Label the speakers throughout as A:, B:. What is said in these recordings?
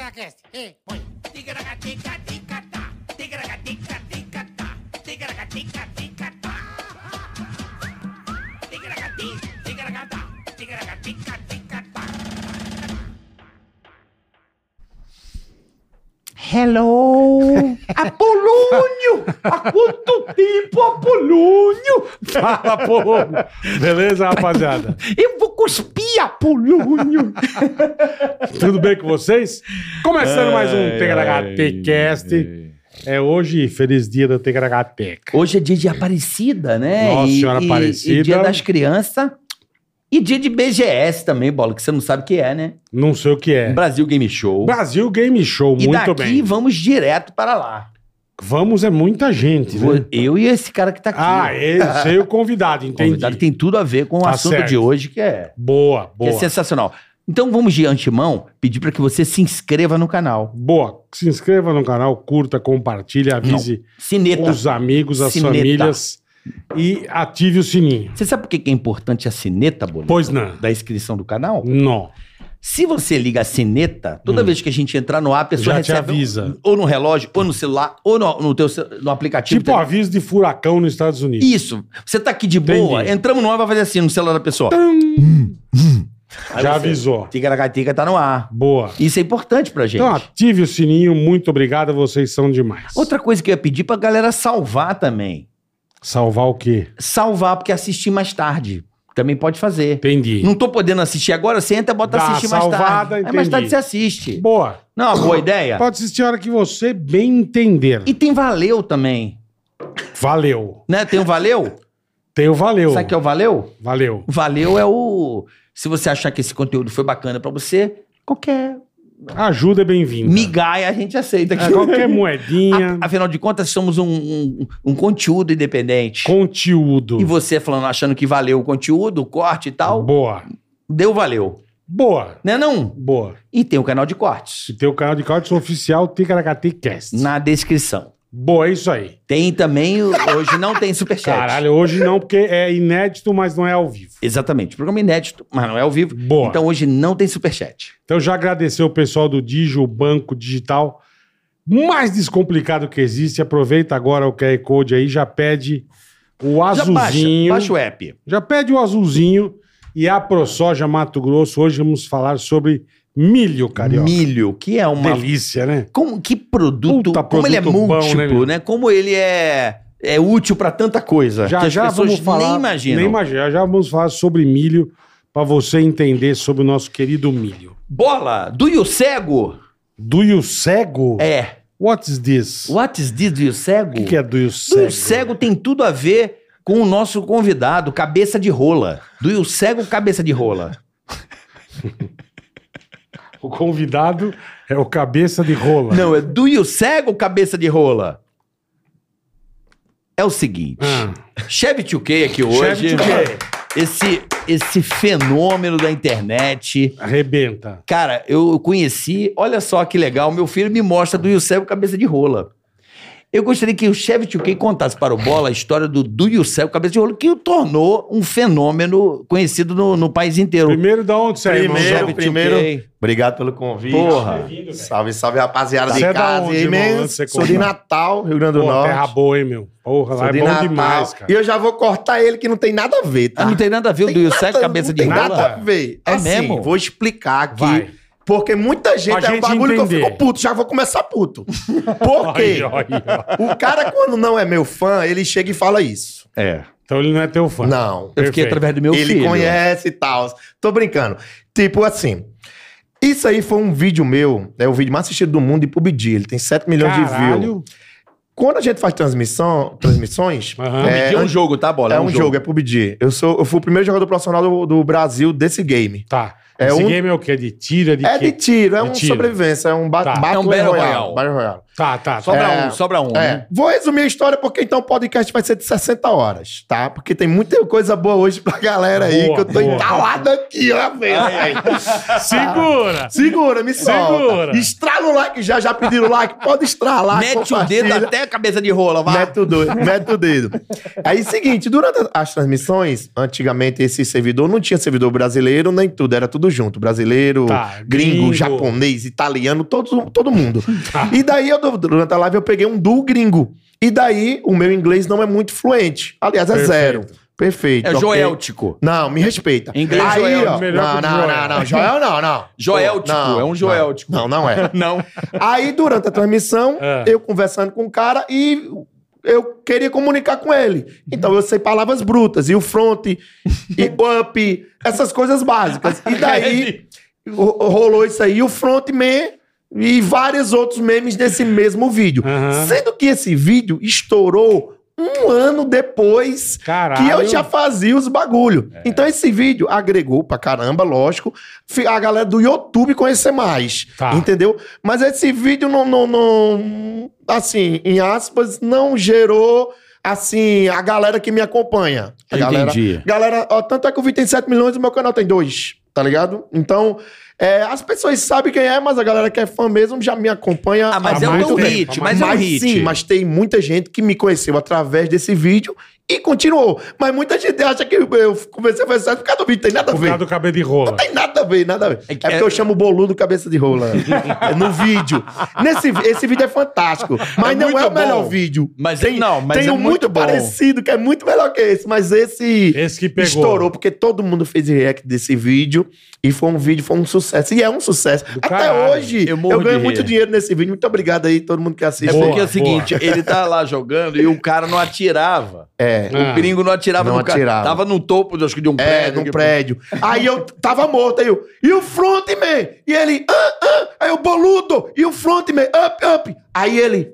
A: Ticaracast. E põe.
B: Ticaracatica-ticatá, ticaracatica-ticatá, ticaracatica-ticatá. Ticaracati, ticaracatá, ticaracatica-ticatá.
C: Hello! Apolônio! Há quanto tempo, Apolônio?
D: Fala, povo! Beleza, rapaziada?
C: Eu vou cuspir, Apolônio!
D: Tudo bem com vocês? Começando mais um
C: Ai,
D: TKHTcast. É hoje, feliz dia do TKHTeca.
C: Hoje é dia de Aparecida, né?
D: Nossa Senhora Aparecida.
C: E dia das crianças. E dia de BGS também, bola, que você não sabe o que é, né?
D: Não sei o que é.
C: Brasil Game Show.
D: Brasil Game Show,
C: e
D: muito
C: daqui
D: bem.
C: vamos direto para lá.
D: Vamos, é muita gente, né?
C: Eu e esse cara que tá aqui.
D: Ah, eu sei o convidado,
C: O
D: entendi.
C: convidado tem tudo a ver com o
D: Tá
C: assunto
D: certo.
C: de hoje, que é
D: Boa,
C: Que é
D: boa.
C: sensacional. Então vamos de antemão pedir para que você se inscreva no canal.
D: Boa. Se inscreva no canal, curta, compartilha, avise
C: Sineta.
D: os amigos, as
C: Sineta.
D: famílias e ative o sininho.
C: Você sabe por que que é importante a sineta, Bolívia?
D: Pois não.
C: Da inscrição do canal?
D: Não.
C: Se você liga a sineta, toda
D: Hum.
C: vez que a gente entrar no ar, a pessoa
D: Já te
C: recebe um-
D: avisa.
C: ou no relógio, ou no celular, ou no, no teu ce- no aplicativo.
D: Tipo aviso de furacão nos Estados Unidos.
C: Isso. Você tá aqui de boa,
D: Entendi.
C: entramos no ar, vai fazer assim no celular da pessoa. Aí
D: Já
C: você-
D: avisou.
C: Ticaracatica tá no ar.
D: Boa.
C: Isso é importante pra gente.
D: Então ative o sininho, muito obrigado, vocês são demais.
C: Outra coisa que eu ia pedir pra galera salvar também.
D: Salvar o quê?
C: Salvar, porque assistir mais tarde. Também pode fazer.
D: Entendi.
C: Não tô podendo assistir agora, você entra, bota
D: Dá
C: assistir mais
D: salvada,
C: tarde. Aí mais
D: entendi.
C: tarde você assiste.
D: Boa.
C: Não, é uma boa ideia.
D: Pode assistir a hora que você bem entender.
C: E tem valeu também,
D: Valeu.
C: né? Tem o valeu?
D: Tem o valeu.
C: Sabe o que é o valeu?
D: Valeu.
C: Valeu é o... Se você achar que esse conteúdo foi bacana pra você, qualquer
D: Ajuda é bem-vinda.
C: migalha a gente aceita.
D: É,
C: Aqui.
D: qualquer moedinha,
C: A- Afinal de contas, somos um, um, um conteúdo independente.
D: conteúdo.
C: E você falando, achando que valeu o conteúdo, o corte e tal,
D: Boa.
C: deu valeu.
D: Boa.
C: Né não?
D: Boa.
C: E tem o canal de cortes
D: Se tem o canal de cortes oficial Ticaracati Cast.
C: na descrição.
D: Boa, é isso aí.
C: Tem também, o- hoje não tem superchat.
D: Caralho, hoje não, porque é inédito, mas não é ao vivo.
C: Exatamente. Programa inédito, mas não é ao vivo.
D: Boa.
C: Então hoje não tem superchat.
D: Então já agradecer o pessoal do Digio, o banco digital mais descomplicado que existe. Aproveita agora o QR Code aí, já pede o
C: Já baixa,
D: azulzinho. Já,
C: baixa o app.
D: pede o azulzinho e a ProSoja Mato Grosso. Hoje vamos falar sobre milho, carioca.
C: Milho, que é uma...
D: Delícia, né?
C: Como, que produto,
D: Puta,
C: como ele é
D: produto bom,
C: múltiplo,
D: né, meu?
C: né? Como ele é, é útil pra tanta coisa. É. que
D: Já
C: as
D: já
C: pessoas
D: vamos falar.
C: nem imaginam.
D: Nem imagina, já, já vamos falar sobre milho para você entender sobre o nosso querido milho.
C: Bola, do you cego?
D: Do you cego?
C: É.
D: What is this?
C: What is this do you cego?
D: O que, que é do you
C: Do
D: cego?
C: you cego tem tudo a ver com o nosso convidado, cabeça de rola. Do you cego, cabeça de rola.
D: O convidado é o cabeça de rola.
C: Não, é do you cego, cabeça de rola. É o seguinte,
D: Ah.
C: Chevy 2K aqui hoje.
D: Chevy 2K.
C: Esse esse fenômeno da internet.
D: Arrebenta.
C: Cara, eu conheci, olha só que legal, meu filho me mostra do You Cego Cabeça de Rola. Eu gostaria que o Chevy 2K contasse para o Bola a história do do You Cego Cabeça de Rola, que o tornou um fenômeno conhecido no, no país inteiro.
D: Primeiro, da onde você é, irmão?
E: Primeiro,
D: Jovem?
C: 2K.
E: primeiro. Obrigado pelo convite.
C: Porra.
E: Salve, salve, rapaziada
D: Você é
E: de
D: da
E: casa.
D: onde,
E: hein,
D: irmão?
E: man?
D: Onde você
E: Sou de
D: compra?
E: Natal, Rio Grande do
D: Pô, terra
E: Norte.
D: boa, hein, meu? Porra,
E: Sou
D: lá é
E: de
D: bom
E: Natal.
D: demais,
E: E
D: cara.
E: eu já vou cortar ele que não tem nada a ver, tá?
C: Ah, não tem nada a ver o do You Cego Cabeça de
E: não tem nada a
C: Rola?
E: ver.
C: É
E: assim,
C: mesmo?
E: Vou explicar aqui.
D: Vai.
E: Porque muita gente
D: Pra
E: é
D: gente
E: um bagulho que
D: entender.
E: eu fico puto, já vou começar puto. Por quê?
D: Aí, ó, aí, ó.
E: o cara, quando não é meu fã, ele chega e fala isso.
C: É.
D: Então ele não é teu fã.
E: Não.
C: Eu fiquei
D: Perfeito.
C: através do meu
E: ele
C: filho.
E: conhece e tal. Tô brincando. Tipo assim, isso aí foi um vídeo meu, é o vídeo mais assistido do mundo de PUBG, ele tem 7 milhões de views.
D: Caralho.
E: Quando a gente faz transmissão, transmissões,
D: Aham.
C: É,
E: é,
C: um jogo, tá, Bola?
E: é um jogo, é PUBG. Eu, sou, eu fui o primeiro jogador profissional do, do Brasil desse game.
D: Tá.
E: É
D: Esse
E: um-
D: game é o quê? De tiro, é de
E: é
D: quê?
E: de tiro, é
D: De
E: um
D: tiro.
E: sobrevivência, é um, ba
D: Tá.
E: Battle
C: É um Battle
E: Royale.
C: Royale.
E: Battle Royale.
D: Tá, tá.
C: Sobra
E: É.
C: um, sobra um,
E: É,
C: né?
E: Vou resumir a história porque então o podcast vai ser de 60 horas, tá? Porque tem muita coisa boa hoje pra galera aí
D: Boa,
E: que eu tô
D: boa.
E: entalado aqui, ó, velho.
D: Segura!
E: Segura, me solta.
D: Segura.
E: Estrala o like já, já pediram like, pode estralar,
C: Mete o
E: compartilha.
C: dedo até a cabeça de rola, vai.
E: Mete o, doido, mete o dedo. Aí, seguinte, durante as transmissões, antigamente esse servidor não tinha servidor brasileiro nem tudo, era tudo junto. Brasileiro,
D: Tá,
E: gringo,
D: gringo. Tá.
E: japonês, italiano, todo, todo mundo. E daí, eu, durante a live, eu peguei um duo gringo. E daí, o meu inglês não é muito fluente. Aliás, é
D: Perfeito.
E: zero. Perfeito.
C: É
E: ok?
C: joeltico.
E: Não, me respeita.
C: Em inglês,
E: Aí,
C: Joel,
E: ó,
D: melhor
E: não,
D: que o
E: não,
D: Joel.
E: não, não. Joel não, não.
C: Joeltico,
E: Não,
C: é um joeltico.
E: Não, não é.
C: Não.
E: Aí, durante a transmissão,
D: É.
E: eu conversando com o cara e eu queria comunicar com ele. Então, eu sei palavras brutas. E o front, e up, essas coisas básicas. E daí, ro- rolou isso aí. E o frontman e vários outros memes desse mesmo vídeo.
D: Aham.
E: Sendo que esse vídeo estourou um ano depois
D: Caralho. É.
E: que eu já fazia os bagulho. Então esse vídeo agregou pra caramba, lógico, fi- a galera do YouTube conhecer mais,
D: Tá.
E: entendeu? Mas esse vídeo não, não, não- assim, em aspas, não gerou assim a galera que me acompanha. A galera,
C: Entendi.
E: galera, ó, tanto é que o vídeo tem 7 milhões e o meu canal tem 2, tá ligado? Então, é, as pessoas sabem quem é, mas a galera que é fã mesmo já me acompanha
C: Ah, mas
E: há
C: é um
D: mais
C: teu
E: muito
D: tempo,
E: tempo.
C: hit,
D: há
C: mas é um
E: Mas
C: hit.
E: sim, mas tem muita gente que me conheceu através desse vídeo e continuou. Mas muita gente acha que eu comecei a fazer sucesso por causa do vídeo. Tem nada a
D: Por
E: ver.
D: causa do cabelo de rola.
E: Não tem nada a ver, nada a ver.
C: É
E: É,
C: que-
E: porque eu chamo o boludo cabeça de rola. É no vídeo. Nesse, esse vídeo é fantástico. Mas
D: É
E: não é
D: muito
E: o melhor
D: bom.
E: vídeo.
C: Mas
E: tem,
C: não, mas
E: tem
C: é
E: um muito,
C: muito bom.
E: parecido, que é muito melhor que esse. Mas esse,
D: Esse que pegou.
E: estourou, porque todo mundo fez react desse vídeo. E foi um vídeo, foi um sucesso. E é um sucesso.
D: Do
E: Até
D: caralho.
E: hoje,
C: Eu
E: eu,
C: morro de
E: ganho
C: rir.
E: muito dinheiro nesse vídeo. Muito obrigado aí, todo mundo que assiste.
C: É
D: Boa,
C: porque é o seguinte, ele tá lá jogando e o cara não atirava.
E: É.
D: Ah.
C: O gringo não atirava
E: Não
C: no cara.
E: atirava.
C: Tava no topo acho que de um
E: É,
C: prédio.
E: num prédio. Aí eu tava morto, aí eu, e o frontman? E ele, ah, ah, aí eu, boludo, e o frontman, up, up. Aí ele,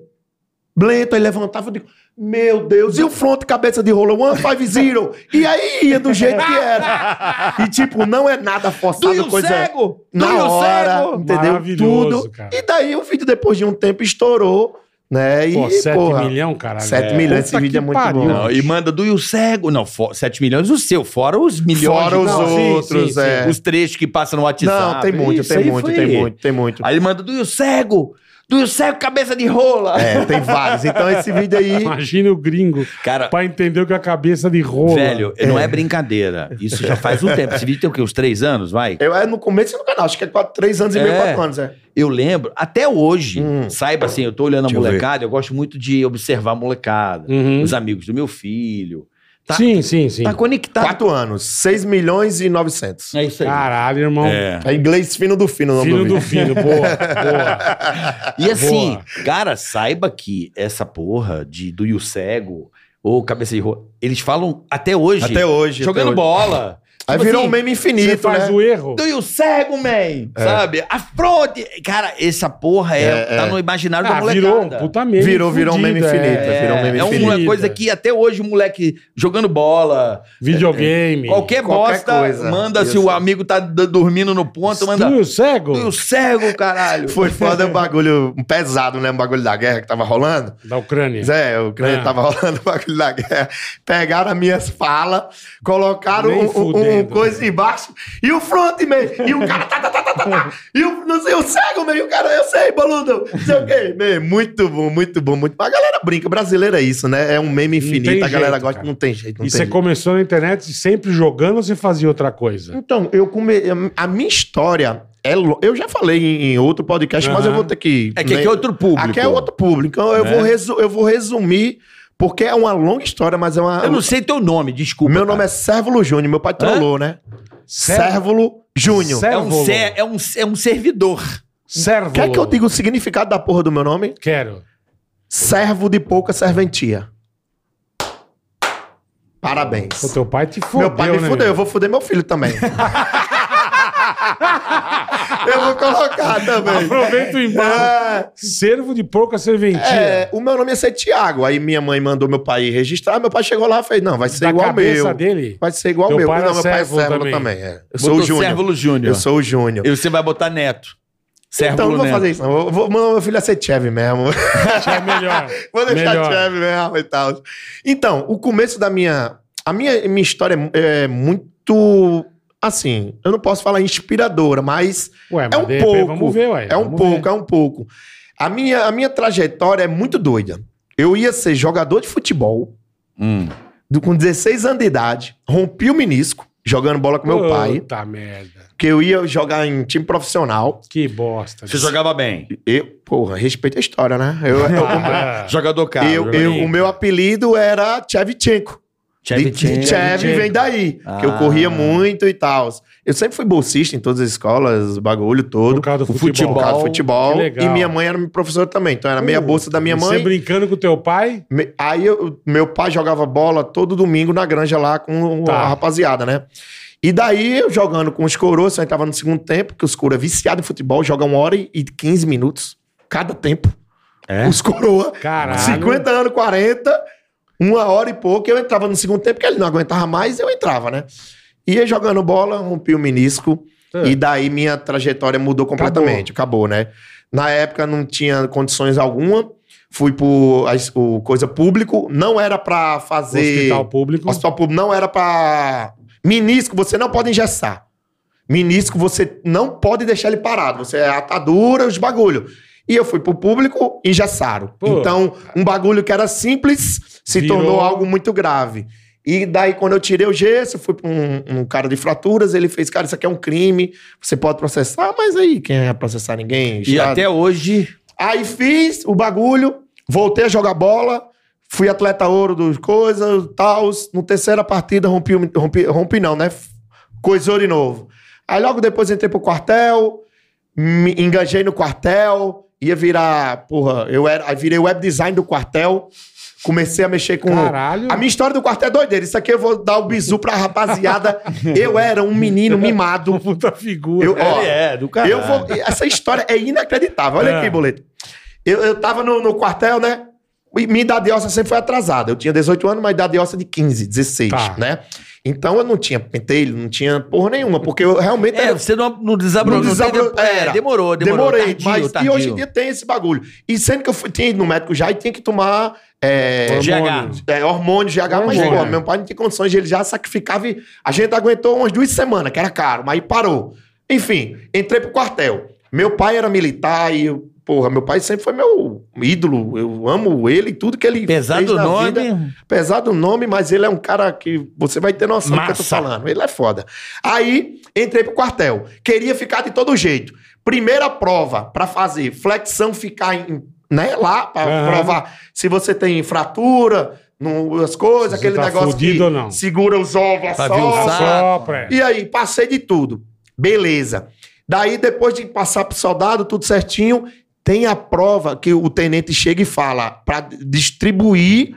E: blento, aí levantava, eu digo, meu Deus, e o front cabeça de rola, one, five, zero. E aí ia do jeito que era. E tipo, não é nada
C: Do
E: forçado,
C: you
E: coisa...
C: cego? Do
E: Na
C: you
E: hora,
C: cego?
E: entendeu?
D: Maravilhoso,
E: Tudo.
D: cara.
E: E daí o vídeo, depois de um tempo, estourou, né? E,
D: Pô, 7
E: porra,
D: milhão, caralho. É.
E: 7 milhões,
D: Puta
E: esse vídeo é
D: que
E: muito
D: pariu.
E: bom.
C: Não, e manda do you cego. Não, 7 milhões o seu, fora os milhões.
E: Fora
C: de-
E: os
D: Não, sim,
E: outros,
D: sim,
E: é.
C: os trechos que passam no WhatsApp.
E: Não, tem muito,
C: Isso
E: tem
C: aí
E: muito,
C: foi.
E: tem muito, tem muito.
C: Aí ele manda do you cego. Do you cego, cabeça de rola.
E: É, tem vários. Então esse vídeo aí.
D: Imagina o gringo
C: Cara,
D: pra entender o que é a cabeça de rola.
C: velho, não é brincadeira. Isso já faz um tempo. Esse vídeo tem o quê? Uns três anos, vai?
E: Eu, é no começo e no canal, acho que é quatro, três anos e meio,
C: É.
E: quatro anos, é.
C: Eu lembro, até hoje,
E: Hum.
C: saiba assim, eu tô olhando a
E: Deixa eu
C: molecada, eu, gosto muito de observar a molecada,
D: Uhum.
C: os amigos do meu filho. Tá,
D: Sim, sim, sim.
C: tá conectado.
E: Quatro anos, 6 milhões e 900.
C: É isso aí.
D: Caralho, irmão.
C: É.
E: É inglês fino do fino, o nome
D: Filho
E: do
D: do
E: vídeo.
D: filho, boa, boa.
C: E assim,
D: é Boa.
C: cara, saiba que essa porra de, do Yu Cego ou Cabeça de Rua, eles falam até hoje.
E: Até hoje.
C: Jogando
E: até hoje.
C: bola.
E: Aí
C: Tipo
E: virou
C: assim,
E: um meme
D: Você
E: infinito,
D: faz
E: né?
D: o erro.
C: Do you cego, man? Sabe? A fraude. Cara, essa porra é,
E: É,
C: tá
E: é.
C: no imaginário da
D: Ah,
C: molecada.
D: virou um puta meme.
E: Virou- virou um meme
D: fudido,
E: infinito,
D: é.
C: É,
E: virou um meme
C: é
E: infinito.
C: uma coisa que até hoje o moleque jogando bola,
D: Videogame.
C: qualquer,
E: Qualquer
C: bosta,
E: coisa.
C: manda se
E: Isso.
C: o amigo tá d- dormindo no ponto, manda.
D: Estudo cego?
C: Do you cego, caralho.
E: Foi foda o bagulho pesado, né? O bagulho da guerra que tava rolando.
D: Da Ucrânia.
E: Zé, o grande
D: Ah.
E: tava rolando o bagulho da guerra. Pegaram as minhas falas, colocaram
D: Nem
E: um, um- um
D: fudendo. né?
E: coisa embaixo e o frontman. E o cara tá, tá, tá, tá, tá, tá. E o, não sei, o cego, meu. E o cara, eu sei, boludo. Não sei o quê. Meu, muito bom, muito bom, muito bom. A galera brinca. Brasileiro é isso, né? É um meme
D: Não
E: infinito.
D: tem
E: a galera
D: jeito,
E: gosta.
D: cara. é
E: Não tem jeito, não
D: e
E: tem
D: você
E: jeito.
D: começou na internet sempre jogando ou você fazia outra coisa?
E: Então, eu come... a minha história é. lo- Eu já falei em, em outro podcast, mas
D: Aham.
E: eu vou ter que.
C: É que aqui é outro público.
E: Aqui é outro público. Então, eu,
C: Né?
E: vou resu- eu vou resumir, porque é uma longa história, mas é uma.
C: Eu não sei teu nome, desculpa.
E: Meu nome é Sérvulo Júnior, meu pai trollou, né? Sérvulo Júnior.
D: Sé-
C: É um, ser, é, um, é um servidor.
D: Servo.
E: Quer que eu diga o significado da porra do meu nome?
D: Quero.
E: Servo de pouca serventia. Parabéns.
D: O teu pai te fudeu,
E: meu pai me
D: né,
E: fudeu, eu
D: meu?
E: vou fuder meu filho também. eu vou colocar também.
D: Aproveita o embalo.
E: É,
D: Servo de pouca serventia.
E: é, o meu nome ia ser Tiago. Aí minha mãe mandou meu pai registrar, meu pai chegou lá e fez: não, vai ser
D: da
E: igual ao
D: cabeça
E: meu.
D: dele.
E: Vai ser igual ao
D: Teu
E: meu.
D: pai era
E: não, meu pai é
D: Sérvulo
E: Sérvulo
D: também.
E: também. é. Eu sou o
C: Botou
E: Júnior.
C: Sérvulo Júnior.
E: Eu sou o Júnior.
C: E você vai botar neto. Servo
E: então, não vou
C: Lunento.
E: fazer isso, não. Vou, vou mandar meu filho a ser cheve mesmo.
D: É melhor.
E: Vou deixar
D: Melhor.
E: cheve mesmo e tal. Então, o começo da minha. A minha, minha história é mu- é, muito. Assim, eu não posso falar inspiradora, mas
D: Ué, mas
E: é um
D: de repente,
E: pouco.
D: Vamos ver, ué.
E: é um
D: vamos
E: pouco,
D: ver.
E: é um pouco. A minha, a minha trajetória é muito doida. Eu ia ser jogador de futebol
C: Hum.
E: do- com 16 anos de idade, rompi o menisco, jogando bola com é meu pai,
D: Puta merda.
E: que eu ia jogar em time profissional.
D: Que bosta.
C: Você jogava bem.
E: Eu, porra, respeita a história, né? Eu, eu-
D: Ah,
C: Jogador caro.
E: eu-
C: jogador
E: eu-
C: bem.
E: o meu apelido era Chevchenko.
C: Chevy Chase.
E: Chev vem daí, que eu
C: Ah.
E: corria muito e tal. Eu sempre fui bolsista em todas as escolas, bagulho todo.
D: Por causa do
E: O
D: futebol.
E: Por causa do futebol.
D: Que legal.
E: E minha mãe era professora também, então era meia bolsa da minha
D: e
E: mãe.
D: Você brincando com o teu pai?
E: Me- Aí eu- meu pai jogava bola todo domingo na granja lá com
D: Tá.
E: a rapaziada, né? E daí eu jogando com os coroas, aí tava no segundo tempo, que os coroas viciados em futebol jogam uma hora e 15 minutos cada tempo.
C: É?
E: Os coroas,
D: Caralho.
E: 50 anos, 40, uma hora e pouco, eu entrava no segundo tempo, porque ele não aguentava mais, eu entrava, né? Ia jogando bola, rompi o menisco,
D: É.
E: e daí minha trajetória mudou completamente, acabou, né? Na época não tinha condições alguma, fui pro as- o coisa público, não era pra fazer...
D: Hospital público.
E: Hospital público não era pra... Menisco você não pode engessar. Menisco você não pode deixar ele parado. Você é atadura, os bagulho. E eu fui pro público, engessaram.
D: Pô.
E: Então, um bagulho que era simples se
D: Virou.
E: tornou algo muito grave. E daí, quando eu tirei o gesso, fui pra um, um cara de fraturas, ele fez, cara, isso aqui é um crime, você pode processar, mas aí, quem ia processar ninguém?
C: E
E: Estado.
C: até hoje.
E: Aí fiz o bagulho, voltei a jogar bola, fui atleta ouro dos coisas, tal. No terceira partida rompi, o- rompi, rompi não, né? Coisou de novo. Aí logo depois entrei pro quartel, me engajei no quartel, ia virar, porra, eu era, aí virei web design do quartel, comecei a mexer com
D: Caralho.
E: a minha história do quartel é doideira. Isso aqui eu vou dar o bizu pra rapaziada. Eu era um menino mimado.
D: Puta figura.
E: Eu- ó,
C: é, do
E: Eu vou, essa história é inacreditável. Olha
D: É.
E: aqui, boleto. Eu, eu tava no, no quartel, né? E minha idade de óssea sempre foi atrasada. Eu tinha 18 anos, mas idade de óssea de 15, 16,
D: Tá.
E: né? Então eu não tinha pentelho, não tinha porra nenhuma, porque eu realmente
C: É, você não, não desabronou.
E: não desabro-
C: tem- é,
E: era.
C: demorou, demorou.
E: Demorei,
C: Tardio,
E: mas
C: tardio.
E: e hoje em dia tem esse bagulho. E sendo que eu fui, tinha ido no médico já e tinha que tomar é,
C: GH.
E: é, hormônio, GH, mas
D: Hormônio.
E: pô, meu pai não tinha condições, ele já sacrificava e a gente aguentou umas duas semanas, que era caro, mas aí parou. Enfim, entrei pro quartel. Meu pai era militar e, eu- porra, meu pai sempre foi meu ídolo, eu amo ele, e tudo que ele
C: Apesar
E: fez
C: do
E: na
C: nome.
E: vida. Apesar do nome, mas ele é um cara que você vai ter noção do que eu tô falando. Ele é foda. Aí, entrei pro quartel. Queria ficar de todo jeito. Primeira prova pra fazer flexão, ficar em, né, lá, pra
D: Aham.
E: provar se você tem fratura, no, as coisas,
D: Se
E: aquele
D: tá
E: negócio que
D: fudido ou não.
E: segura os ovos,
C: Pra ver o
D: Tá
E: assopra.
C: saco.
D: Sopra.
E: E aí, passei de tudo. Beleza. Daí, depois de passar pro soldado, tudo certinho, tem a prova que o tenente chega e fala pra distribuir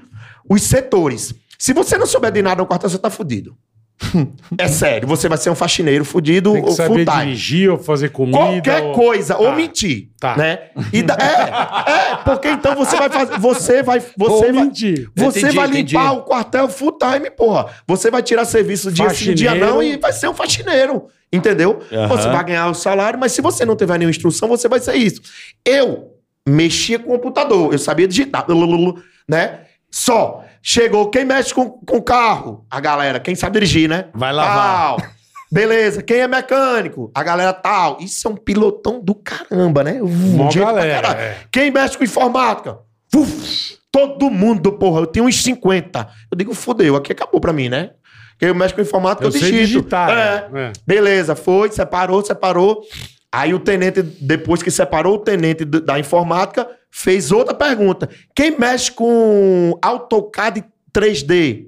E: os setores. Se você não souber de nada no quartel, você tá fudido. é sério, você vai ser um faxineiro fudido
D: Tem que
E: ou full
D: saber
E: time.
D: dirigir ou fazer comida.
E: Qualquer
D: ou-
E: coisa,
D: Tá.
E: ou mentir,
D: Tá.
E: né? E da- é, é, porque então você vai fazer, você vai,
D: Ou
E: você vai,
D: mentir.
E: você
C: Entendi,
E: vai limpar
C: entendi.
E: o quartel full time, porra. Você vai tirar serviço dia sim, dia
D: Faxineiro.
E: não e vai ser um faxineiro. Entendeu?
C: Aham.
E: Você vai ganhar o salário, mas se você não tiver nenhuma instrução, você vai ser isso. Eu mexia com o computador, eu sabia digitar, lululu, né? Só. Chegou quem mexe com, com carro? A galera, quem sabe dirigir, né?
C: Vai lavar.
E: Tal. Beleza, quem é mecânico? A galera tal. Isso é um pilotão do caramba, né?
D: Mó
E: gente pra
D: galera,
E: caralho.
D: é.
E: Quem mexe com informática? Uf, todo mundo, porra. Eu tenho uns 50. Eu digo, fodeu, aqui acabou pra mim, né? Quem mexe com informática, eu,
D: Eu sei
E: digito.
D: digitar.
E: É.
D: né? É.
E: Beleza, foi, separou, separou. Aí o tenente, depois que separou o tenente d- da informática, fez outra pergunta. Quem mexe com AutoCAD 3D?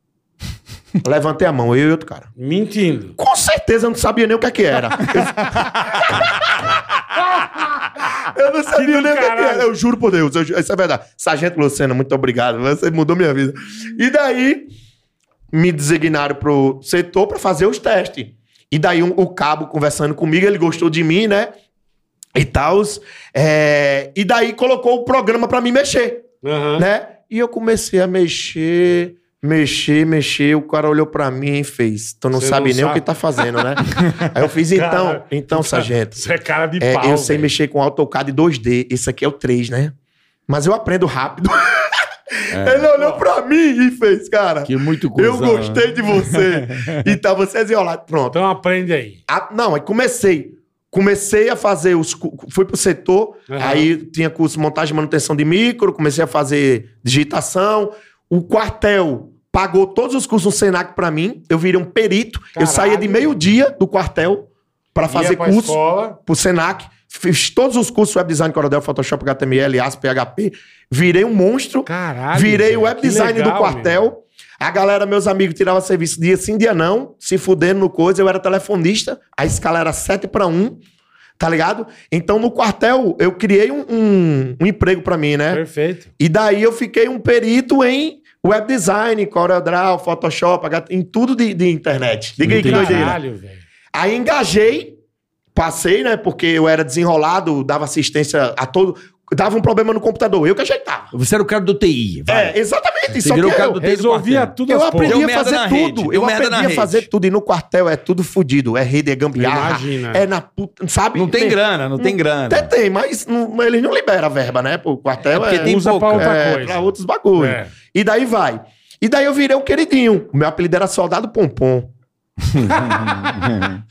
E: Levantei a mão, eu e outro cara.
D: Mentindo.
E: Com certeza eu não sabia nem o que, é que era. eu não sabia
D: do
E: nem o que, é que
D: caralho.
E: era. Eu juro por Deus, eu ju- isso é verdade. Sargento Lucena, muito obrigado. Você mudou minha vida. E daí, me designaram pro setor para fazer os testes. E daí um- o cabo conversando comigo, ele gostou de mim, né? E tal. e daí colocou o programa para mim mexer
D: Aham.
E: né? E eu comecei a mexer, Mexi, mexi, o cara olhou pra mim e fez. Tu não
D: Você
E: sabe
D: não
E: nem
D: sabe.
E: o que tá fazendo, né? Aí eu fiz, então,
D: Cara,
E: então, sargento.
D: Isso é cara de
E: é,
D: pau.
E: eu sei
D: velho.
E: mexer com AutoCAD 2D, esse aqui é o 3, né? Mas eu aprendo rápido.
D: É.
E: Ele olhou pra mim e fez, cara.
C: Que muito né? coisa.
E: Eu
D: né?"
E: gostei de você. então, vocês iam lá, pronto.
D: Então aprende aí.
E: Ah, não, aí comecei. Comecei a fazer os. cu- Fui pro setor,
D: Aham.
E: aí tinha curso de montagem e manutenção de micro, comecei a fazer digitação. O quartel pagou todos os cursos no Senac pra mim. Eu virei um perito. Eu
D: Caralho.
E: saía de meio-dia do quartel pra fazer
D: Ia pra
E: curso
D: escola.
E: pro Senac. Fiz todos os cursos web design, Corodel, Photoshop, HTML, ASP, PHP. Virei um monstro.
D: Caralho.
E: Virei
D: velho,
E: o web
D: que
E: design
D: legal,
E: do quartel.
D: meu.
E: A galera, meus amigos, tirava serviço dia sim, dia não, se fudendo no coisa. Eu era telefonista, a escala era 7 para 1, tá ligado? Então, no quartel, eu criei um, um- um emprego pra mim, né?
D: Perfeito.
E: E daí eu fiquei um perito em web design, CorelDRAW, Photoshop, HT, em tudo de, de internet. Diga aí que
C: Entendi.
E: doideira.
D: Caralho, velho.
E: Aí engajei, passei, né? Porque eu era desenrolado, dava assistência a todo... Dava um problema no computor, eu que ajeitava.
C: Você era o cara do TI. vai.
E: É, exatamente.
C: Você
E: Só que
C: virou o cara
E: eu,
C: do TI.
D: Resolvia
C: quartel.
D: tudo
E: eu
D: as porra.
E: aprendi
C: Deu
E: a
C: merda
E: fazer
C: na rede,
E: tudo.
C: deu
E: Eu
C: merda
E: aprendi
C: na
E: a
C: rede.
E: fazer tudo. E no quartel é tudo fudido. É rede, é gambiarra.
D: Imagina.
E: É na puta. Sabe?
C: Não tem
E: Tem-
C: grana, não tem grana.
E: Até tem, mas não, eles não liberam a verba, né? O quartel é,
C: porque tem
D: Usa pra
C: pouca.
D: outra
E: é,
D: coisa.
E: pra outros bagulho.
D: É.
E: E daí vai. E daí eu virei o queridinho. O meu apelido era Soldado Pompom.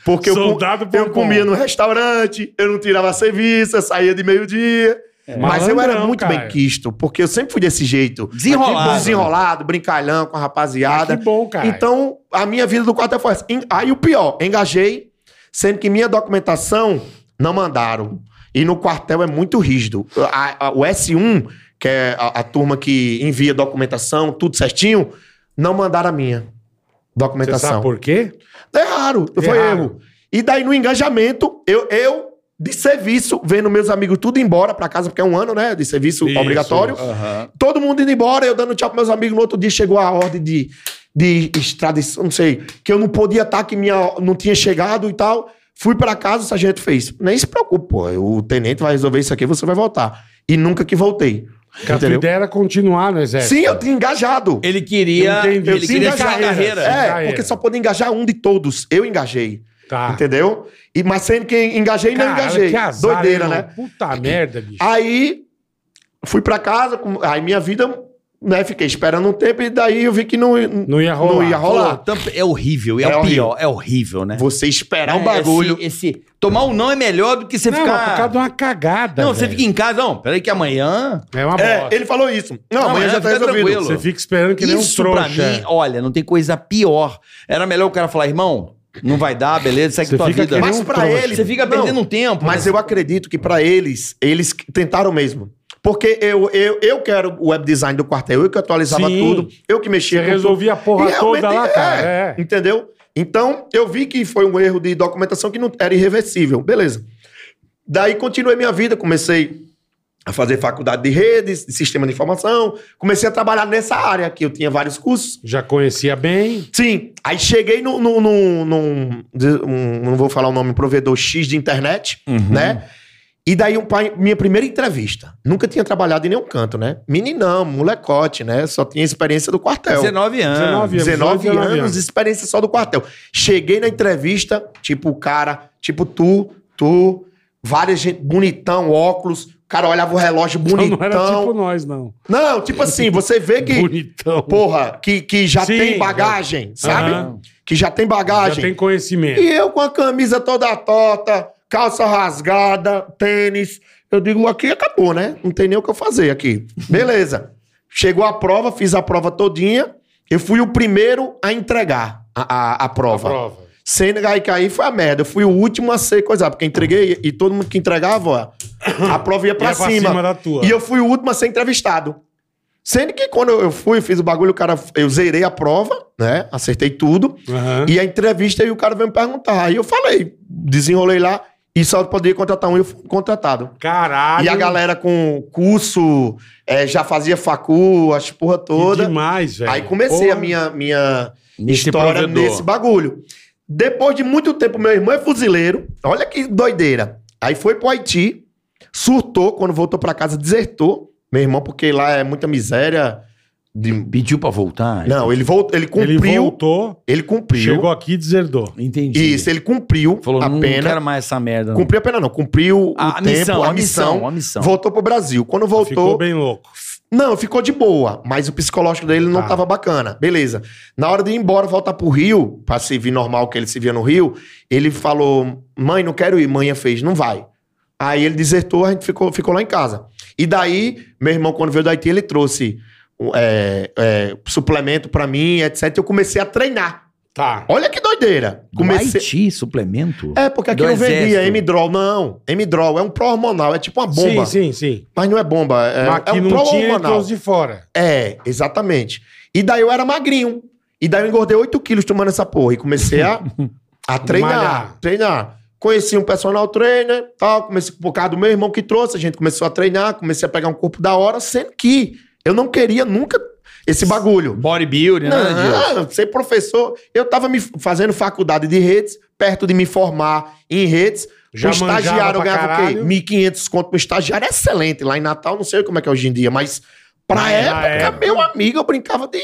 E: Porque eu, com-
D: Soldado
E: eu
D: Pompom.
E: comia no restaurante, eu não tirava serviço, eu saía de meio-dia. Mas eu era
D: É. Malandrão,
E: muito
D: cara.
E: bem quisto, porque eu sempre fui desse jeito.
C: Desenrolado.
E: Desenrolado, brincalhão com a rapaziada.
D: Ah, que bom, cara.
E: Então, a minha vida do quartel foi essa. Em- Aí o pior, engajei, sendo que minha documentação não mandaram. E no quartel é muito rígido. A- a- o S1, que é a, a turma que envia documentação, tudo certinho, não mandaram a minha
D: Você sabe
E: documentação.
D: por quê?
E: É raro, foi
D: Erraram.
E: erro. E daí no engajamento, eu, eu de serviço, vendo meus amigos tudo embora pra casa, porque é um ano, né, de serviço
D: Isso. é.
E: obrigatório.
C: Aham.
E: Todo mundo indo embora, eu dando tchau pros meus amigos. No outro dia chegou a ordem de, de extradição, não sei, que eu não podia estar, que minha, não tinha chegado e tal. Fui pra casa, o sargento fez. Nem se preocupe, pô, o tenente vai resolver isso aqui, você vai voltar. E nunca que voltei.
D: Porque a tua
E: entendeu?
D: ideia era continuar no exército.
E: Sim, eu tinha engajado.
C: Ele queria,
D: Entendi.
C: ele
D: Sim,
C: queria
D: engajar
C: achar a
D: carreira.
C: carreira.
E: É,
D: Carreira.
E: porque só podia engajar um de todos. Eu engajei,
D: Tá.
E: entendeu? E, mas sendo que engajei, não
D: Caralho,
E: engajei.
D: que azar,
E: Doideira,
D: hein,
E: né?
D: mano? Puta merda, bicho.
E: Aí fui pra casa, com- aí minha vida, né, fiquei esperando um tempo e daí eu vi que não,
D: Não ia rolar.
E: Não ia rolar.
C: Pô, tampa- é horrível, é,
E: É
C: o
E: horrível.
C: pior, é horrível, né?
E: Você esperar um
C: É,
E: bagulho.
C: Esse, esse- tomar um não é melhor do que você
D: não, mas
C: ficar.
D: por causa de uma cagada.
C: não, você
D: velho.
C: fica em casa, não. Peraí que amanhã.
D: É uma bosta.
E: É, ele falou isso. Não,
C: Não,
E: amanhã
C: amanhã
E: já tá
C: fica
E: resolvido.
C: tranquilo.
D: Você fica esperando que nem um
C: Isso pra
D: trouxa.
E: é
C: mim, olha, não tem coisa pior. Era melhor o cara falar, irmão, não vai dar, beleza, segue
D: Você
C: tua
D: fica
C: vida.
D: que nem
E: Mas
D: um
E: pra
D: trouxa.
E: ele.
C: Você fica
E: Não,
C: perdendo um tempo.
E: Mas
C: né?
E: eu acredito que pra eles, eles que- tentaram mesmo. Porque eu, eu, eu que era o web design do quartel, eu que atualizava
D: Sim.
E: tudo, eu que
D: Você
E: mexia com tudo.
D: resolvia a
E: E
D: porra
E: realmente
D: toda lá,
E: é,
D: cara. É.
E: Entendeu? Então, eu vi que foi um erro de documentação que não era irreversível. Beleza. Daí continuei minha vida, comecei a fazer faculdade de redes, de sistema de informação, comecei a trabalhar nessa área que eu tinha vários cursos.
D: Já conhecia bem.
E: Sim. Aí cheguei no, no, no- num- de- um- não vou falar o nome, provedor X de internet,
D: Uhum.
E: né? E daí um pai, minha primeira entrevista. Nunca tinha trabalhado em nenhum canto, né? Meninão, molecote, né? Só tinha experiência do quartel.
C: 19 anos.
D: 19 anos.
E: 19
D: 19
E: anos,
D: anos.
E: experiência só do quartel. Cheguei na entrevista, tipo o cara, tipo tu, tu, várias gente, bonitão, óculos, o cara olhava o relógio bonitão.
D: Então não era tipo nós, não.
E: não, tipo assim, você vê que
D: Bonitão.
E: porra, que, que já
D: Sim,
E: tem bagagem,
C: Ah.
E: sabe?
D: Aham.
E: Que já tem
D: Já
E: bagagem.
D: tem conhecimento.
E: E eu com a camisa toda torta, calça rasgada, tênis. Eu digo, aqui acabou, né? Não tem nem o que eu fazer aqui. Beleza. Chegou a prova, fiz a prova todinha. Eu fui o primeiro a entregar a, a, a
D: A
E: prova.
D: prova.
E: Sendo aí que aí foi a merda. Eu fui o último a ser coisado, porque eu entreguei e todo mundo que entregava, ó, a prova ia pra
D: Ia é pra
E: cima.
D: cima da tua.
E: E eu fui o último a ser entrevistado. Sendo que quando eu eu fui, fiz o bagulho, o cara, eu zerei a prova, né? Acertei tudo.
D: Aham.
E: E a entrevista aí o cara veio me perguntar. Aí eu falei, desenrolei lá e só poderia contratar um, e eu fui contratado.
D: Caralho.
E: E a galera com curso, eh, já fazia facu, as porra
D: Que
E: toda.
D: demais, velho.
E: Aí comecei
D: Porra.
E: a minha, minha
C: Nesse
E: história
C: provedor.
E: nesse bagulho. Depois de muito tempo, meu irmão é fuzileiro. Olha que doideira. Aí foi pro Haiti, surtou, quando voltou pra casa, desertou. Meu irmão, porque lá é muita miséria, de-
C: Pediu pra voltar?
E: Não, ele, voltou, ele cumpriu.
D: Ele
E: Ele,
D: voltou,
E: cumpriu.
D: chegou aqui e deserdou.
C: Entendi.
E: Isso, ele cumpriu
C: Falou,
E: a
C: não,
E: pena.
C: não quero mais essa merda. Não.
E: Cumpriu a pena, não. Cumpriu o
C: A- a
E: tempo,
C: missão,
E: a,
C: a
E: missão,
C: missão, a missão.
E: Voltou pro Brasil. Quando voltou.
D: Ficou bem louco.
E: Não, ficou de boa, mas o psicológico dele não
D: Tá.
E: tava bacana. Beleza. Na hora de ir embora, voltar pro Rio, pra se vir normal que ele se via no Rio, ele falou: mãe, não quero ir. Mãe fez, não vai. Aí ele desertou, a gente ficou, ficou lá em casa. E daí, meu irmão, quando veio do Haiti, ele trouxe um, é, é, suplemento pra mim, etc. Eu comecei a treinar.
D: Tá.
E: Olha que doideira.
C: Do
E: Comecei.
C: Haiti, suplemento?
E: É, porque aqui
C: Do
E: não vendia
C: exército.
E: M-Drol, não. M-Drol é um pró-hormonal, é tipo uma bomba.
D: Sim, sim, sim.
E: Mas não é bomba, é,
D: Mas
E: é
D: aqui não
E: um
D: tinha, ele
E: pró-hormonal.
D: trouxe de fora.
E: É, exatamente. E daí eu era magrinho. E daí eu engordei 8 quilos tomando essa porra. E comecei a, a treinar.
D: Malhar.
E: Treinar. Conheci um personal trainer, tal. Comecei por causa do meu irmão que trouxe. A gente começou a treinar, comecei a pegar um corpo da hora, sendo que eu não queria nunca esse bagulho.
C: Bodybuilding,
D: Né,
C: nada disso.
E: Não, é ah, ser professor. Eu tava me f- fazendo faculdade de redes, perto de me formar em redes.
D: Já
E: o
D: manjava
E: estagiário eu
D: pra
E: ganhava o quê?
D: caralho.
E: 1.500 conto pro estagiário. É excelente. Lá em Natal, não sei como é que é hoje em dia, mas pra
D: Na
E: época,
D: época.
E: meu amigo, eu brincava de.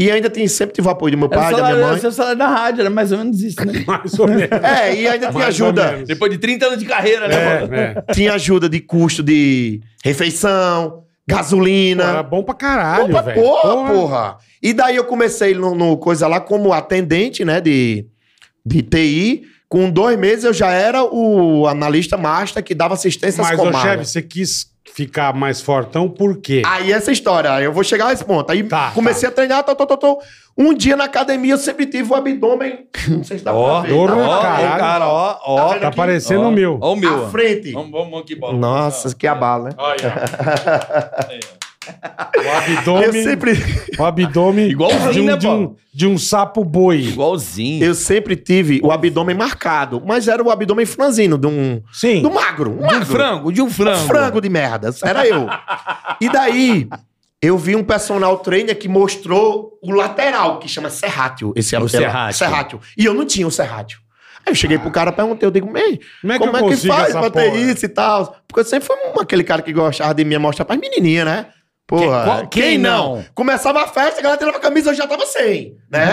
E: E ainda tem, sempre tive o apoio do meu
C: Era o
E: pai, da
C: É salário,
E: minha
C: era
E: mãe.
C: o seu salário da rádio, era mais ou menos isso, né?
D: Mais ou menos.
E: É, e ainda tinha
D: Mais ou
E: ajuda.
D: menos.
C: Depois de 30 anos de carreira, né? mano?
D: É, é.
E: Tinha ajuda de custo de refeição,
D: Pô, Era
E: gasolina.
D: bom pra caralho,
E: Opa,
D: velho.
E: porra, porra, E daí eu comecei no, no coisa lá como atendente, né, de, de TI. Com dois meses eu já era o analista master que dava assistência às
D: Mas, ô chefe,
E: comarcas.
D: você quis ficar mais fortão por quê?
E: Aí essa história, aí eu vou chegar a esse ponto. Aí
D: Tá,
E: comecei a treinar, tô, tô, tô, tô. Um dia na academia eu sempre tive o abdômen. Não sei se dá
C: Tá Ó, ó,
E: pra ver.
D: Porra,
C: ó,
D: caralho.
C: cara, ó, ó.
E: vendo
D: tá
E: aqui?
D: parecendo
C: ó. Ah,
D: o meu.
C: Ó o meu.
E: à
C: ó.
E: frente.
C: Vamos, vamos, vamos que bola.
E: Nossa, que abalo, né?
C: Olha.
D: O
E: Eu
D: abdômen,
E: sempre,
D: o abdômen
C: Igualzinho,
D: de um,
C: né,
D: de, um,
C: Paulo?
D: de um sapo boi.
C: Igualzinho.
E: eu sempre tive o abdômen marcado, mas era o abdômen franzino, de um,
D: Sim.
E: do magro. Um
C: De um
E: magro.
C: frango, de um frango.
E: frango de merda. Era eu. E daí, eu vi um personal trainer que mostrou o lateral, que chama Serrátio. Esse é
C: O
E: o
C: Serrátio.
E: Serrátio. E eu não tinha o Serrátio. Aí eu cheguei pro cara, perguntei, eu digo, Ei,
D: Como é que
E: como
D: eu
E: é que
D: consigo
E: faz
D: essa
E: pra ter
D: porra?"
E: isso e tal? Porque eu sempre fui um- aquele cara que gostava de me mostrar pras menininhas, né? Porra,
C: Quem- qual-
E: quem,
C: quem
E: não?
C: não?
E: Começava a festa, a galera tirava a camisa, eu já tava sem, né?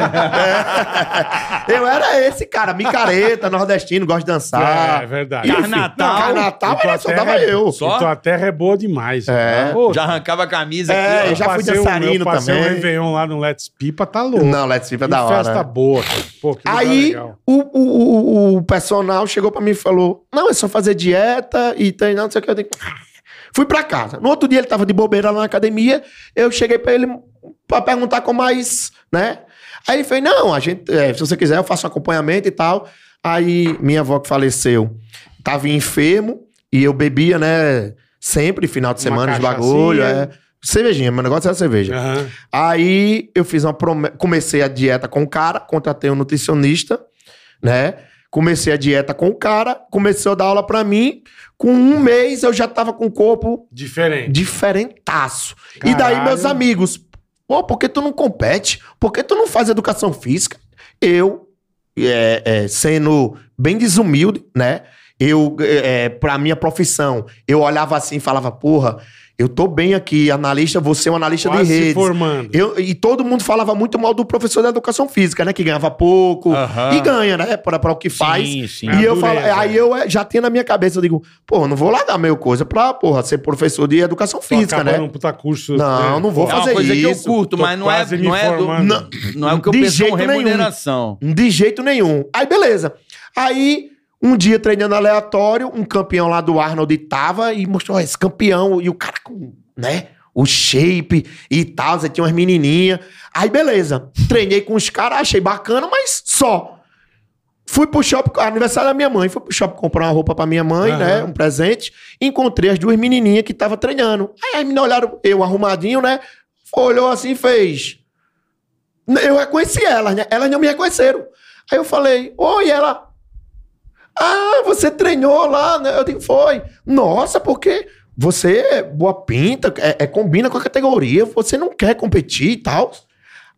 E: É. eu era esse cara, micareta, nordestino, gosto de dançar.
D: É, verdade. Então
C: Carnatal.
E: Não, Carnatal era tá. só dava eu.
D: Só?
C: Só?
D: tua terra é boa demais.
E: É.
D: Pô,
C: Já arrancava a camisa
E: É,
C: aqui, ó.
E: já fui
D: passei um-
E: dançarino
D: eu passei um
E: também.
D: Réveillon lá no Let's Pipa, tá louco.
E: Não, Let's Viva é
D: Que
E: da hora.
D: festa boa. cara. Pô, que lugar
E: Aí
D: legal.
E: o, o, o, o personal chegou pra mim e falou: Não, é só fazer dieta e treinar, não sei o que. Eu digo, "Ah." Fui pra casa. No outro dia ele tava de bobeira lá na academia. Eu cheguei pra ele pra perguntar como mais, né? Aí ele fez: Não, a gente, é, se você quiser, eu faço um acompanhamento e tal. Aí minha avó que faleceu tava enfermo e eu bebia, né? Sempre, final de
D: Uma
E: semana, os
D: cachaçinha.
E: bagulho. É, cervejinha, meu negócio era cerveja.
D: Aham.
E: Aí eu fiz uma prome... comecei a dieta com o cara, contratei um nutricionista, né? Comecei a dieta com o cara, começou a dar aula pra mim. Com um mês eu já tava com o corpo
D: Diferente.
E: diferentaço. E daí
D: Caralho.
E: meus amigos, pô, por que tu não compete? Por que tu não faz educação física? Eu, é, é, sendo bem desumilde, né? Eu, é, é, pra minha profissão, eu olhava assim e falava, porra, eu tô bem aqui, analista, vou ser um analista
D: Quase
E: de
D: se
E: redes.
D: formando.
E: Eu- e todo mundo falava muito mal do professor da educação física, né? Que ganhava pouco.
C: Aham.
E: E ganha, né? Pra, pra o que faz.
C: Sim, sim.
E: E
D: É a
E: eu falo,
D: dureza.
E: aí eu eh, já tenho na minha cabeça, eu digo, pô, não vou largar meu coisa pra, porra, ser professor de educação
D: Tô
E: física,
D: acabando
E: né?
D: um puta curso.
E: Não,
D: né?
E: não vou
D: Pô,
C: É uma
E: fazer
C: coisa que eu
E: isso.
C: curto,
D: Tô
C: mas não é,
D: quase me
C: não, é do,
D: formando.
C: não, não é o que eu
E: De
C: penso como
E: jeito nenhum.
C: remuneração.
E: De jeito nenhum. Aí, beleza. Aí, um dia treinando aleatório, um campeão lá do Arnold tava e mostrou, ó, esse campeão, e o cara com, né? O shape e tal, você tinha umas menininhas. Aí, beleza. Treinei com os caras, achei bacana, mas só. Fui pro shopping, aniversário da minha mãe, fui pro shopping comprar uma roupa pra minha mãe,
D: Aham.
E: né? Um presente. Encontrei as duas menininhas que estavam treinando. Aí as meninas olharam eu arrumadinho, né? Olhou assim e fez. Eu reconheci elas, né? Elas não me reconheceram. Aí eu falei, oi, ela. Ah, você treinou lá, né? Eu digo, foi. Nossa, porque você é boa pinta, é, é- combina com a categoria, você não quer competir e tal.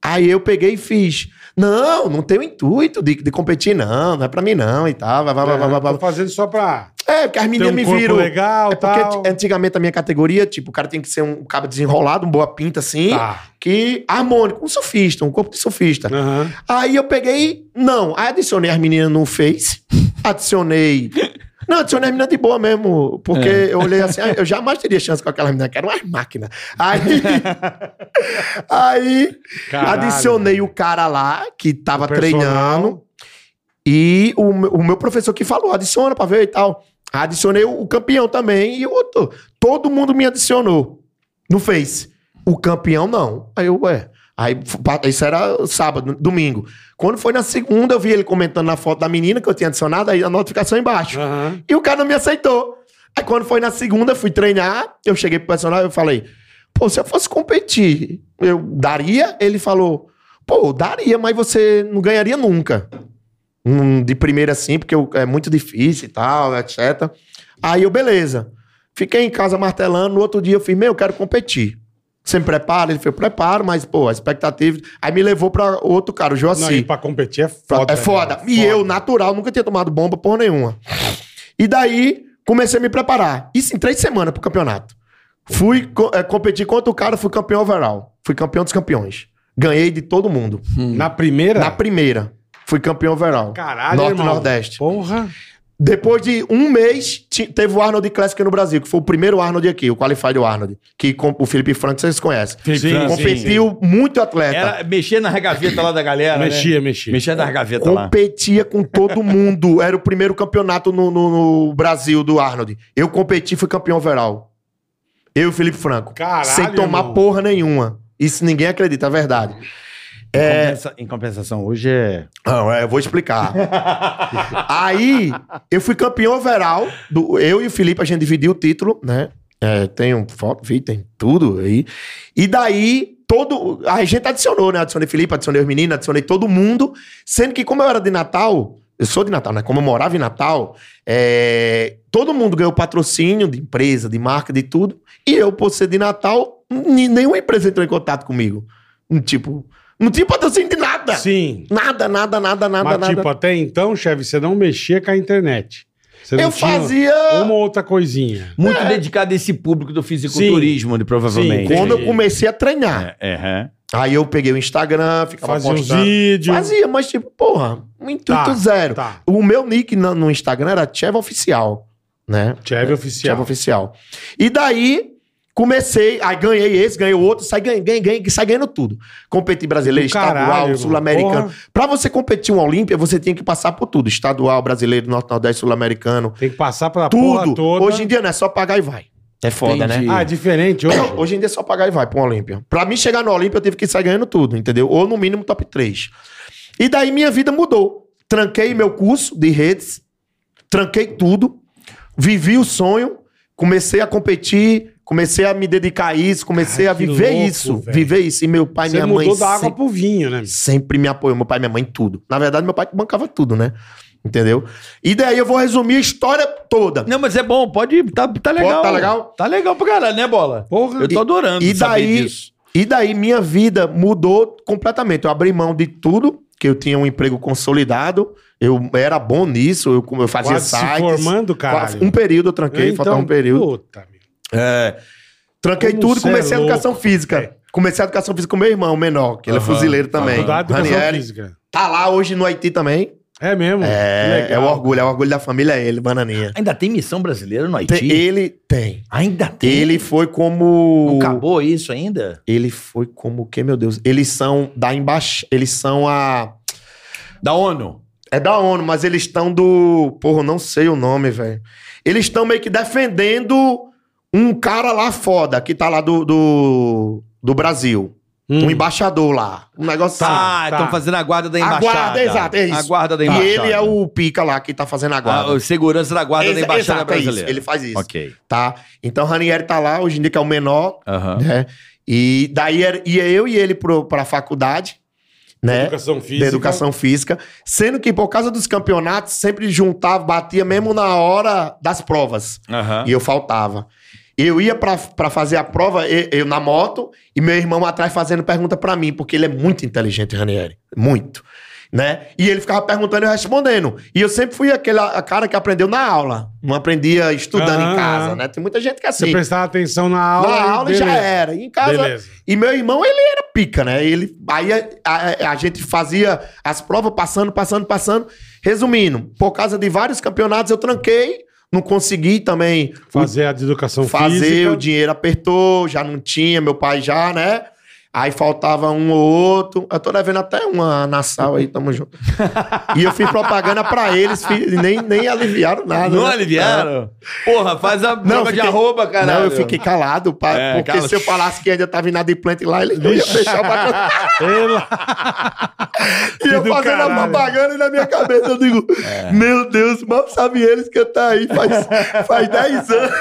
E: Aí eu peguei e fiz. Não, não tenho intuito de, de competir, não. Não é pra mim, não. E tal. Vá, vá, vá, vá, vá, vá.
D: Tô fazendo só pra
E: É, porque as
D: ter
E: meninas
D: um
E: me
D: corpo
E: viram.
D: legal
E: é porque
D: tal.
E: t- antigamente a minha categoria, tipo, o cara tinha que ser um cabo desenrolado, um boa pinta assim,
D: Tá.
E: que harmônico, um surfista, um corpo de surfista.
D: Aham.
E: Aí eu peguei, não, aí adicionei as meninas no Face, adicionei. Não, adicionei as meninas de boa mesmo, porque eu olhei assim, ah, eu jamais teria chance com aquelas meninas, que eram umas máquinas. Aí, aí
D: Caralho.
E: adicionei o cara lá, que tava
D: O personal.
E: treinando, e o, meu- o meu professor que falou, adiciona pra ver e tal. Adicionei o campeão também, e o outro. Todo mundo me adicionou no Face. O campeão não. Aí eu, ué. Aí f- pa- isso era sábado, domingo. Quando foi na segunda, eu vi ele comentando na foto da menina que eu tinha adicionado, aí a notificação é embaixo.
D: Aham.
E: E o cara não me aceitou. Aí quando foi na segunda, fui treinar, eu cheguei pro personal e falei, pô, se eu fosse competir, eu daria? Ele falou, pô, daria, mas você não ganharia nunca. Hum, de primeira assim, porque eu- é muito difícil e tal, etc. Aí eu, beleza. Fiquei em casa martelando, no outro dia eu fiz, meu, eu quero competir. Você me prepara? Ele falou, preparo, mas, pô, a expectativa... Aí me levou pra outro cara, o
D: Não,
E: Joaci.
D: e pra competir é
E: Pra-
D: foda.
E: é foda.
D: né?
E: E eu, natural, nunca tinha tomado bomba porra nenhuma. E daí, comecei a me preparar. Isso em três semanas pro campeonato. Fui co- eh, competir contra o cara, fui campeão overall. Fui campeão dos campeões. Ganhei de todo mundo.
D: Na primeira?
E: Na primeira, fui campeão overall.
D: É. Caralho,
E: Norte
D: irmão.
E: e Nordeste.
D: Porra.
E: Depois de um mês, ti- teve o Arnold Classic no Brasil, que foi o primeiro Arnold aqui, o Qualified Arnold, que com- o Felipe Franco vocês conhecem.
D: Sim, sim.
E: Competiu né? muito atleta.
C: Era mexer na gaveta lá da galera. Mexia.
D: Mexia, mexia.
C: Mexia na gaveta tá lá.
E: competia com todo mundo. Era o primeiro campeonato no, no- no Brasil do Arnold. Eu competi, fui campeão overall. Eu e o Felipe Franco.
D: Caralho,
E: sem tomar
D: irmão.
E: porra nenhuma. Isso ninguém acredita, é verdade. É.
C: Em, compensa- em compensação, hoje é.
E: Não, é, eu vou explicar. Aí, eu fui campeão overall. Do, eu e o Felipe, a gente dividiu o título, né? É, tem um foto, vídeo, tem tudo aí. E daí, todo. A gente adicionou, né? Adicionei Felipe, adicionei os meninos, adicionei todo mundo. Sendo que, como eu era de Natal, eu sou de Natal, né? Como eu morava em Natal, é, todo mundo ganhou patrocínio de empresa, de marca, de tudo. E eu, por ser de Natal, n- nenhuma empresa entrou em contato comigo. Tipo, não tinha patrocínio de nada.
D: Sim.
E: Nada, nada, nada, nada,
D: Mas,
E: nada.
D: tipo, até então, chefe, você não mexia com a internet. Você não
E: eu
D: tinha
E: fazia.
D: Uma ou outra coisinha.
C: Muito
E: É.
C: dedicado a esse público do fisiculturismo, né, provavelmente.
D: Sim,
E: Quando eu
D: Entendi.
E: comecei a treinar.
C: É, é,
E: Aí eu peguei o Instagram, ficava
D: Fazia os
E: postando.
D: vídeos.
E: Fazia, mas tipo, porra, um intuito
D: Tá,
E: zero.
D: tá.
E: O meu nick na- no, Instagram era Cheva Oficial, né?
D: Cheve oficial.
E: Cheva Oficial. E daí, comecei, aí ganhei esse, ganhei o outro, sai ganhei, ganhei, ganhei, sai ganhando tudo. Competi brasileiro,
D: Do caralho,
E: estadual,
D: irmão.
E: sul-americano.
D: Porra.
E: Pra você competir uma Olímpia, você tinha que passar por tudo. Estadual, brasileiro, norte, nordeste, sul-americano.
D: Tem que passar pela porra
E: Tudo.
D: toda.
E: Hoje em dia não é só pagar e vai. É foda,
C: Entendi.
E: né?
D: Ah, é diferente hoje.
E: Hoje em dia é só pagar e vai pra um Olímpia. Pra mim chegar no Olímpia, eu tive que sair ganhando tudo, entendeu? Ou no mínimo top 3. E daí minha vida mudou. Tranquei meu curso de redes, tranquei tudo, vivi o sonho, comecei a competir, comecei a me dedicar a isso, comecei
D: Cara,
E: a
D: que
E: viver
D: louco,
E: isso,
D: velho.
E: viver isso. E meu pai e
D: Você
E: minha
D: mudou
E: mãe
D: da água
E: sempre,
D: pro vinho, né?
E: sempre me apoiou, meu pai e minha mãe em tudo. Na verdade, meu pai que bancava tudo, né? Entendeu? E daí eu vou resumir a história toda.
C: Não, mas é bom, pode. Tá, tá legal.
E: tá legal?
C: Tá legal pra caralho, né, bola?
D: Porra.
C: Eu tô adorando.
E: E
C: saber
E: daí,
C: disso.
E: e daí minha vida mudou completamente. Eu abri mão de tudo, que eu tinha um emprego consolidado, eu era bom nisso, eu, eu fazia
D: Quase se
E: sites.
D: formando, caralho. Então,
E: Um período eu tranquei, faltava um período.
D: Puta, meu.
E: Tranquei
D: Como
E: tudo e
D: cê é
E: comecei a
D: louco,
E: educação física.
D: é.
E: Comecei a educação física com meu irmão, o menor, que ele é
C: Aham.
E: fuzileiro também.
D: Faculdade de Educação
E: Ranieri.
D: Física.
E: Tá lá hoje no Haiti também.
D: É mesmo?
E: É,
D: Que
E: é o
D: legal.
E: orgulho, é o orgulho da família, é ele, bananinha.
C: Ainda tem missão brasileira no Haiti?
E: Tem- ele tem.
C: Ainda tem.
E: Ele foi como.
C: Não acabou isso ainda?
E: Ele foi como o quê, meu Deus? Eles são da embaixada. Eles são a.
C: Da ONU.
E: É da ONU, mas eles estão do. Porra, eu não sei o nome, velho. Eles estão meio que defendendo um cara lá foda, que tá lá do, do, do Brasil.
D: Hum.
E: Um embaixador lá. Um negócio assim.
C: Tá,
D: tá.
C: estão fazendo a guarda da
E: A
C: embaixada.
E: guarda, exato, é isso.
C: A guarda da
E: E
C: embaixada.
E: ele é o pica lá que tá fazendo a
C: Ah,
E: guarda.
C: o segurança da guarda da
E: Exa-
C: embaixada
E: exato, é isso,
C: brasileira.
E: ele faz isso.
C: Ok.
E: Tá? Então o Ranieri tá lá, hoje em dia que é o menor,
C: Aham.
E: né? E daí era- ia eu e ele pro, pra faculdade, né?
D: Educação Física.
E: da educação física, sendo que por causa dos campeonatos sempre juntava, batia mesmo na hora das provas
D: Ah.
C: Aham.
E: e eu faltava. Eu ia pra, pra fazer a prova, eu, eu na moto, e meu irmão atrás fazendo pergunta pra mim, porque ele é muito inteligente, Ranieri. Muito. Né? E ele ficava perguntando e eu respondendo. E eu sempre fui aquele a- a cara que aprendeu na aula. Não aprendia estudando
D: Aham,
E: em casa,
D: aham.
E: né? Tem muita gente que é
D: Ah. Você
E: assim.
D: prestava atenção na aula.
E: Na
D: e
E: aula já é.
D: beleza.
E: era. E em casa.
D: Beleza.
E: E meu irmão, ele era pica, né? Ele, aí a, a- a gente fazia as provas passando, passando, passando. Resumindo, por causa de vários campeonatos eu tranquei, não consegui também
D: Fazer a de educação
E: fazer,
D: física.
E: o dinheiro apertou, já não tinha, meu pai já, né? Aí faltava um ou outro. Eu tô devendo até uma Nassau aí, tamo junto. e eu fiz propaganda pra eles, fiz- nem, nem aliviaram nada.
C: Não
E: né?
C: aliviaram? Porra, faz a prova
E: Não,
C: de
E: fiquei-
C: arroba, caralho.
E: Não, eu fiquei calado, pai,
C: É,
E: porque
C: cala-
E: se eu falasse que ainda tava inadimplente lá, ele não ia fechar pra
D: Pela-
E: E eu
D: do
E: fazendo a
D: caralho. É.
E: propaganda e na minha cabeça eu digo, meu Deus, mal sabem eles que eu tá aí faz, faz 10 anos.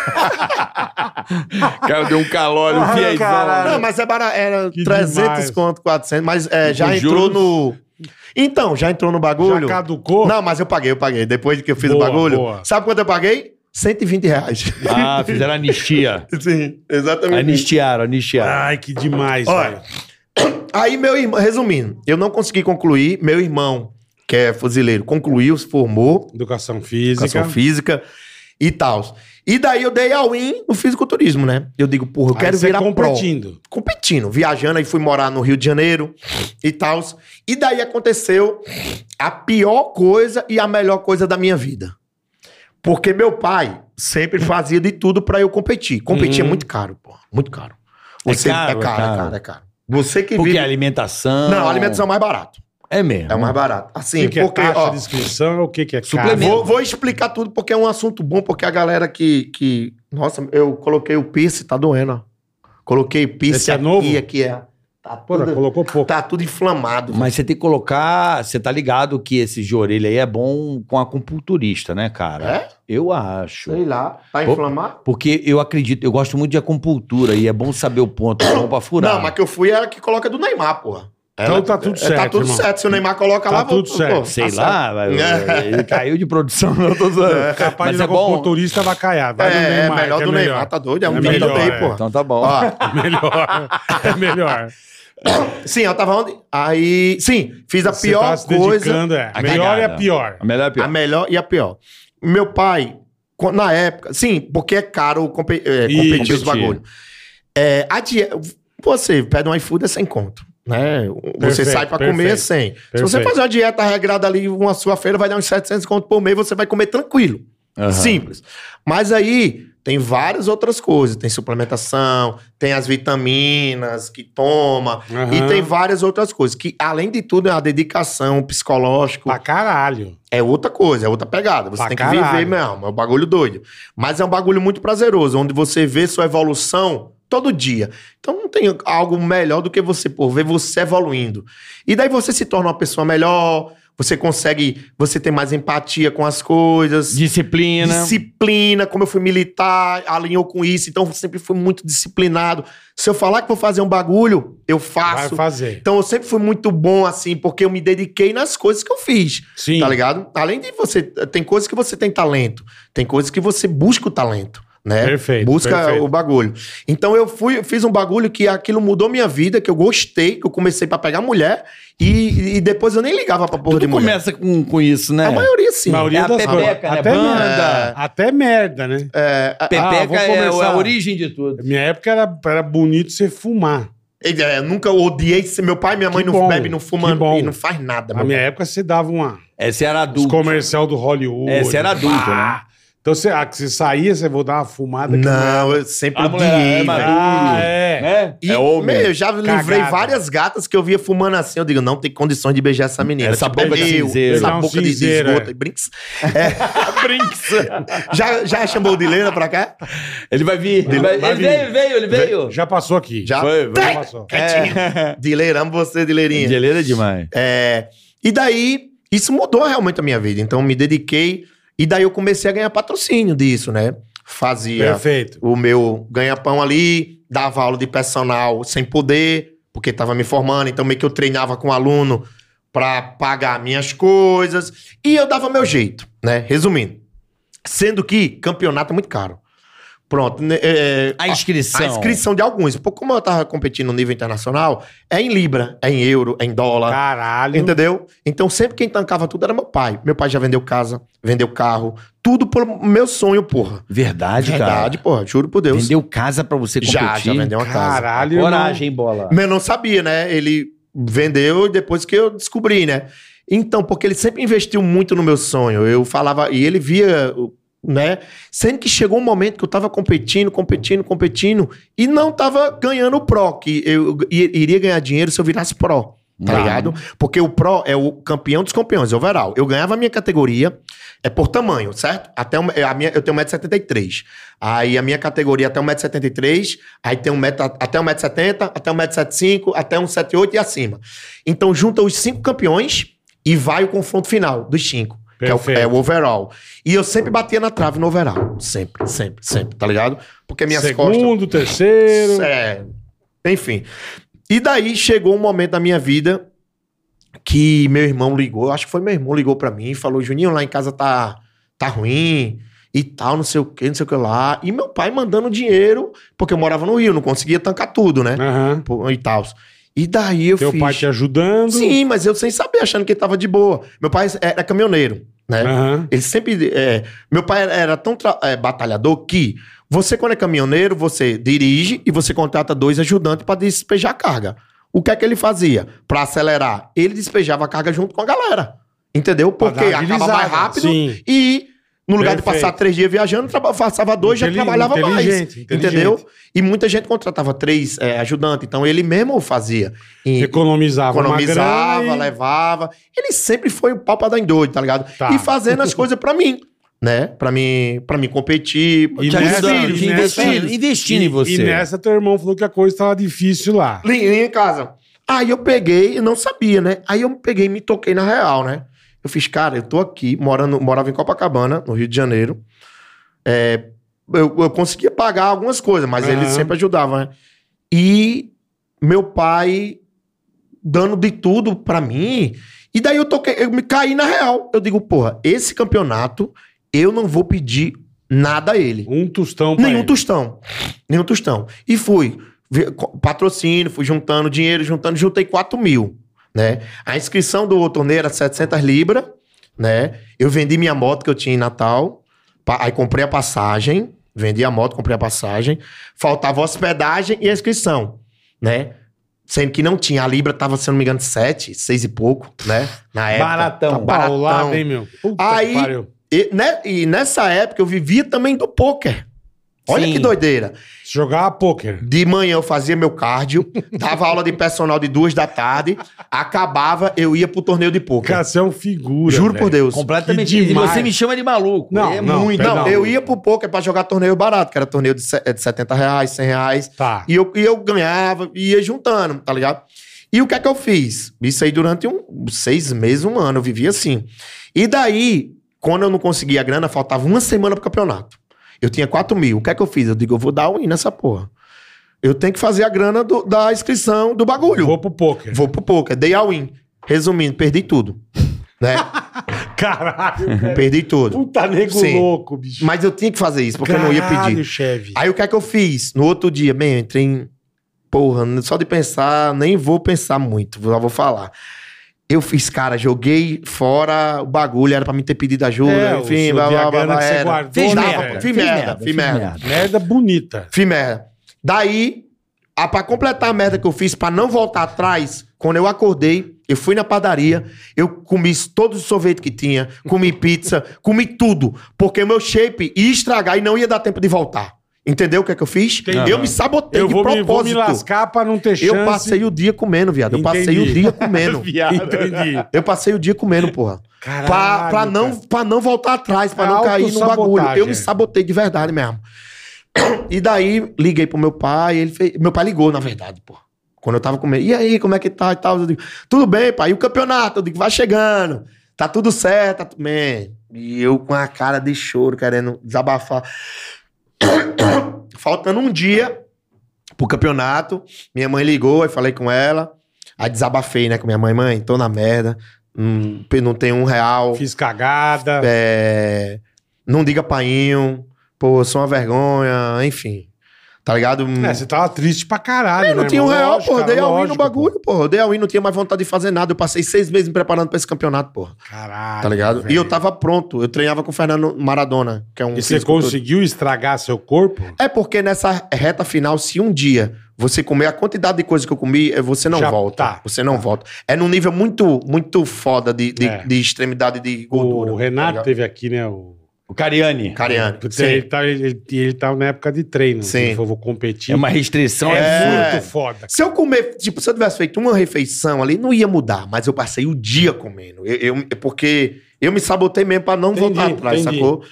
C: O cara deu um calório,
E: Ah,
C: um
D: Ai,
C: fiezão.
D: caralho.
E: Não, mas é bara- era
D: Que
E: 300
D: demais.
E: conto, 400, mas é, já
C: Com
E: entrou
C: juros?
E: no... Então, já entrou no
D: Já
E: bagulho?
D: caducou?
E: Não, mas eu paguei, eu paguei. Depois que eu fiz
D: Boa,
E: o bagulho,
D: boa.
E: sabe quanto eu paguei? 120 reais.
C: Ah, fizeram anistia.
E: Sim, exatamente.
C: Anistiaram,
E: Ah,
C: anistiaram.
D: Ai, que demais,
E: Olha,
D: velho.
E: Aí meu irmão, resumindo, eu não consegui concluir, meu irmão, que é fuzileiro, concluiu, se formou,
D: Educação física.
E: educação física e tal. E daí eu dei all in no fisiculturismo, né? Eu digo, porra, eu
D: Aí
E: quero
D: você é
E: virar pro.
D: competindo.
E: Competindo, viajando, aí fui morar no Rio de Janeiro e tal. E daí aconteceu a pior coisa e a melhor coisa da minha vida. Porque meu pai sempre fazia de tudo pra eu competir. Competir
D: Uhum.
E: é muito caro, porra. Muito caro.
C: É
E: Você-
C: caro,
E: é,
C: é
E: caro, é
C: caro.
E: caro, é caro. Você que
C: Porque
E: vive...
C: a alimentação.
E: Não, a alimentação é mais barato.
C: É mesmo.
E: É o mais barato.
D: O
E: Assim,
D: que, que é
E: porque...
D: taxa
E: ó,
D: de inscrição? O que, que é
C: Suplemento.
D: carro?
E: Vou, vou explicar tudo porque é um assunto bom, porque a galera que. que nossa, eu coloquei o piercing, tá doendo, ó. Coloquei piercing
D: Esse é
E: aqui,
D: novo?
E: aqui, é. Tá
D: Porra,
E: tudo,
D: colocou pouco.
E: tá tudo inflamado.
C: Mas você tem que colocar. Você tá ligado que esse de orelha aí é bom com acupunturista, né, cara?
E: É?
C: Eu acho.
E: Sei lá. Tá
C: Opa.
E: inflamado?
C: Porque eu acredito, eu gosto muito de acupuntura e é bom saber o ponto bom pra furar.
E: Não, mas que eu fui era que coloca do Neymar, porra.
D: Então tá tudo certo,
E: Tá tudo
D: irmão.
E: certo. Se o Neymar coloca
D: Tá
E: lá, vou-
D: tudo certo.
E: pô,
C: Sei
E: tá
C: lá, mas-
E: É.
C: ele caiu de produção, não tô zoando. Mas
D: Capaz de
C: é bom.
D: turista vai caiar. Vai
E: é,
D: do
E: é
D: Neymar,
E: melhor
D: que é
E: do Neymar, tá doido? É um
D: É
E: menino
D: melhor,
E: daí,
D: é.
E: porra.
C: Então tá bom.
E: Ó,
D: Melhor. É melhor.
E: sim, eu tava onde? Aí, sim, fiz a
D: Você
E: pior
D: tá se
E: coisa.
D: dedicando, é.
C: A
D: melhor é
C: cagada.
D: a pior.
C: A melhor é a
E: A
C: pior.
E: melhor e a pior. Meu pai, co- na época, sim, porque é caro compe- é,
D: E
E: competir os
C: competir.
E: bagulhos. É, a die- Você pede um iFood é sem conto. Né? Você
D: Perfeito,
E: sai pra
D: perfeito.
E: comer sem. Se você
D: Perfeito.
E: fazer uma dieta regrada ali, uma sua feira vai dar uns 700 conto por mês, você vai comer tranquilo.
C: Aham.
E: Simples. Mas aí tem várias outras coisas. Tem suplementação, tem as vitaminas que toma,
D: Aham.
E: e tem várias outras coisas. Que, além de tudo, é a dedicação psicológica.
D: Pra caralho.
E: É outra coisa, é outra pegada. Você
D: Pra
E: tem que
D: caralho.
E: viver mesmo. É um bagulho doido. Mas é um bagulho muito prazeroso, onde você vê sua evolução todo dia. Então não tem algo melhor do que você, pô, ver você evoluindo. E daí você se torna uma pessoa melhor, você consegue, você tem mais empatia com as coisas. né?
C: Disciplina.
E: Disciplina, como eu fui militar, alinhou com isso, então eu sempre fui muito disciplinado. Se eu falar que vou fazer um bagulho, eu
D: Vai
E: faço.
D: fazer.
E: Então eu sempre fui muito bom assim, porque eu me dediquei nas coisas que eu fiz.
D: Sim.
E: Tá ligado? Além de você. Tem coisas que você tem talento. Tem coisas que você busca o talento. Né?
D: Perfeito,
E: Busca
D: perfeito.
E: o bagulho. Então eu fui, fiz um bagulho que aquilo mudou minha vida, que eu gostei, que eu comecei pra pegar mulher e, e depois eu nem ligava pra
C: Tudo
E: porra de mulher. Ah,
C: começa com, com isso, né?
E: A maioria sim.
D: A maioria
C: É a
D: das coisas.
C: pepeca, né?
D: Até
C: Banda.
D: merda. Até merda, né?
E: É, a-
C: Pepeca
D: Ah, vou
C: é, é
D: começar.
C: a origem de tudo.
D: Minha época era, era bonito você fumar.
E: ele- é, nunca odiei. ser- Meu pai e minha mãe
D: Que
E: não
D: bom,
E: bebe, não fuma
D: que bom.
E: e não faz nada.
D: Na
E: meu
D: minha
E: pai.
D: época você dava uma,
C: Essa É, era
D: os
C: adulto.
D: comercial do Hollywood.
C: É, você era adulto,
D: Pá. Então você, ah, que você saía, você vou dar uma fumada. é que
E: Não, eu sempre
C: A mulher é
E: odiei. velho.
C: madura.
D: Ah, é.
C: né?
E: E,
C: é
E: meu,
C: homem.
E: eu já livrei
D: Cagada.
E: várias gatas que eu via fumando assim. Eu digo, não tem condições de beijar essa menina.
C: Essa
E: é
C: boca de
E: eu,
C: cinzeiro.
E: Essa
D: Beijar um
E: boca de- de
D: cinzeiro,
E: esgoto.
D: é.
E: Brinks. É. Brinks. já, já chamou o Dileira pra cá?
C: Ele vai vir. Ele, vai-
D: Vai
C: ele
D: vir.
C: veio, veio, ele veio.
D: Já passou aqui.
E: Já?
C: Foi,
E: Tem!
D: Já passou.
E: Quietinho. Dileira, amo você, Dileirinha.
C: Geleira demais.
E: É, e daí, isso mudou realmente a minha vida. Então, eu me dediquei. E daí, eu comecei a ganhar patrocínio disso, né? Fazia
D: Perfeito.
E: o meu ganha-pão ali, dava aula de personal sem poder, porque estava me formando, então meio que eu treinava com o aluno para pagar minhas coisas, e eu dava meu jeito, né? Resumindo, sendo que campeonato é muito caro. Pronto. né, é,
C: A inscrição.
E: A inscrição de alguns. Pô, como eu tava competindo no nível internacional, é em Libra, é em euro, é em dólar.
D: Caralho.
E: Entendeu? Então sempre quem tancava tudo era meu pai. Meu pai já vendeu casa, vendeu carro, tudo pelo meu sonho, porra.
C: Verdade,
E: Verdade, porra, juro por
C: É cara.
E: Deus.
C: Vendeu casa pra você competir.
E: já, já vendeu uma casa.
D: Caralho,
C: Coragem, bola.
E: Mas eu não sabia, né? Ele vendeu depois que eu descobri, né? Então, porque ele sempre investiu muito no meu sonho. Eu falava, e ele via, né? Sendo que chegou um momento que eu tava competindo, competindo, competindo, e não tava ganhando o pró, que eu i- iria ganhar dinheiro se eu virasse pró. Tá
C: Tá.
E: ligado? Porque o pró é o campeão dos campeões, é overall. Eu ganhava a minha categoria, é por tamanho, certo? Até um- a minha, eu tenho 1,73m. Aí a minha categoria é até 1,73m, aí tem um metro, até 1,70m, até 1,75m, até 1,78m e acima. Então junta os cinco campeões e vai o confronto final dos cinco. Que é o,
D: Perfeito.
E: é o overall. E eu sempre batia na trave no overall. Sempre, sempre, sempre, tá ligado? Porque minhas costas.
D: Segundo, terceiro.
E: É, enfim. E daí chegou um momento da minha vida que meu irmão ligou, acho que foi meu irmão ligou pra mim e falou: "Juninho, lá em casa tá tá ruim e tal, não sei o que, não sei o que lá". E meu pai mandando dinheiro, porque eu morava no Rio, não conseguia tancar tudo, né?
D: Aham.
E: Pô, E tal. E daí eu
D: Teu
E: fiz
D: pai te ajudando.
E: Sim, mas eu sem saber, achando que ele tava de boa. Meu pai era caminhoneiro, né?
D: Aham.
E: Ele sempre. é, meu pai era- era tão tra- é, batalhador que você, quando é caminhoneiro, você dirige e você contrata dois ajudantes para despejar a carga. O que é que ele fazia? Para acelerar, ele despejava a carga junto com a galera. Entendeu?
D: Pra
E: Porque
D: dar
E: acaba mais
D: agilizada.
E: rápido
D: Sim.
E: e. No lugar de
D: Perfeito.
E: passar três dias viajando, traba- passava dois, já
D: Inteli-
E: trabalhava mais.
D: inteligente, inteligente.
E: Entendeu? E muita gente contratava três é, ajudantes, então ele mesmo fazia. E-
D: Economizava. uma
E: economizava,
D: grana e-
E: levava. Ele sempre foi o pau pra dar em doido, tá ligado?
D: Tá.
E: E fazendo as coisas pra mim, né? Pra mim, para mim
D: E
E: competir, pros
D: nessa-
E: filhos,
D: e
E: pros
D: nessa-
E: filhos.
C: Investindo em você.
D: E nessa teu irmão falou que a coisa tava difícil lá.
E: Linha em casa. Aí eu peguei e não sabia, né? Aí eu peguei e me toquei na real, né? Eu fiz, cara, eu tô aqui, morando, morava em Copacabana, no Rio de Janeiro. É, eu, eu conseguia pagar algumas coisas, mas ele
D: Aham.
E: sempre ajudava, né? E meu pai dando de tudo pra mim. E daí eu toquei, eu me caí na real. Eu digo, porra, esse campeonato eu não vou pedir nada a ele.
D: Um tostão pra
E: Nenhum
D: ele.
E: tostão. Nenhum tostão. E fui. vi- co- Patrocínio, fui juntando dinheiro, juntando, juntei 4 mil, né? A inscrição do torneio era 700 libras, né? Eu vendi minha moto que eu tinha em Natal, pa- aí comprei a passagem, vendi a moto, comprei a passagem, faltava hospedagem e a inscrição, né? Sendo que não tinha, a Libra tava, se eu não me engano, 7, 6 e pouco, né? Na
C: É,
E: época.
C: Baratão.
E: Tá
D: Baratão.
E: baratão.
D: hein, meu? Puta
E: Aí-
D: que pariu.
E: E, né? e nessa época eu vivia também do pôquer. Olha
C: Sim.
E: que doideira.
D: Jogava pôquer.
E: De manhã eu fazia meu cardio, dava aula de personal de duas da tarde, acabava, eu ia pro torneio de
D: O
E: poker.
D: cara, você é um figura.
E: Juro
D: velho.
E: por Deus.
C: Completamente.
D: Que
C: E
D: demais.
C: você me chama de maluco.
D: Não,
C: é
D: não, um.
C: muito.
D: pera-
E: Não,
D: Perdão.
E: eu ia pro poker pra jogar torneio barato, que era torneio de, se- é de 70 reais, 100 reais.
D: Tá.
E: E eu, e eu ganhava, ia juntando, tá ligado? E o que é que eu fiz? Isso aí durante um, seis meses, um ano, eu vivia assim. E daí, quando eu não conseguia a grana, faltava uma semana pro campeonato. Eu tinha 4 mil. O que é que eu fiz? Eu digo, eu vou dar um in nessa porra. Eu tenho que fazer a grana do- da inscrição do bagulho.
D: Vou pro pôquer.
E: Vou pro poker, dei all in. Resumindo, perdi tudo. Né?
D: Caralho, velho.
E: perdi tudo.
D: Puta nego
E: Sim.
D: louco, bicho.
E: Mas eu tinha que fazer isso, porque eu não ia
D: Caralho,
E: pedir.
D: chefe.
E: Aí o que é que eu fiz? No outro dia, bem, eu entrei em. Porra, só de pensar, nem vou pensar muito, já vou falar. Eu fiz, cara, joguei fora o bagulho, era pra mim ter pedido ajuda,
D: É, o
E: enfim,
D: seu
E: blá blá blá.
D: diagrama
E: blá
D: que você
E: era.
D: guardou,
C: Fez
E: Dava-
D: né,
C: merda.
D: velho?
E: fiz merda, fiz merda.
D: Merda bonita.
E: Fiz merda. Daí, a, pra completar a merda que eu fiz, pra não voltar atrás, quando eu acordei, eu fui na padaria, eu comi todos os sorvetes que tinha, comi pizza, comi tudo, porque o meu shape ia estragar e não ia dar tempo de voltar. Entendeu o que é que eu fiz?
D: Entendi.
E: Eu me sabotei
D: Eu
E: de
D: vou me, vou me
E: propósito.
D: lascar pra não ter chance.
E: eu passei o dia comendo, viado. Eu passei o
D: Entendi.
E: dia comendo.
D: Entendi.
E: Eu passei o dia comendo, porra.
D: Caralho,
E: Pra, pra, não,
D: cara.
E: pra não voltar atrás, pra
D: É
E: não cair no
D: autossabotagem,
E: bagulho. Eu
D: é.
E: me sabotei de verdade mesmo. E daí, liguei pro meu pai, ele fez... Meu pai ligou, na verdade, porra. Quando eu tava comendo. E aí, como é que tá e tal? Eu digo, tudo bem, pai. E o campeonato? Eu digo, vai chegando. Tá tudo certo. Tá tu... Man. E eu com a cara de choro, querendo desabafar. Faltando um dia pro campeonato, minha mãe ligou, aí falei com ela. Aí desabafei, né, com minha mãe. Mãe, tô na merda. Hum, não tem um real.
D: É. Fiz cagada.
E: É, não diga É, painho. Pô, eu sou uma vergonha, enfim. Tá ligado?
D: É, você tava triste pra caralho,
E: Eu não
D: né,
E: tinha um
D: irmão?
E: real,
D: Lógico,
E: porra.
D: cara,
E: Dei all in no
D: lógico,
E: bagulho, porra. Eu Dei all in, não tinha mais vontade de fazer nada. Eu passei seis meses me preparando pra esse campeonato, porra.
D: pô. Caralho.
E: Tá ligado?
D: velho.
E: E eu tava pronto. Eu treinava com o Fernando Maradona, que é um
D: E você
E: fisiculturista.
D: conseguiu estragar seu corpo?
E: É porque nessa reta final, se um dia você comer a quantidade de coisa que eu comi, eh, você não
D: Já
E: volta.
D: tá.
E: Você não volta. É num nível muito, muito foda de, de,
D: É.
E: de extremidade de gordura.
D: O Renato
E: tá ligado?
D: teve aqui, né? O...
C: O Cariani.
E: Cariani.
D: Porque
E: Sim.
D: Ele, tá, ele, ele tá na época de treino.
E: Sim.
D: Ele falou, vou competir.
C: É uma restrição absurda.
E: É.
D: muito foda.
E: Se eu comer, tipo, se eu tivesse feito uma refeição ali, não ia mudar, mas eu passei o dia comendo. Eu, eu- porque eu me sabotei mesmo pra não
D: Entendi,
E: voltar atrás,
D: entendi.
E: sacou?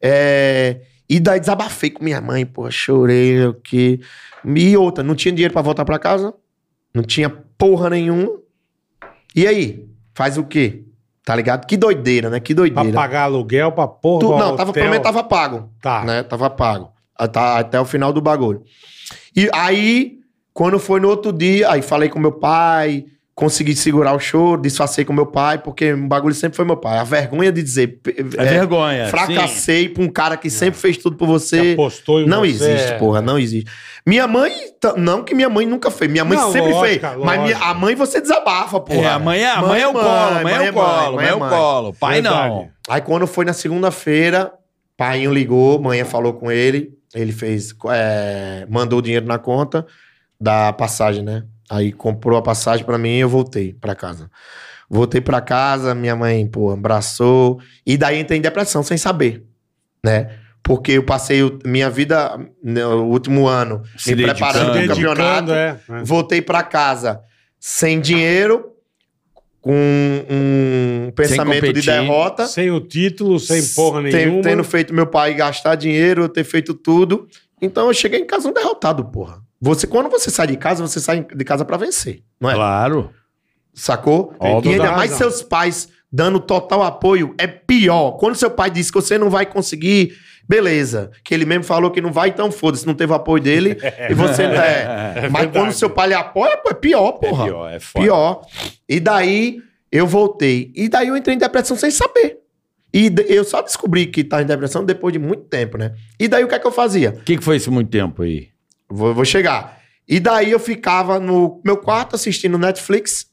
E: É, e daí desabafei com minha mãe, porra, chorei, o que. E outra, não tinha dinheiro pra voltar pra casa, não tinha porra nenhuma. E aí? Faz o quê? Tá ligado? Que doideira, né? Que
D: Pra
E: doideira.
D: pagar aluguel, pra porra.
E: Tu,
D: do
E: não, tava, pra
D: Tá hotel.
E: mim tava pago
D: Tá.
E: né? Tava pago. Ah, tá, até o final do bagulho. E aí, quando foi no outro dia, aí falei com meu pai, consegui segurar o choro, disfarcei com meu pai, porque o bagulho sempre foi meu pai. A vergonha de dizer. p-
C: É,
E: é,
C: vergonha. sim. É.
E: Fracassei pra um cara que sempre fez tudo por
D: Você
E: você.
D: apostou em
E: Não
D: você.
E: existe, porra, não existe. Minha mãe, t- não que minha mãe nunca fez, minha mãe
D: Não,
E: sempre
D: lógica,
E: fez. Mas
D: lógica.
E: minha- a mãe você desabafa, porra.
C: É, amanhã, amanhã é o
E: mãe,
C: colo, amanhã é
E: mãe,
C: o colo,
E: mãe,
C: amanhã é o
E: mãe.
C: colo. Pai
D: Verdade.
C: não.
E: Aí quando foi na segunda-feira, paiinho ligou, manhã falou com ele, ele fez, é, mandou o dinheiro na conta da passagem, né? Aí comprou a passagem pra mim e eu voltei pra casa. Voltei pra casa, minha mãe, pô, abraçou. E daí entrei em depressão sem saber, né? Porque eu passei o- minha vida, né, o último ano,
C: Se
E: me
C: dedicando.
E: preparando
D: Se
E: pro
D: dedicando,
E: campeonato.
D: é. é.
E: Voltei pra casa sem dinheiro, com um pensamento de
C: competir,
E: derrota.
D: Sem o título, sem porra
E: Ten-
D: nenhuma.
E: Tendo feito meu pai gastar dinheiro, eu ter feito tudo. Então eu cheguei em casa um derrotado, porra. Você, quando você sai de casa, você sai de casa pra vencer, não é?
C: Claro.
E: Sacou?
C: Tem
E: e
C: toda
E: ainda
D: a
E: mais
D: razão.
E: seus pais dando total apoio, é pior. Quando seu pai diz que você não vai conseguir, beleza. Que ele mesmo falou que não vai, então foda-se, não teve apoio dele e você não é.
C: É
E: Mas
D: verdade.
E: quando seu pai lhe apoia, pô, é pior, porra.
C: pior, é foda.
E: Pior. E daí eu voltei. E daí eu entrei em depressão sem saber. E d- eu só descobri que tá em depressão depois de muito tempo, né? E daí o que é que eu fazia?
C: O que, que foi isso muito tempo aí?
E: Vou, vou chegar. E daí eu ficava no meu quarto assistindo Netflix,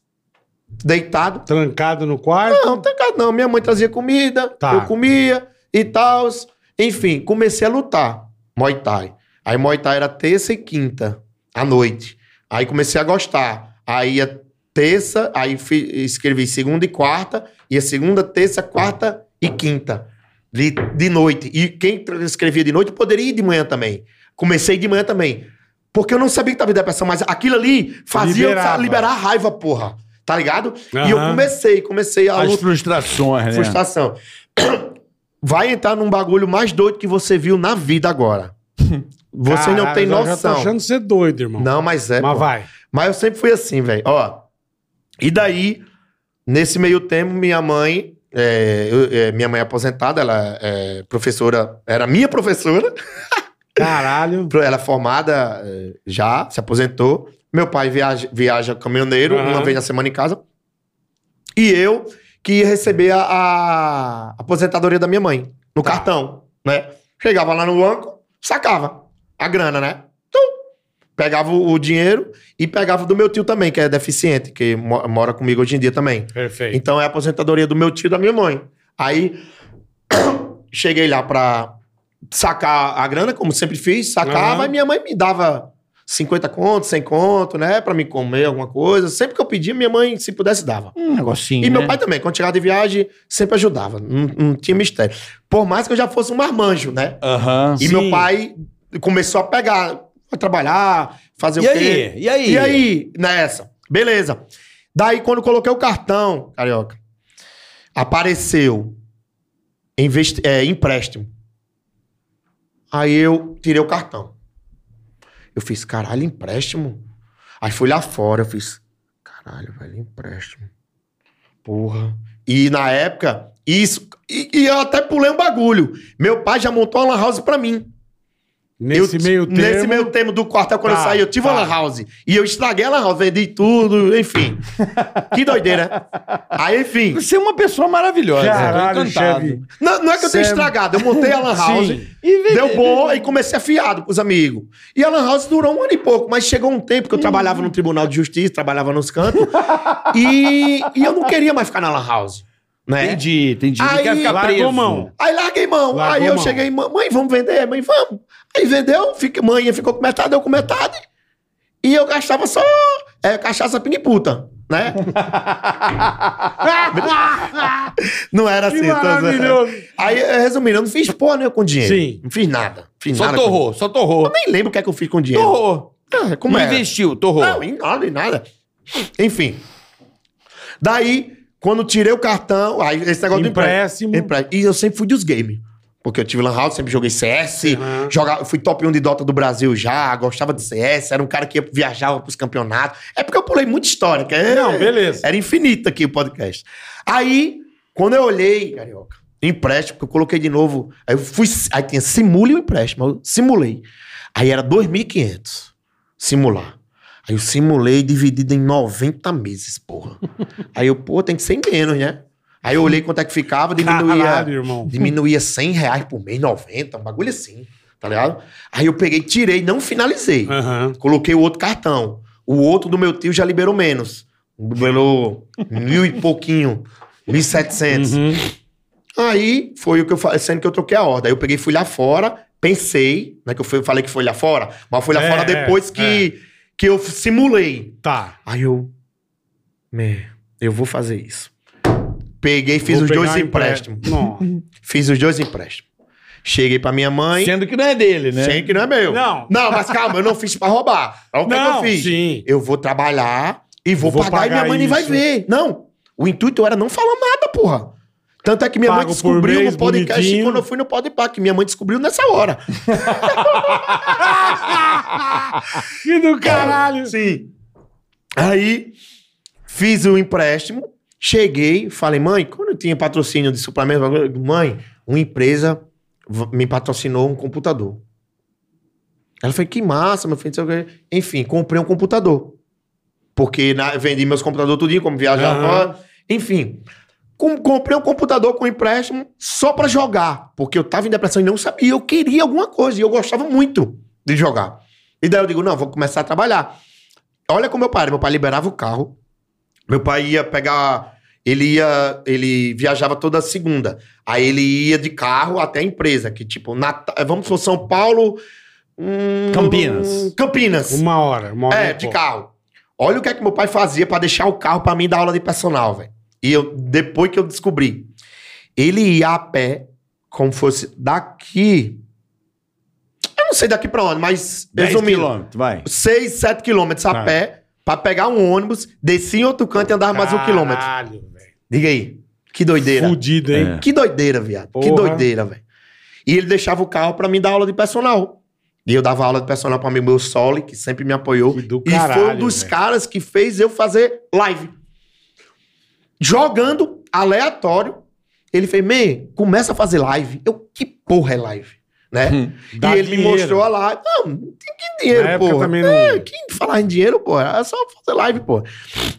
E: deitado.
D: Trancado no quarto.
E: Não, tá trancado não. Minha mãe trazia comida,
D: Tá.
E: eu comia e tal. Enfim, comecei a lutar Muay Thai. Aí Muay Thai era terça e quinta à noite. Aí comecei a gostar. Aí ia terça, aí fi- escrevi segunda e quarta, ia segunda, terça, quarta e quinta de, de noite. E quem tra- escrevia de noite poderia ir de manhã também. Comecei de manhã também. Porque eu não sabia que tava em depressão, mas aquilo ali fazia eu sa-
D: Liberava.
E: liberar a raiva, porra. Tá ligado? E eu
D: Aham.
E: comecei, comecei a
C: As
E: lutar
C: frustrações, né?
E: frustração. Vai entrar num bagulho mais doido que você viu na vida agora. Você não
D: Caralho,
E: tem
D: eu Já tô
E: noção.
D: achando você é doido, irmão.
E: Não, mas é.
D: Mas
E: pô.
D: vai.
E: Mas eu sempre fui assim, velho. Ó. E daí, nesse meio tempo, minha mãe. é, eu- é, minha mãe é aposentada, ela é professora, era minha professora,
D: Caralho.
E: ela é formada é, já, se aposentou. Meu pai viaja, viaja caminhoneiro
D: Aham.
E: uma vez na semana em casa. E eu que ia receber a, a aposentadoria da minha mãe, no
D: Tá.
E: cartão, né? Chegava lá no banco, sacava a grana, né? Tum! Pegava o, o dinheiro e pegava do meu tio também, que é deficiente, que mo- mora comigo hoje em dia também.
D: Perfeito.
E: Então é a aposentadoria do meu tio e da minha mãe. Aí cheguei lá pra sacar a grana, como sempre fiz, sacava,
D: Aham.
E: e minha mãe me dava 50 conto, 100 conto, né? Pra me comer alguma coisa. Sempre que eu pedia, minha mãe, se pudesse, dava.
C: Um negocinho,
E: E meu
C: né?
E: pai também, quando chegava de viagem, sempre ajudava. Não, não tinha mistério. Por mais que eu já fosse um marmanjo, né?
C: Aham.
E: E
D: Sim.
E: meu pai começou a pegar, a trabalhar, fazer
C: E,
E: o quê?
C: aí? E aí?
E: E aí, nessa? Beleza. Daí, quando eu coloquei o cartão, carioca, apareceu investi- é, empréstimo. Aí eu tirei o cartão. Eu fiz, caralho, empréstimo? Aí fui lá fora, eu fiz, caralho, velho, empréstimo. Porra. E na época, isso. E, e eu até pulei um bagulho. Meu pai já montou uma lan house pra mim.
D: Nesse
E: Eu-
D: meio tempo.
E: Nesse meio tempo do quartel, quando
D: Tá,
E: eu saí, eu tive
D: tá.
E: uma lan house. E eu estraguei a lan house, vendi tudo, enfim. que doideira. Aí, enfim.
C: Você é uma pessoa maravilhosa.
D: Caralho,
C: Tô encantado.
D: chefe.
E: Não, não é que eu tenha
D: Cê-
E: estragado, eu montei a lan house.
D: Sim.
C: E vem-
E: Deu bom e comecei afiado com os amigos. E a Lan House durou um ano e pouco, mas chegou um tempo que eu trabalhava no Tribunal de Justiça, trabalhava nos cantos, e, e eu não queria mais ficar na Lan House. Né?
C: Entendi, entendi. Não
E: Aí-
C: quer ficar
D: Largou
C: preso.
D: mão.
E: Aí larguei mão.
D: Largou
E: aí eu
D: mão.
E: cheguei, "Mã- mãe, vamos vender? Mãe, vamos. Aí vendeu, fica, mãe ficou com metade, eu com metade. E eu gastava só é, cachaça piniputa, né? não era
D: Que
E: assim. tá certo?
D: maravilhoso.
E: Aí, eh, resumindo, eu não fiz porra nenhuma com dinheiro.
D: Sim.
E: Não fiz nada. Não Fiz
C: Só
E: nada
C: torrou, só torrou.
E: com- Nem lembro o que é que eu fiz com dinheiro.
C: Torrou.
E: Ah, como
C: não
E: é?
C: investiu, torrou.
E: Não, em nada, em nada. Enfim. Daí, quando tirei o cartão, aí esse negócio do empréstimo.
D: Empréstimo.
E: Empre- E eu sempre fui dos games. Porque eu tive Lan House, sempre joguei CS,
D: Aham.
E: jogava, fui top 1 de Dota do Brasil já, gostava de CS, era um cara que ia- viajava pros campeonatos. É porque eu pulei muita história, que é-
D: Não, beleza.
E: era infinito aqui o podcast. Aí, quando eu olhei, Carioca, empréstimo, que eu coloquei de novo, aí eu fui, aí tinha simule o empréstimo, eu simulei. Aí era 2.500, simular. Aí eu simulei dividido em 90 meses, porra. Aí eu, pô, tem que ser em menos, né? Aí eu olhei quanto é que ficava, diminuía...
D: Caralho, irmão.
E: Diminuía 100 reais por mês, 90, um bagulho assim, tá ligado? Aí eu peguei, tirei, não finalizei.
D: Aham.
E: Coloquei o outro cartão. O outro do meu tio já liberou menos. Liberou mil e pouquinho, 1.700.
D: Uhum.
E: Aí foi o que eu falei, sendo que eu troquei a ordem. Aí eu peguei, fui lá fora, pensei, né? Que eu fui- falei que foi lá fora, mas fui lá
D: É,
E: fora
D: é,
E: depois que, que eu simulei.
D: Tá.
E: Aí eu. "Mé, eu vou fazer isso. Peguei, fiz
D: Vou
E: os
D: pegar
E: dois
D: um empréstimo.
E: empréstimos.
D: Não.
E: Fiz os dois empréstimos. Cheguei pra minha mãe.
C: Sendo que não é dele, né?
E: Sei que não é meu.
D: Não.
E: Não, mas calma, eu não fiz pra roubar. Olha o que, é que
D: Não,
E: eu fiz.
D: sim.
E: Eu vou trabalhar e vou,
D: Vou
E: pagar, e minha
D: pagar
E: mãe nem vai
D: isso.
E: ver. Não. O intuito era não falar nada, porra. Tanto é que minha mãe
D: Pago por
E: descobriu
D: mês,
E: no podcast
D: bonitinho.
E: quando eu fui no Podpah, que minha mãe descobriu nessa hora.
D: Que do caralho.
E: Sim. Aí fiz o empréstimo, cheguei, falei, mãe, quando eu tinha patrocínio de suplemento, bagulho, mãe, uma empresa v- me patrocinou um computador. Ela falou, que massa, meu filho. não sei o quê. Enfim, comprei um computador. Porque na- vendi meus computadores tudinho, como viajava.
D: Aham.
E: Enfim, com- comprei um computador com empréstimo só pra jogar. Porque eu tava em depressão e não sabia. Eu queria alguma coisa e eu gostava muito de jogar. E daí eu digo, não, vou começar a trabalhar. Olha como meu pai era. Meu pai liberava o carro. Meu pai ia pegar... Ele ia... Ele viajava toda segunda. Aí ele ia de carro até a empresa. Que tipo, Nata- vamos supor, São Paulo... hum,
C: Campinas.
E: Campinas.
D: Uma hora. Uma hora.
E: É,
D: e
E: de
D: pouco.
E: carro. Olha o que é que meu pai fazia pra deixar o carro pra mim dar aula de personal, velho. E eu, depois que eu descobri, ele ia a pé, como fosse daqui. Eu não sei daqui pra onde, mas
C: 10
E: resumindo,
C: quilômetros, vai.
E: 6, 7 quilômetros a
D: Tá.
E: pé pra pegar um ônibus, descia em outro canto e andava mais um quilômetro.
D: Caralho, velho.
E: Diga aí. Que doideira.
D: Fudido, hein?
C: É.
E: Que doideira, viado. Que
D: Porra.
E: doideira, velho. E ele deixava o carro pra mim dar aula de personal. E eu dava aula de personal pra mim, meu Soli, que sempre me apoiou.
D: Que do
E: e foi um
D: caralho,
E: dos
D: velho.
E: caras que fez eu fazer live. Jogando aleatório. Ele fez, man, começa a fazer live. Eu, que porra é live? Né?
D: Hum, Dá
E: e ele me
D: dinheiro.
E: mostrou a live. Não, não tem que
D: Na
E: dinheiro,
D: época
E: porra.
D: também não-
E: É, quem falar em dinheiro, pô, é só fazer live, pô.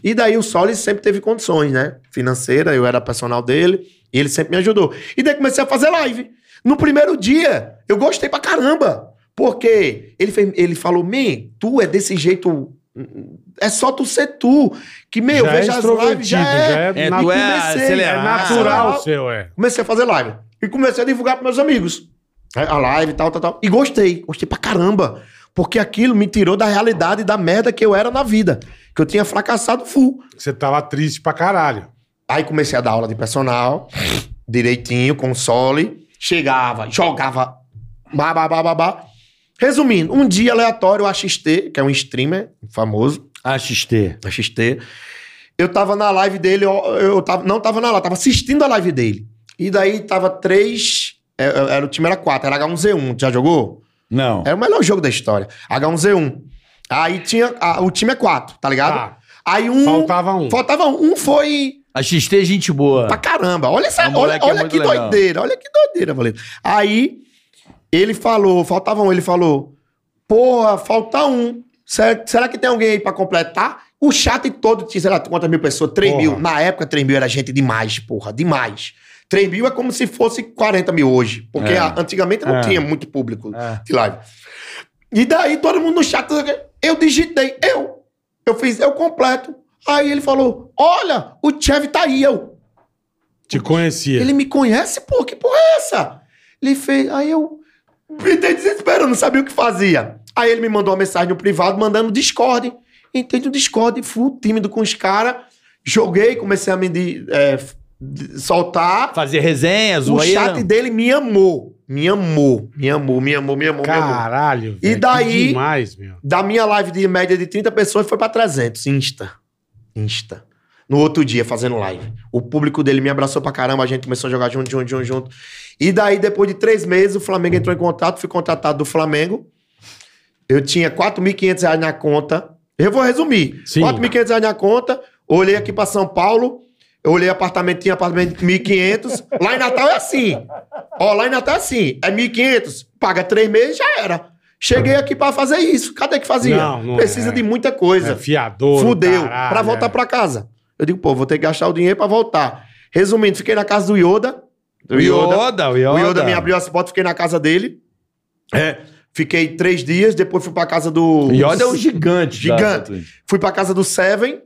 E: E daí o Solis sempre teve condições, né? Financeira, eu era personal dele, e ele sempre me ajudou. E daí comecei a fazer live. No primeiro dia, eu gostei pra caramba. Porque ele, fez, ele falou, man, tu é desse jeito. É só tu ser tu. Que, meu,
D: Já é
E: veja as lives, já é.
D: já é
C: É,
D: na-
C: tu é
E: comecei,
C: acelerado.
D: é natural
E: Ah.
D: o seu, é.
E: Comecei a fazer live. E comecei a divulgar para meus amigos. né, A live e tal, tal, tal. E gostei. Gostei pra caramba. Porque aquilo me tirou da realidade da merda que eu era na vida. Que eu tinha fracassado full.
D: Você tava triste pra caralho.
E: Aí comecei a dar aula de personal, direitinho, console. Chegava, jogava, babá, babá, babá. Resumindo, um dia aleatório, o AXT, que é um streamer famoso,
C: AXT.
E: da XT. Eu tava na live dele, eu, eu tava, não tava na live, tava assistindo a live dele. E daí tava três. é, é, Era, o time era quatro, era H1Z1. Já jogou?
C: Não.
E: Era o melhor jogo da história. H1Z1. Aí tinha. a- o time é quatro, tá ligado?
D: Tá.
E: Aí um.
D: Faltava um.
E: Faltava um. Um foi
C: A XT é gente boa.
E: pra caramba. Olha essa,
C: É um
E: olha,
C: moleque
E: olha
C: muito
E: que
C: legal.
E: doideira, olha que doideira, Valente. Aí Ele falou, faltava um, ele falou, porra, falta um. Será, será que tem alguém aí pra completar? O chat todo tinha, sei lá, quantas mil pessoas? 3
D: Porra.
E: mil. Na época, 3 mil era gente demais, porra, demais. 3 mil é como se fosse 40 mil hoje, porque
C: É.
E: a- antigamente não
D: É.
E: tinha muito público
C: É.
E: de live. E daí todo mundo no chat, eu digitei, eu, eu fiz, eu completo. Aí ele falou, olha, o Chevy tá aí, eu,
D: Te conhecia.
E: ele me conhece, pô, que porra é essa? Ele fez. Aí eu. Entrei desespero, eu não sabia o que fazia. Aí ele me mandou uma mensagem no privado mandando Discord. Entrei no Discord, fui tímido com os caras. Joguei, comecei a me de- é, f- de- soltar.
C: Fazer resenha,
E: O
C: zoeira.
E: chat dele me amou. Me amou, me amou, me amou, me amou, me amou.
D: Caralho, velho. que
E: daí-
D: demais, meu.
E: Da minha live de média de 30 pessoas foi pra 300, Insta. Insta. No outro dia, fazendo live. O público dele me abraçou pra caramba, a gente começou a jogar junto, junto, junto, junto. E daí, depois de três meses, o Flamengo entrou em contato, fui contratado do Flamengo. Eu tinha 4.500 reais na conta. Eu vou resumir.
D: Sim.
E: 4.500 reais na conta, olhei aqui pra São Paulo, eu olhei apartamento, tinha apartamento de 1.500. lá em Natal é assim. Ó, lá em Natal é assim. É 1.500, paga três meses, já era. Cheguei aqui pra fazer isso. Cadê que fazia?
D: Não, não
E: Precisa
D: é.
E: de muita coisa.
D: É fiador.
E: Fudeu.
D: caralho,
E: pra voltar
D: é.
E: pra casa. Eu digo, pô, vou ter que gastar o dinheiro pra voltar. Resumindo, fiquei na casa do Yoda.
C: O Yoda, o Yoda.
E: O Yoda me abriu as portas, fiquei na casa dele. É, Fiquei três dias, depois fui pra casa do.
C: O Yoda é um gigante. da-
E: Gigante. Fui pra casa do Seven.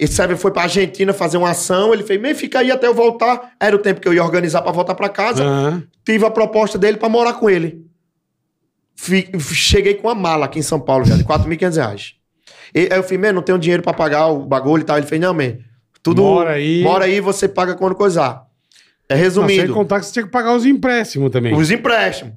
E: Esse Seven foi pra Argentina fazer uma ação. Ele fez, meio fica aí até eu voltar. Era o tempo que eu ia organizar pra voltar pra casa.
D: Aham.
E: Tive a proposta dele pra morar com ele. Fi- f- cheguei com uma mala aqui em São Paulo já, de 4.500 reais. E, aí eu falei, man, não tenho dinheiro pra pagar o bagulho e tal. Ele fez, não, man, tudo...
D: Mora aí.
E: Mora aí, você paga quando coisar. É,
D: Não, sem
E: resumindo,
D: contar que você tinha que pagar os empréstimos também.
E: os empréstimos.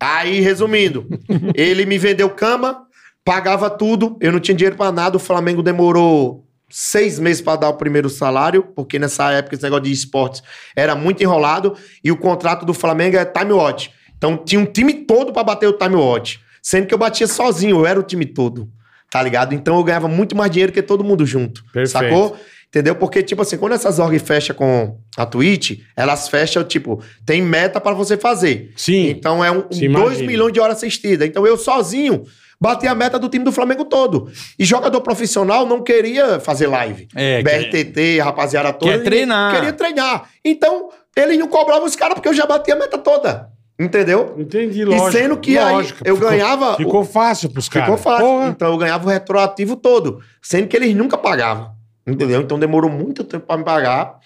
E: aí, resumindo, ele me vendeu cama, pagava tudo, eu não tinha dinheiro pra nada, o Flamengo demorou... Seis meses pra dar o primeiro salário, porque nessa época esse negócio de esportes era muito enrolado e o contrato do Flamengo é time watch. Então tinha um time todo pra bater o time watch. Sendo que eu batia sozinho, eu era o time todo. Tá ligado? Então eu ganhava muito mais dinheiro que todo mundo junto.
D: Perfeito.
E: Sacou? Entendeu? Porque, tipo assim, quando essas org fecham com a Twitch, elas fecham, tipo, tem meta pra você fazer.
D: Sim.
E: Então é um
D: Se
E: 2
D: imagina.
E: milhões de horas assistidas. Então eu sozinho bati a meta do time do Flamengo todo. E jogador profissional não queria fazer live.
C: É, que-
E: BRTT, rapaziada toda.
C: Quer
E: ninguém
C: treinar.
E: Queria treinar. Então, eles não cobravam os caras porque eu já bati a meta toda. Entendeu?
D: Entendi,
E: E
D: lógico.
E: sendo que aí
D: lógico,
E: eu
D: ficou-
E: ganhava-
D: Ficou fácil pros caras.
E: Ficou fácil.
D: Porra.
E: Então eu ganhava o retroativo todo, sendo que eles nunca pagavam. Entendeu? Então demorou muito tempo pra me pagar.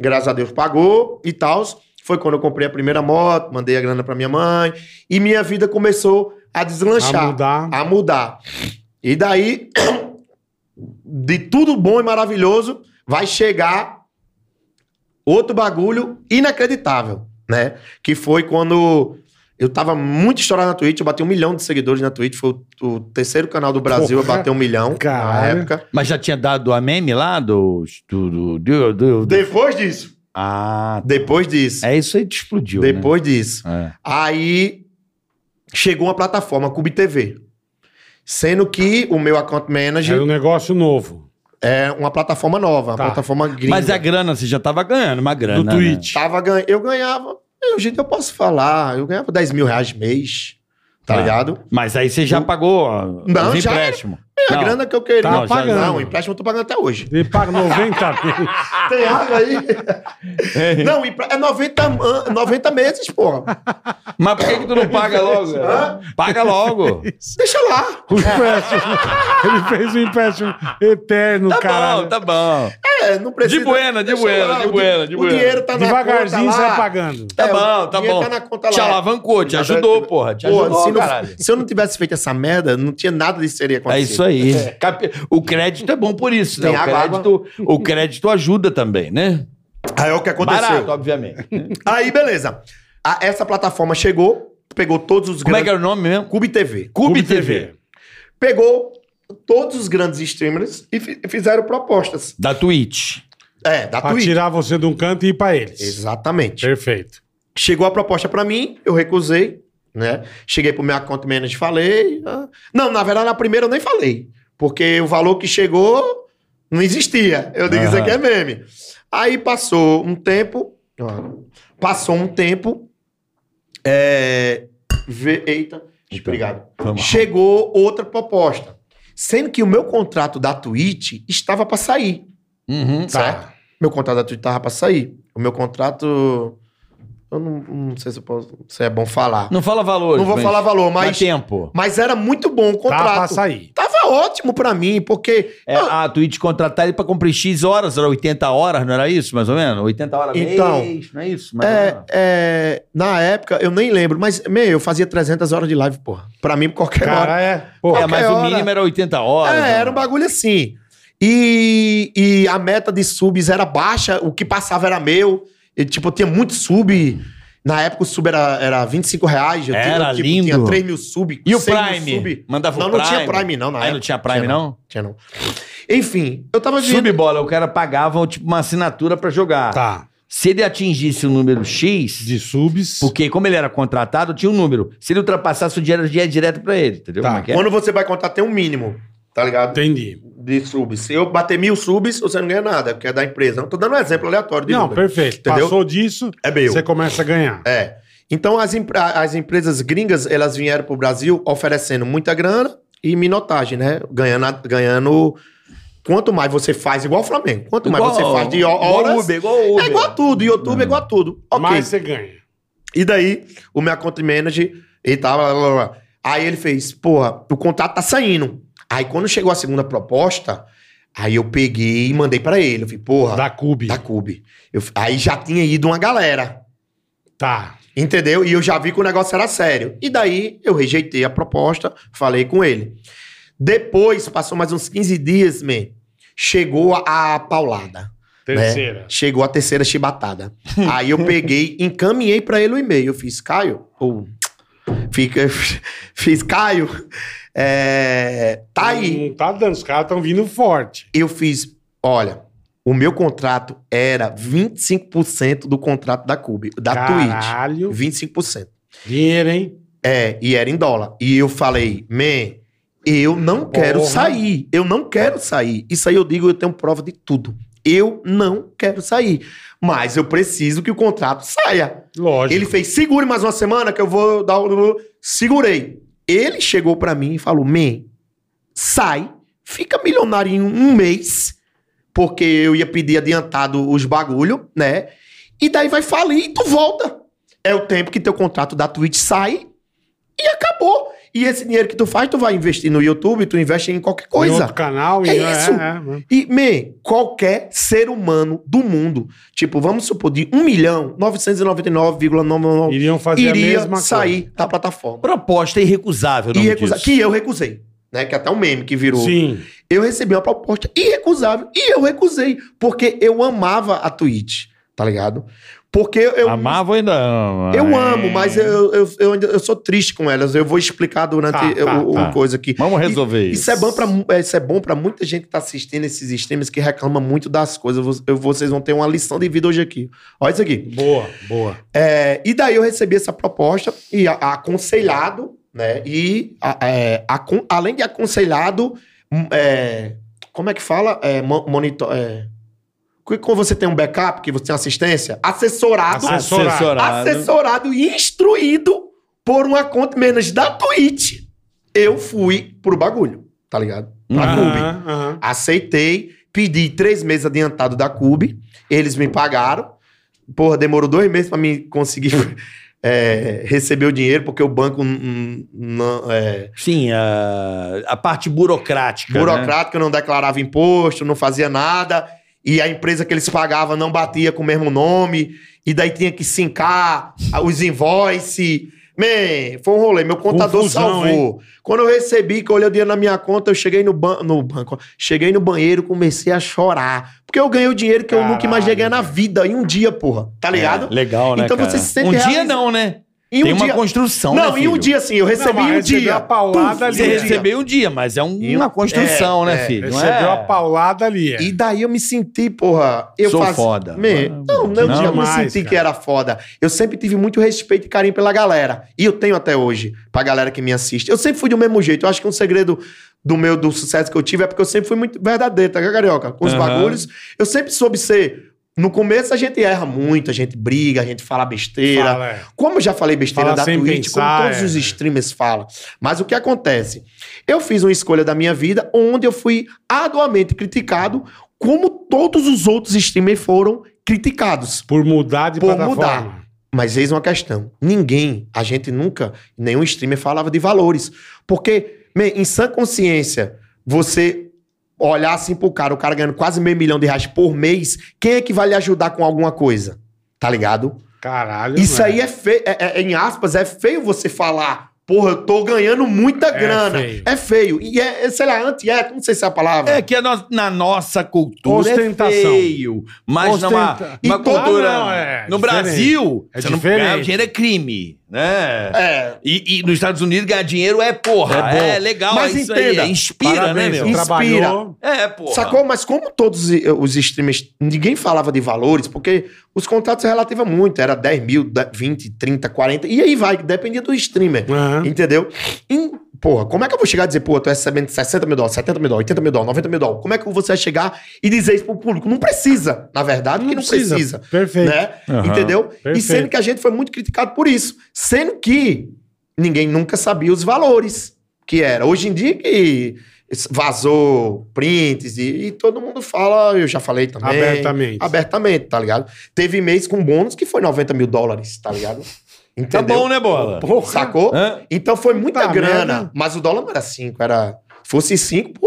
E: Graças a Deus pagou e tal. Foi quando eu comprei a primeira moto, mandei a grana pra minha mãe e minha vida começou a deslanchar,
D: A mudar.
E: a mudar. E daí de tudo bom e maravilhoso vai chegar outro bagulho inacreditável, né? Que foi quando eu tava muito estourado na Twitch, eu bati um milhão de seguidores na Twitch, foi o, o terceiro canal do Brasil
D: Porra.
E: a bater um milhão
D: Caralho.
E: na época.
C: Mas já tinha dado a meme lá do. do, do, do- do- do-
E: Depois disso.
C: Ah,
E: Depois disso.
C: é isso aí que explodiu. né?
E: depois disso.
C: É.
E: Aí chegou uma plataforma, Cube TV. Sendo que o meu account
D: Era
E: manager
D: um negócio novo.
E: é uma plataforma nova,
D: Tá.
E: uma plataforma gringa.
C: Mas a grana, você já tava ganhando uma grana.
D: do
C: né?
D: Twitch.
E: Tava ganha... Eu ganhava, eu, gente, eu posso falar, eu ganhava 10 mil reais mês, tá
C: Tá.
E: ligado?
C: Mas aí você já pagou ó,
E: Não,
C: os
E: já era.
C: empréstimos.
E: É a
C: Não.
E: grana que eu queria.
D: Tá
E: Não, já-
D: pagando.
E: Não, o empréstimo eu tô pagando até hoje.
D: Ele paga 90 mil.
E: Tem água aí? Não, empre- é 90, an- 90 meses, porra.
C: Mas por que, que tu não paga logo? paga logo.
E: Deixa lá.
D: O empréstimo. Ele fez um empréstimo eterno,
C: Tá
D: caralho.
C: bom, tá bom.
E: É, não precisa.
C: De buena, de
E: Deixa
C: buena,
E: lá.
C: de
E: O di-
C: buena, de
E: O
C: buena.
E: dinheiro tá na conta
D: Devagarzinho você
E: lá.
D: vai pagando.
C: Tá
E: É,
C: bom,
E: o
C: tá
E: dinheiro
C: bom.
E: tá na conta
C: te
E: lá.
C: alavancou, te ajudou, porra. Te
E: Porra,
C: ajudou,
E: se, não-
C: caralho.
E: se eu não tivesse feito essa merda, não tinha nada disso teria
C: É
E: acontecido.
C: isso aí. Capi- O crédito é bom por isso, né?
E: Tem
C: O
E: água,
C: crédito, o crédito ajuda também, né?
E: Aí é o que aconteceu.
C: Barato, obviamente.
E: Aí, beleza. A- essa plataforma chegou, pegou todos os
C: Como é
E: grandes.
C: que era o nome mesmo?
E: Cube TV.
C: Cube TV.
E: Pegou todos os grandes streamers e fi- fizeram propostas.
C: Da Twitch.
E: É, da
D: Pra
E: Twitch.
D: tirar você de um canto e ir pra eles.
E: Exatamente.
D: Perfeito.
E: Chegou a proposta pra mim, eu recusei, né? Cheguei pro meu account manager, falei. ah. Não, na verdade, na primeira eu nem falei. Porque o valor que chegou não existia. Eu digo, isso aqui é meme. Aí passou um tempo. ó, Passou um tempo. é, vê, eita,
C: Tipo,
E: obrigado.
C: vamos.
E: Chegou outra proposta. Sendo que o meu contrato da Twitch estava para sair.
C: Uhum.
E: Certo? Meu contrato da Twitch estava para sair. O meu contrato. Eu não, não sei se, eu posso, se é bom falar. Não,
C: Não fala valor.
E: vou falar valor, mas,
C: tempo.
E: mas era muito bom o
D: Tá pra
E: contrato.
D: sair.
E: Tava ótimo para mim, porque.
C: É, a Twitch contratar ele pra cumprir X horas, era 80 horas, não era isso, mais ou menos? 80 horas
E: Então,
C: mês, não é isso? Mais ou
E: É,
C: menos?
E: é, na época, eu nem lembro, mas, meu, eu fazia 300 horas de live, porra. Pra mim, qualquer hora.
D: Cara, é. Pô,
C: É, mas o
E: hora.
C: mínimo era 80 horas.
E: É,
C: né?
E: era um bagulho assim. E, e a meta de subs era baixa, o que passava era meu. E, tipo, eu tinha muito sub. Na época o sub era, era 25 reais. Eu tinha,
C: Era
E: tipo,
C: lindo.
E: Tinha 3 mil sub.
C: E o
E: 100 mil
C: Prime?
E: sub.
C: Mandava o
E: não, não tinha
C: Prime?
E: Prime, não. Na
C: Aí não
E: época.
C: tinha Prime, não?
E: Tinha, não. Enfim, eu tava vendo.
C: Subbola, o cara pagava tipo uma assinatura pra jogar.
D: Tá.
C: Se ele atingisse o número X,
D: De subs.
C: porque como ele era contratado, tinha um número. Se ele ultrapassasse o dinheiro, era direto pra ele, entendeu?
D: Tá.
C: Como é que é?
E: Quando você vai contar, tem um mínimo, tá ligado?
D: Entendi.
E: de subs. Se eu bater mil subs, você não ganha nada, porque é da empresa. Não tô dando um exemplo aleatório de
D: Não,
E: número.
D: perfeito.
E: Entendeu?
D: Passou disso,
E: É meu.
D: você começa a ganhar.
E: É. Então, as, empre- as empresas gringas, elas vieram pro Brasil oferecendo muita grana e minotagem, né? Ganhando, a- ganhando... Quanto mais você faz, igual o Flamengo. Quanto mais você faz de ho- horas...
C: Igual Uber, igual Uber.
E: É igual a tudo. YouTube é igual a tudo. Ok.
D: Mas você ganha.
E: E daí, o meu account manager e tal. blá, blá, blá. Aí ele fez, porra, o contato tá saindo. Aí quando chegou a segunda proposta, aí eu peguei e mandei pra ele. Eu falei, porra,
D: Da Cube.
E: da Cube. Eu f- aí já tinha ido uma galera,
D: Tá.
E: entendeu? E eu já vi que o negócio era sério. E daí eu rejeitei a proposta, falei com ele. Depois, passou mais uns 15 dias, man, chegou a, a paulada.
D: Terceira.
E: Chegou a terceira chibatada. Aí eu peguei, encaminhei pra ele o e-mail. Eu fiz, Caio, ou... Fica, fiz, Caio, é, tá aí.
D: Não tá dando, os caras estão vindo forte.
E: Eu fiz, olha, o meu contrato era 25% do contrato da Cube, da
D: Caralho.
E: Twitch. 25%.
D: Dinheiro, hein?
E: É, e era em dólar. E eu falei, man, eu não quero
D: Porra.
E: sair. Eu não quero sair. Isso aí eu digo, eu tenho prova de tudo. Eu não quero sair. Mas eu preciso que o contrato saia.
D: Lógico.
E: Ele fez, segure mais uma semana que eu vou dar o. Segurei. Ele chegou pra mim e falou: Man, sai, fica milionário em um mês, porque eu ia pedir adiantado os bagulho, né? E daí vai falir e tu volta. É o tempo que teu contrato da Twitch sai e acabou. E esse dinheiro que tu faz, tu vai investir no YouTube, tu investe em qualquer
D: Em
E: coisa.
D: outro canal.
E: É
D: e-
E: isso.
D: mano.
E: E, me qualquer ser humano do mundo, tipo, vamos supor, de 1 milhão, 999,99
D: Iriam fazer a
E: iria
D: mesma
E: Então, sair da plataforma.
C: Proposta irrecusável,
E: E
C: não
E: recusa- que eu recusei, né? Que até um meme que virou.
D: coisa. Sim.
E: Eu recebi uma proposta irrecusável e eu recusei, porque eu amava a Twitch, tá ligado? Porque eu
C: Amava ou ainda ama?
D: né?
E: eu amo, mas eu, eu, eu, ainda- eu sou triste com elas. Eu vou explicar durante
D: Tá, tá,
E: o, o
C: tá.
E: coisa aqui.
C: Vamos resolver
E: Isso
C: isso.
E: é bom pra mu- é, isso é bom para muita gente que tá assistindo esses streams que reclama muito das coisas. Vo- eu- Vocês vão ter uma lição de vida hoje aqui. Olha isso aqui.
D: Boa, boa.
E: É, e daí eu recebi essa proposta e a- aconselhado, né? E a- é, acon- além de aconselhado, hum, é, como é que fala? É, mo- monitor. é, que- quando você tem um backup, que você tem assistência, assessorado,
D: Assessorado.
C: Assessorado.
E: assessorado né? e instruído por uma conta menos da Twitch, eu fui pro bagulho, tá ligado?
D: Ah.
E: Pra
C: Aham.
E: Cube.
D: Aham, aham.
E: Aceitei, pedi três meses adiantado da Cube, eles me pagaram. Porra, demorou dois meses pra mim conseguir é, receber o dinheiro, porque o banco hum, não, é,
C: Sim, a, a parte burocrática. né?
E: burocrático não declarava imposto, não fazia nada, e a empresa que eles pagavam não batia com o mesmo nome, e daí tinha que sincar os invoices. Man, foi um rolê. Meu contador
D: Confusão,
E: salvou. Quando eu recebi, que eu olhei o dinheiro na minha conta, eu cheguei no, ban no banco. ó. Cheguei no banheiro, comecei a chorar. Porque eu ganhei o dinheiro que eu nunca
D: Caralho,
E: imaginei ganhar na
D: velho.
E: vida, em um dia, porra. Tá ligado?
C: É, legal, né?
E: Então
C: cara?
E: você se sente
C: Um dia
E: realizado.
C: não, né?
E: Em um
C: Tem uma
E: dia.
C: construção.
E: Não,
C: né,
E: em um
C: filho?
E: dia, assim, eu recebi
D: mas
E: um
D: recebeu
E: dia.
D: a paulada
E: Puf,
D: ali, né?
C: Você
E: um dia.
C: recebeu um dia, mas é um-
E: E um-
C: uma construção,
E: é,
C: né,
E: é.
C: filho? Não
D: Recebeu
C: é...
D: a paulada ali. É.
E: E daí eu me senti, porra. Eu
C: Sou
E: faço-
C: foda.
E: Me-
C: Agora,
E: Não, não,
D: não
E: eu me
D: mais, cara.
E: senti que era foda. Eu sempre tive muito respeito e carinho pela galera. E eu tenho até hoje, pra galera que me assiste. Eu sempre fui do mesmo jeito. Eu acho que um segredo do meu do sucesso que eu tive é porque eu sempre fui muito verdadeiro, tá, Carioca? Com os
C: Aham.
E: bagulhos. Eu sempre soube ser No começo a gente erra muito, a gente briga, a gente fala besteira.
D: Fala, é.
E: Como eu já falei besteira
D: Fala
E: da
D: sem
E: Twitch,
D: pensar,
E: como todos
D: é.
E: os streamers falam. Mas o que acontece? Eu fiz uma escolha da minha vida onde eu fui arduamente criticado, como todos os outros streamers foram criticados.
D: Por mudar de
E: Por
D: plataforma.
E: mudar. Mas eis uma questão. Ninguém, a gente nunca, nenhum streamer falava de valores. Porque, man, em sã consciência, você olhar assim pro cara, o cara ganhando quase meio milhão de reais por mês, quem é que vai lhe ajudar com alguma coisa? Tá ligado?
D: Caralho.
E: Isso
D: mano.
E: aí é feio, é- é- em aspas, é feio você falar, porra, eu tô ganhando muita grana.
D: feio.
E: É feio. E é, é, sei lá, antiético, não sei se é a palavra.
C: É que a no- na nossa cultura
D: Ostentação.
C: é feio, mas
D: Ostenta-
C: numa,
D: E
C: numa
D: todo-
C: cultura...
D: Ah, não, é
C: no
D: diferente.
C: Brasil,
D: É
C: você não ganhar
D: diferente.
C: dinheiro é crime, né?
E: É.
C: E, e nos Estados Unidos ganhar dinheiro é porra,
D: É bom.
C: é, legal,
E: Mas
C: é isso
E: entenda,
C: aí, é inspira,
D: Parabéns,
C: né,
D: você
C: meu?
E: Inspira.
D: Trabalhou.
C: É, porra.
E: Sacou? Mas como todos eh, os streamers, ninguém falava de valores, porque os contratos relativam muito, era 10 mil, 20, 30, 40, e aí vai, dependia do streamer.
D: Aham.
E: Entendeu? E, porra, como é que eu vou chegar a dizer, pô, eu tô recebendo 60 mil dólares, 70 mil dólares, 80 mil dólares, 90 mil dólares? Como é que você vai chegar e dizer isso pro público? Não precisa, na verdade, que não precisa.
D: Perfeito.
E: Né?
C: Aham.
E: Entendeu? E
D: Perfeito.
E: sendo que a gente foi muito criticado por isso. Sendo que ninguém nunca sabia os valores que era. Hoje em dia que vazou prints e, e todo mundo fala, eu já falei também.
D: Abertamente.
E: Abertamente, tá ligado? Teve mês com bônus que foi 90 mil dólares, tá ligado?
C: Tá
E: Entendeu?
C: bom, né, Bola?
E: Porra. Sacou?
C: Hã?
E: Então foi muita
D: Puta
E: grana,
D: merda.
E: mas o dólar não era 5, era... Se fosse 5,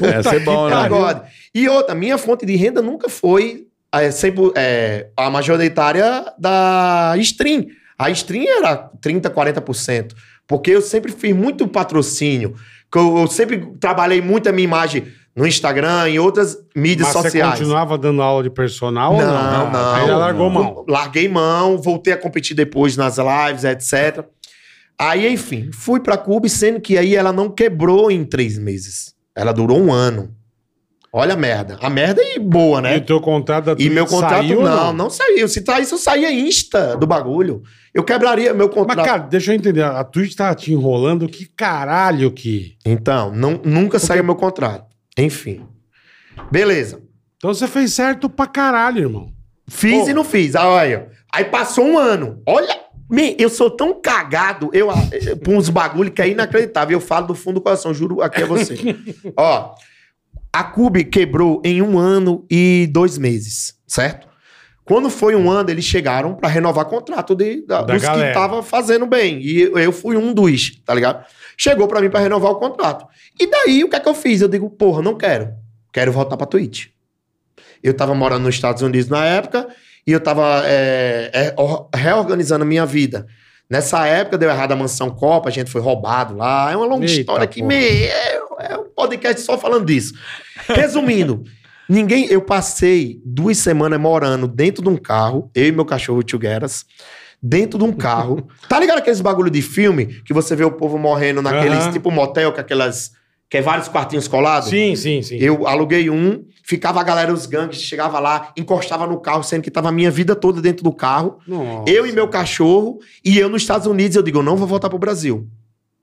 C: Ia ser bom,
D: que
C: né?
D: pariu.
E: Pagode. E outra, minha fonte de renda nunca foi é, 100%, é, a majoritária da stream. A stream era 30%, 40%. Porque eu sempre fiz muito patrocínio. que Eu, eu sempre trabalhei muito a minha imagem no Instagram e outras mídias
D: Mas você
E: sociais.
D: continuava dando aula de personal ou não?
E: Não, não.
D: Aí já largou
E: Eu
D: mão.
E: Larguei mão, voltei a competir depois nas lives, etc. Aí, enfim, fui pra Cuba, e sendo que aí ela não quebrou em três meses. Ela durou um ano. Olha a merda. A merda e boa,
D: E
E: né?
D: o teu contrato da
E: E
D: Twitch
E: meu contrato
D: saiu ou
E: não, não, saiu. Se tá isso, eu saía insta do bagulho. Eu quebraria meu contrato.
D: Mas, cara, deixa eu entender. A Twitch tá te enrolando. Que caralho que...
E: Então, não- nunca saiu meu contrato. Enfim. Beleza.
D: Então você fez certo pra caralho, irmão.
E: Fiz
D: Pô.
E: e não fiz. Ah, Olha. Aí passou um ano. Olha, man, eu sou tão cagado eu, ah, eu, por uns bagulho que é inacreditável. Eu falo do fundo do coração, juro aqui a você. Ó, a Cube quebrou em um ano e dois meses, certo? Quando foi um ano, eles chegaram pra renovar contrato de, da-
D: Da
E: dos
D: galera.
E: que tava fazendo bem. E eu, eu fui um dos, tá ligado? Chegou pra mim pra renovar o contrato. E daí, o que é que eu fiz? Eu digo, porra, não quero. Quero voltar pra Twitch. Eu tava morando nos Estados Unidos na época e eu tava é, é, or- reorganizando minha vida. Nessa época deu errado a mansão Copa, a gente foi roubado lá. É uma longa
D: Eita,
E: história que
D: porra.
E: me, é, é um podcast só falando disso. Resumindo, ninguém. Eu passei duas semanas morando dentro de um carro, eu e meu cachorro Tio Gueras, dentro de um carro. tá ligado aqueles bagulho de filme que você vê o povo morrendo naqueles
D: Aham.
E: tipo motel com aquelas. Que é vários quartinhos colados?
D: Sim, sim, sim.
E: Eu aluguei um, ficava a galera, os gangues, chegava lá, encostava no carro, sendo que tava a minha vida toda dentro do carro.
D: Nossa.
E: Eu e meu cachorro, e eu nos Estados Unidos, eu digo, eu não vou voltar pro Brasil.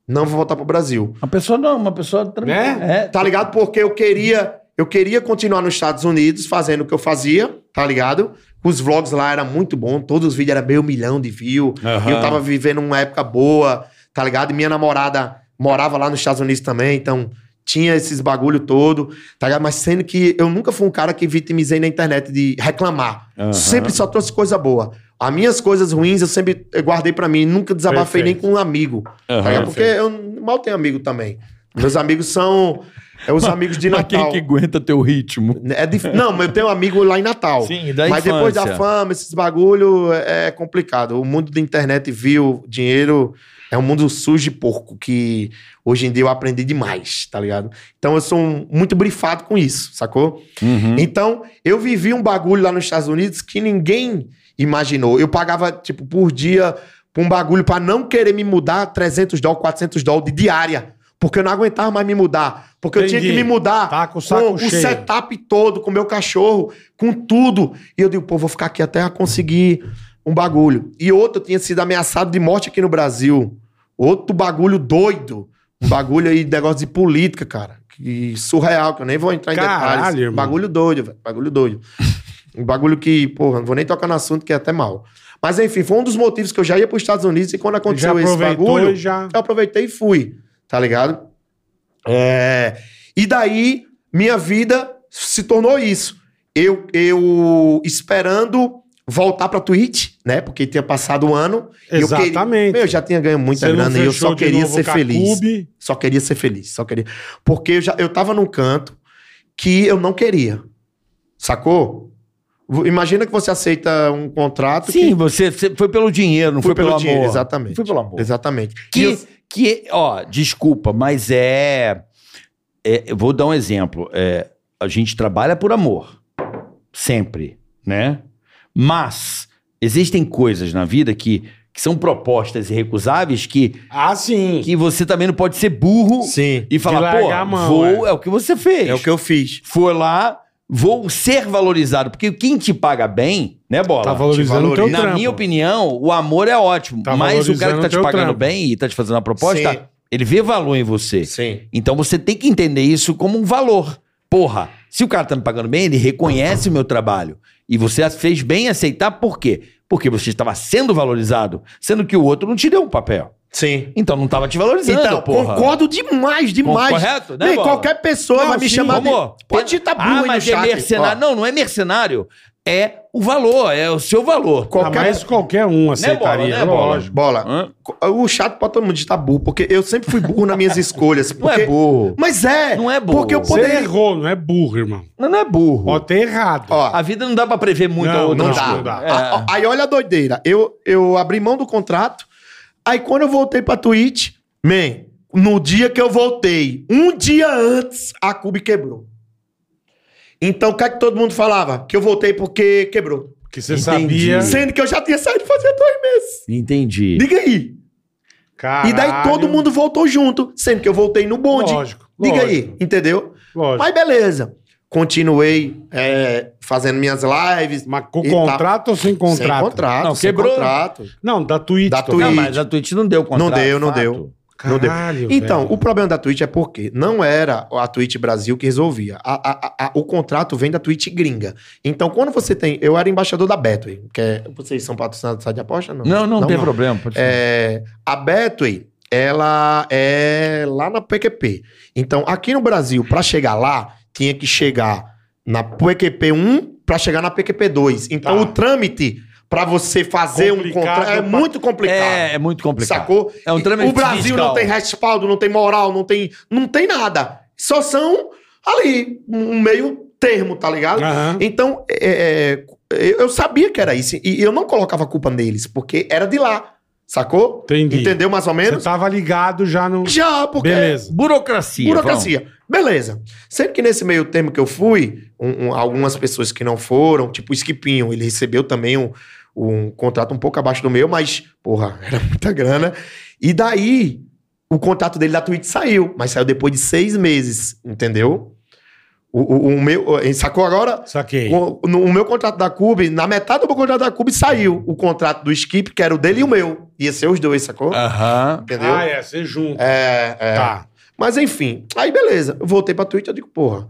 E: Não vou voltar pro Brasil.
C: Uma pessoa não, uma pessoa...
D: Né?
C: É,
E: Tá ligado? Porque eu queria, eu queria continuar nos Estados Unidos fazendo o que eu fazia, tá ligado? Os vlogs lá era muito bom, todos os vídeos eram meio milhão de views.
C: Aham.
E: E eu tava vivendo uma época boa, tá ligado? E minha namorada morava lá nos Estados Unidos também, então tinha esses bagulho todo, tá ligado? Mas sendo que eu nunca fui um cara que vitimizei na internet de reclamar.
C: Aham.
E: Sempre só trouxe coisa boa. As minhas coisas ruins eu sempre guardei pra mim, nunca desabafei
D: Perfeito.
E: nem com um amigo. tá ligado? Porque eu mal tenho amigo também. Meus amigos são é os amigos de
C: Pra quem
E: Natal.
C: que aguenta teu ritmo?
E: É dif- Não, mas eu tenho um amigo lá em Natal.
C: Sim, e da
E: Mas depois da
C: infância?
E: fama, esses bagulho é é complicado. O mundo da internet viu dinheiro. É um mundo sujo e porco que hoje em dia eu aprendi demais, tá ligado? Então eu sou um- muito brifado com isso, sacou?
C: Uhum.
E: Então eu vivi um bagulho lá nos Estados Unidos que ninguém imaginou. Eu pagava, tipo, por dia pra um bagulho pra não querer me mudar 300 dólares, 400 dólares de diária. Porque eu não aguentava mais me mudar. Porque eu tinha
D: Entendi.
E: que me mudar
D: Tá com o saco
E: com o
D: cheio.
E: setup todo, com o meu cachorro, com tudo. E eu digo, pô, vou ficar aqui até conseguir um bagulho. E outro, eu tinha sido ameaçado de morte aqui no Brasil. Outro bagulho doido. Um bagulho aí, negócio de política, cara. Que surreal, que eu nem vou entrar em
D: Caralho,
E: detalhes.
D: irmão.
E: Bagulho doido, velho. Bagulho doido. Um bagulho que, porra, não vou nem tocar no assunto, que é até mal. Mas enfim, foi um dos motivos que eu já ia para os Estados Unidos e quando aconteceu esse
D: aproveitou
E: bagulho,
D: e já-
E: eu aproveitei e fui, tá ligado? É, E daí, minha vida se tornou isso. Eu, eu esperando voltar pra Twitch, né? Porque tinha passado um ano. e eu queria-
D: Exatamente.
E: Meu, eu já tinha ganho muita
D: Você não
E: grana e eu
D: fechou
E: só
D: de
E: queria
D: novo
E: ser
D: com a
E: feliz.
D: Cube.
E: Só queria ser feliz, só queria. Porque eu, já, eu tava num canto que eu não queria. Sacou? V- Imagina que você aceita um contrato.
C: Sim,
E: que
C: você, você foi pelo dinheiro, não
E: Fui
C: foi pelo,
E: pelo
C: amor.
E: dinheiro, exatamente.
C: Foi pelo amor.
E: Exatamente. E
C: Que,
E: eu-
C: que, ó, desculpa, mas é, é- Eu vou dar um exemplo. É, a gente trabalha por amor. Sempre, né? Mas existem coisas na vida que, que são propostas irrecusáveis que,
D: Ah, sim.
C: que você também não pode ser burro
E: Sim.
C: e falar,
D: largar
C: pô,
D: a mão,
C: vou, é. o que você fez.
E: É o que eu fiz.
C: Foi lá, vou ser valorizado. Porque quem te paga bem, né, Bola?
D: Tá valorizando o teu
E: valoriza.
C: Na
D: trampo.
C: minha opinião, o amor é ótimo.
D: Tá
C: mas o cara
D: valorizando
C: que tá te
D: teu
C: pagando
D: trampo.
C: bem e tá te fazendo a proposta,
E: Sim.
C: ele vê valor em você.
E: Sim.
C: Então você tem que entender isso como um valor. Porra, se o cara tá me pagando bem, ele reconhece o meu trabalho. E você fez bem em aceitar por quê? Porque você estava sendo valorizado, sendo que o outro não te deu um papel.
E: Sim.
C: Então não estava te valorizando,
E: Então,
C: porra.
E: concordo demais, demais.
C: Correto, né,
E: Bem,
C: Bola?
E: qualquer pessoa
C: Não,
E: vai me
C: sim,
E: chamar.
C: vamos.
E: De... Pode digitar burro
C: Ah,
E: aí
C: mas
E: no
C: é
E: chat.
C: mercenário.
E: Ó,
C: Não, não é mercenário. É o valor, é o seu valor.
D: Ah,
E: qualquer...
D: mas qualquer um aceitaria,
C: Né, Bola? Né, Bola?
D: lógico.
E: Bola,
C: Hã?
E: o chato pra todo mundo digitar burro, porque eu sempre fui burro nas minhas escolhas.
C: Não
E: porque-
C: é burro.
E: Mas é.
C: Não é burro.
E: Porque eu
D: Você
E: poderia.
D: errou, não é burro, irmão.
C: Não, não é burro.
D: Pode ter errado.
E: Ó,
C: A vida não dá pra prever muito
D: Não,
C: a outra
E: Não
D: Não,
E: dá. Ah,
D: não dá.
C: É.
E: A- a- Aí olha a doideira. Eu, eu abri mão do contrato. Aí quando eu voltei pra Twitch, man, no dia que eu voltei, um dia antes, a Cube quebrou. Então o que é que todo mundo falava? Que eu voltei porque quebrou.
D: Que você
C: Entendi.
D: sabia.
C: Sim.
E: Sendo que eu já tinha saído fazia dois meses.
C: Entendi.
E: Diga aí.
D: Caralho.
E: E daí todo mundo voltou junto. Sendo que eu voltei no bonde.
D: Lógico.
E: Diga aí,
D: lógico,
E: entendeu?
D: Lógico.
E: Mas beleza. Continuei é, fazendo minhas lives.
D: Mas com
E: E
D: contrato ou sem
E: tá Sem
D: contrato?
E: contrato.
C: Não,
E: sem
C: quebrou.
E: contrato.
D: Não, da Twitch.
E: Da
D: tô
E: Twitch.
C: Não,
D: falando.
C: mas a Twitch não deu contrato.
E: Não deu, não
C: fato.
E: deu. Não deu.
D: Caralho,
E: Então,
D: velho.
E: o problema da Twitch é porque não era a Twitch Brasil que resolvia. A- a- a- a- o contrato vem da Twitch gringa. Então, quando você tem. Eu era embaixador da Betway, que é. Vocês são patrocinados do site de aposta? Não,
C: Não, não, tem problema. pode ser.
E: É, a Betway, ela é lá na PQP. Então, aqui no Brasil, para chegar lá, tinha que chegar na PQP 1 para um chegar na PQP 2. Então,
D: Tá.
E: o trâmite para você fazer um
D: Complicado
E: contrato é
D: pra-
E: muito complicado.
C: É, é muito complicado.
E: Sacou?
C: É um trâmite
E: o Brasil
C: fiscal.
E: não tem respaldo, não tem moral, não tem, não tem nada. Só são ali um meio termo, tá ligado?
D: Aham.
E: Então, é, é, eu eu sabia que era isso e eu não colocava a culpa neles porque era de lá, sacou?
D: Entendi.
E: Entendeu mais ou
D: Você
C: tá-
E: menos?
D: tava ligado já no.
E: Já, porque
D: Beleza.
C: Burocracia.
E: burocracia. Beleza. Sempre que nesse meio termo que eu fui, um- um- algumas pessoas que não foram, tipo o Esquipinho, ele recebeu também um, um contrato um pouco abaixo do meu, mas, porra, era muita grana. E daí, o contrato dele da Twitch saiu, mas saiu depois de seis meses, entendeu? O, o- o meu. eh, Sacou agora?
D: Saquei.
E: O, no- o meu contrato da Cube, na metade do meu contrato da Cube saiu o contrato do Skip, que era o dele e o meu. Ia ser os dois, sacou?
C: Vamos. Aham.
E: Entendeu?
D: Ah, é, você junta.
E: É, é.
D: Tá.
E: Mas enfim, aí beleza. Eu voltei pra Twitch, eu digo, porra,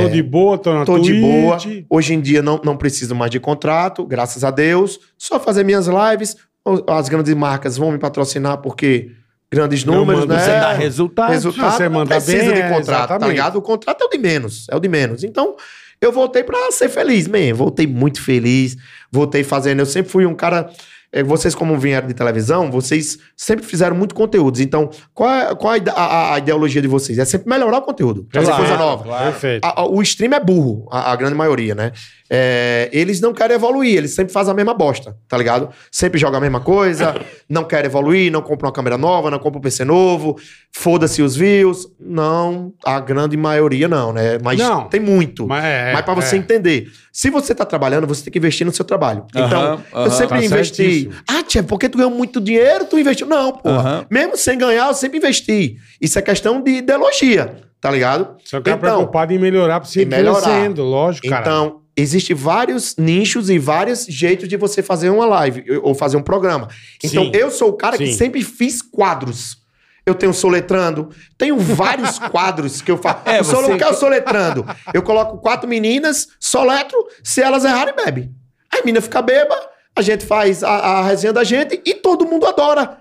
D: Tô de boa, tô na
E: é. tô
D: Twitch.
E: de boa. Hoje em dia não, não preciso mais de contrato, graças a Deus. Só fazer minhas lives. O- As grandes marcas vão me patrocinar porque grandes
D: Não
E: números,
D: manda
E: né?
C: Você
D: É.
C: dá resultado.
E: Resultado,
D: você
E: não
D: manda
E: precisa
D: bem,
E: de
D: é,
E: contrato, tá
D: exatamente.
E: ligado? O contrato é o de menos, é o de menos. Então, eu voltei pra ser feliz, man. Voltei muito feliz, voltei fazendo. Eu sempre fui um cara... eh, Vocês, como vieram de televisão, vocês sempre fizeram muito conteúdos. Então, qual é, qual é a ide- a, a ideologia de vocês? É sempre melhorar o conteúdo, fazer
D: Perfeito,
E: coisa nova.
D: Perfeito.
E: A- a- o stream é burro, a, a grande maioria, né? É, eles não querem evoluir, eles sempre fazem a mesma bosta, tá ligado? Sempre jogam a mesma coisa, não querem evoluir, não compram uma câmera nova, não compram um PC novo, foda-se os views. Não, a grande maioria não, né? Mas
D: Não.
E: tem muito. Mas,
D: Mas, é,
E: pra você
D: é.
E: entender, se você tá trabalhando, você tem que investir no seu trabalho. então,
C: Aham,
E: eu
C: aham.
E: sempre
D: Tá
E: investi.
D: certíssimo.
E: Ah, tia, porque tu ganhou muito dinheiro, tu investiu. Não, porra.
C: Aham.
E: Mesmo sem ganhar, eu sempre investi. Isso é questão de ideologia, tá ligado?
D: Só que é
E: Então-
D: preocupado em melhorar pra você
E: Em
D: ir
E: melhorar.
D: crescendo, lógico, cara.
E: Então, existem vários nichos e vários jeitos de você fazer uma live ou fazer um programa. Então,
D: Sim.
E: eu sou o cara que
D: Sim.
E: sempre fiz quadros. Eu tenho soletrando. Tenho vários quadros que eu faço.
C: É,
E: o solo
C: você-
E: não quer o soletrando. Eu coloco quatro meninas, soletro, se elas errarem, bebe. Aí a menina fica beba, a gente faz a, a resenha da gente e todo mundo adora.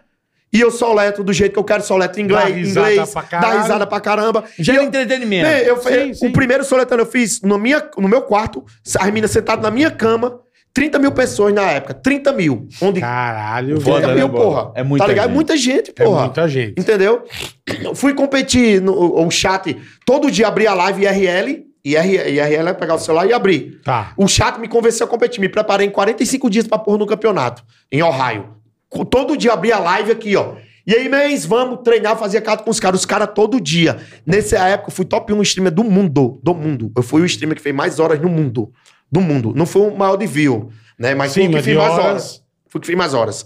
E: E eu soletro do jeito que eu quero, soletro em inglês,
D: Dá risada
E: inglês,
D: pra
E: dá
D: caralho.
E: risada pra caramba.
C: Já
E: E
C: é
E: eu-
C: entretenimento.
E: é, eu,
D: Sim,
E: eu-
D: sim.
E: O primeiro soletrano eu fiz no, minha, no meu quarto, as meninas sentadas na minha cama, 30 mil pessoas na época, 30 mil. Onde
D: Caralho,
C: Foda,
E: 30
C: né,
E: mil,
C: Bola?
E: porra.
C: É muita
E: tá ligado?
C: gente.
E: É muita gente,
D: É
E: porra.
D: muita gente.
E: Entendeu? Eu fui competir no o- o chat, todo dia abria a live IRL, IRL, IRL é pegar o celular e abrir.
D: Tá.
E: O chat me convenceu a competir, me preparei em 45 dias pra pôr no campeonato, em Ohio. Co- Todo dia abria a live aqui, ó. E aí, mês, vamos treinar, fazer cato com os caras. Os caras todo dia. Nessa época, eu fui top 1 streamer do mundo. Do mundo. Eu fui o streamer que fez mais horas no mundo. Do mundo. Não foi o maior de view, né? Mas
D: Sim,
E: fui o que
D: mas
E: fiz
D: de
E: mais
D: horas-
E: horas. Fui o que fiz mais horas.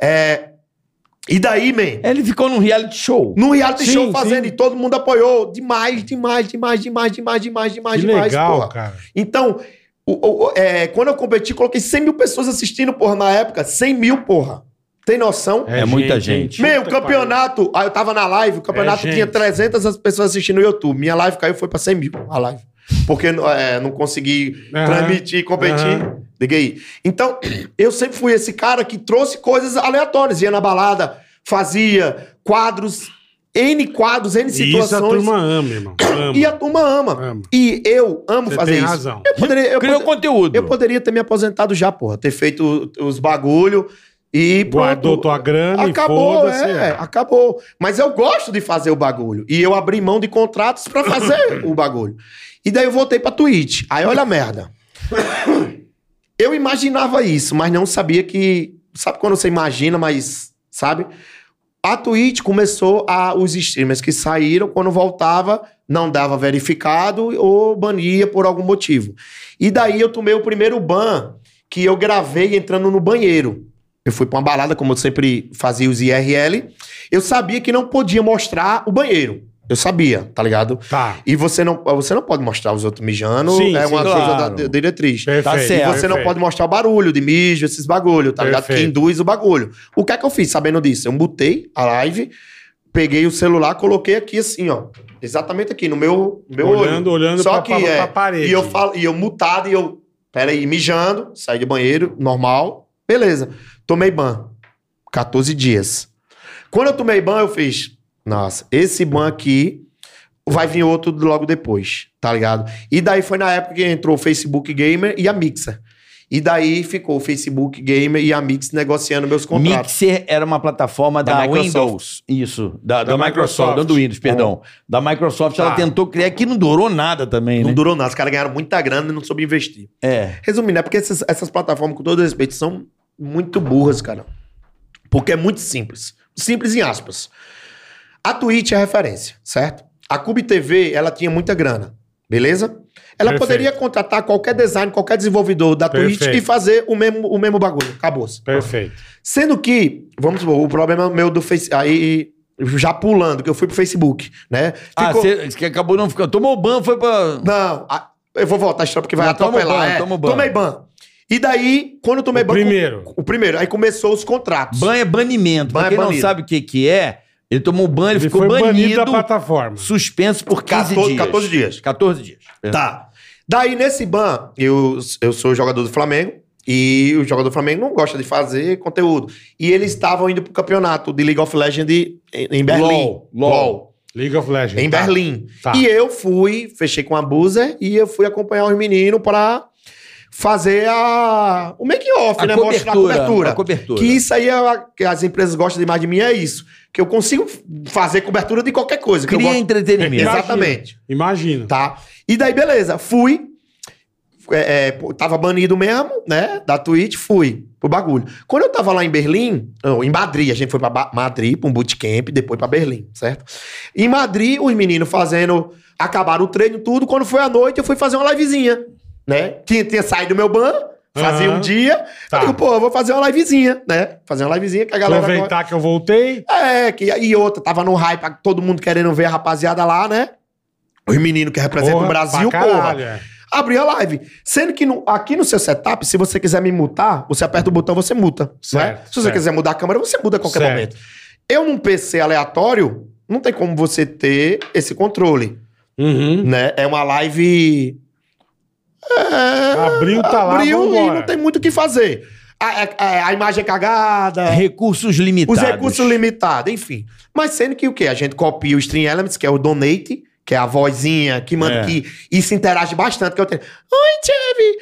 E: É, E daí, man,
C: Ele ficou num reality show.
E: no reality
D: Sim,
E: show fazendo
D: sim.
E: e todo mundo apoiou. Demais, demais, demais, demais, demais, demais, demais,
D: Que
E: demais.
D: legal,
E: porra.
D: cara.
E: Então, o- o- é, quando eu competi, coloquei 100 mil pessoas assistindo, porra, na época. 100 mil, porra. Tem noção?
C: É muita gente.
E: Meu, o
D: Puta que
E: campeonato. Aí eu tava na live, o campeonato
D: É, gente.
E: tinha 300 as pessoas assistindo no YouTube. Minha live caiu, foi pra 100 mil a live. Porque é, não consegui
D: Aham.
E: transmitir, competir.
D: Aham.
E: Liguei aí. Então, eu sempre fui esse cara que trouxe coisas aleatórias. Ia na balada, fazia quadros, N quadros, N
D: pariu. Isso a
E: situações.
D: turma ama, irmão. Ama.
E: e a turma ama.
D: Ama.
E: E eu amo
D: Você
E: fazer
D: tem
E: isso.
D: razão.
E: Eu poderia, eu
C: Criou
E: poder-
C: conteúdo.
E: eu poderia ter me aposentado já, porra. Ter feito os bagulho e pronto.
D: Guardou tua grana e
E: Acabou,
D: foda-se.
E: é, acabou. Mas eu gosto de fazer o bagulho. E eu abri mão de contratos pra fazer o bagulho. E daí eu voltei pra Twitch. Aí olha a merda. Eu imaginava isso, mas não sabia que. Sabe quando você imagina, mas. Sabe? A Twitch começou a. Os streamers que saíram, quando voltava, não dava verificado ou bania por algum motivo. E daí eu tomei o primeiro ban que eu gravei entrando no banheiro. Eu fui pra uma balada, como eu sempre fazia os IRL. Eu sabia que não podia mostrar o banheiro. Eu sabia, tá ligado?
D: Tá.
E: E você não, você não pode mostrar os outros mijando.
D: Sim,
E: é
D: sim,
E: uma coisa da,
C: claro.
E: da diretriz.
D: Perfeito.
C: Tá certo.
E: E
D: perfeito.
E: você não pode mostrar o barulho de mijo, esses bagulho, tá ligado? Que
D: Perfeito.
E: induz o bagulho. O que é que eu fiz sabendo disso? Eu mutei a live, peguei o celular, coloquei aqui assim, ó. Exatamente aqui, no meu, meu
D: Olhando-
E: olho.
D: olhando pra-
E: Só que
D: pra-
E: é,
D: pra parede.
E: E eu, falo, e eu mutado, e eu, peraí, mijando, saí do banheiro, normal, beleza. Tomei ban, 14 dias. Quando eu tomei ban, eu fiz, nossa, esse ban aqui vai vir outro logo depois, tá ligado? E daí foi na época que entrou o Facebook Gamer e a Mixer. E daí ficou o Facebook Gamer e a Mix negociando meus contratos.
C: Mixer era uma plataforma da,
E: Da Microsoft. É.
C: Windows. Isso, da,
D: Da
C: da, Microsoft,
D: Microsoft.
C: não do Windows, perdão. Da Microsoft,
D: Tá.
C: ela tentou criar, que não durou nada também,
E: Ah. Não
C: né?
E: durou nada, os caras ganharam muita grana e não soube investir.
C: É.
E: Resumindo, é porque essas, essas plataformas, com todo respeito, são muito burras, cara. Porque é muito simples. Simples em aspas. A Twitch é referência, certo? A Cube TV, ela tinha muita grana, beleza? Ela
D: Perfeito.
E: poderia contratar qualquer design, qualquer desenvolvedor da Twitch e
D: Perfeito.
E: fazer o mesmo, o mesmo bagulho. Acabou-se.
D: Perfeito.
E: Sendo que, vamos supor, o problema meu do Facebook. Aí, já pulando, que eu fui pro Facebook, né?
C: Ah,
E: Ficou-
C: você que acabou não ficando. Tomou o ban, foi pra.
E: Não, a- eu vou voltar a história porque vai
C: Não, toma o
E: atropelar.
C: ban,
E: é.
C: toma o ban.
E: Tomei ban. E daí, quando eu tomei
D: O
E: ban.
D: primeiro.
E: O primeiro. Aí começou os contratos.
C: Ban é banimento.
E: Ban
C: pra
E: é
C: quem não
E: banido.
C: sabe o que, que é, ele tomou ban, ele,
D: Ele
C: ficou
D: foi banido,
C: banido,
D: da plataforma.
C: suspenso por 15
E: 14
C: dias. É.
E: 14 dias.
C: 14 dias.
E: Tá. Daí, nesse ban, eu, eu sou jogador do Flamengo. E o jogador do Flamengo não gosta de fazer conteúdo. E eles estavam indo pro campeonato de League of Legends em- em Berlim.
C: LOL, LOL.
D: League of Legends.
E: Em
D: tá.
E: Berlim.
D: Tá.
E: E eu fui, fechei com a Buzer e eu fui acompanhar os meninos pra fazer a, o make-off,
C: A
E: né? Mostrar
C: cobertura,
E: a cobertura.
C: a cobertura.
E: Que isso aí é a- que as empresas gostam demais de mim, é isso. Que eu consigo f- fazer cobertura de qualquer coisa. Que eu
C: Cria
E: gosto.
C: entretenimento.
E: Exato.
D: Imagina,
E: Exatamente.
D: Imagina.
E: Tá? E daí, beleza, fui. É, é, pô, tava banido mesmo, né? Da Twitch, fui pro bagulho. Quando eu tava lá em Berlim, não, em Madrid, a gente foi pra Ba- Madrid, pra um bootcamp, depois pra Berlim, certo? Em Madrid, os meninos fazendo. Acabaram o treino, tudo. Quando foi à noite, eu fui fazer uma livezinha, né? Tinha, tinha saído do meu ban, fazia
D: Aham.
E: um dia.
D: Tá.
E: Eu digo, pô, eu vou fazer uma livezinha, né? Fazer uma livezinha que a galera.
D: Aproveitar que eu voltei.
E: É, que, e outra, tava no hype, todo mundo querendo ver a rapaziada lá, né? Os meninos que representam
D: Porra,
E: o Brasil,
D: pra caralho,
E: porra.
D: é.
E: Abriu a live. Sendo que no- aqui no seu setup, se você quiser me mutar, você aperta o botão, você muta. né?
D: Certo,
E: Se você
D: certo.
E: quiser mudar a câmera, você muda a qualquer
D: Certo.
E: momento. Eu num PC aleatório, não tem como você ter esse controle,
D: Uhum.
E: né? É uma live... É,
D: Abriu, tá lá,
E: abriu e
D: vambora.
E: não tem muito o que fazer. A, a- a imagem é cagada,
C: Recursos
E: os
C: limitados.
E: recursos limitados, enfim. Mas sendo que o quê? A gente copia o Stream Elements, que é o Donate, que é a vozinha que manda
C: É.
E: que isso interage bastante, que eu tenho. Oi,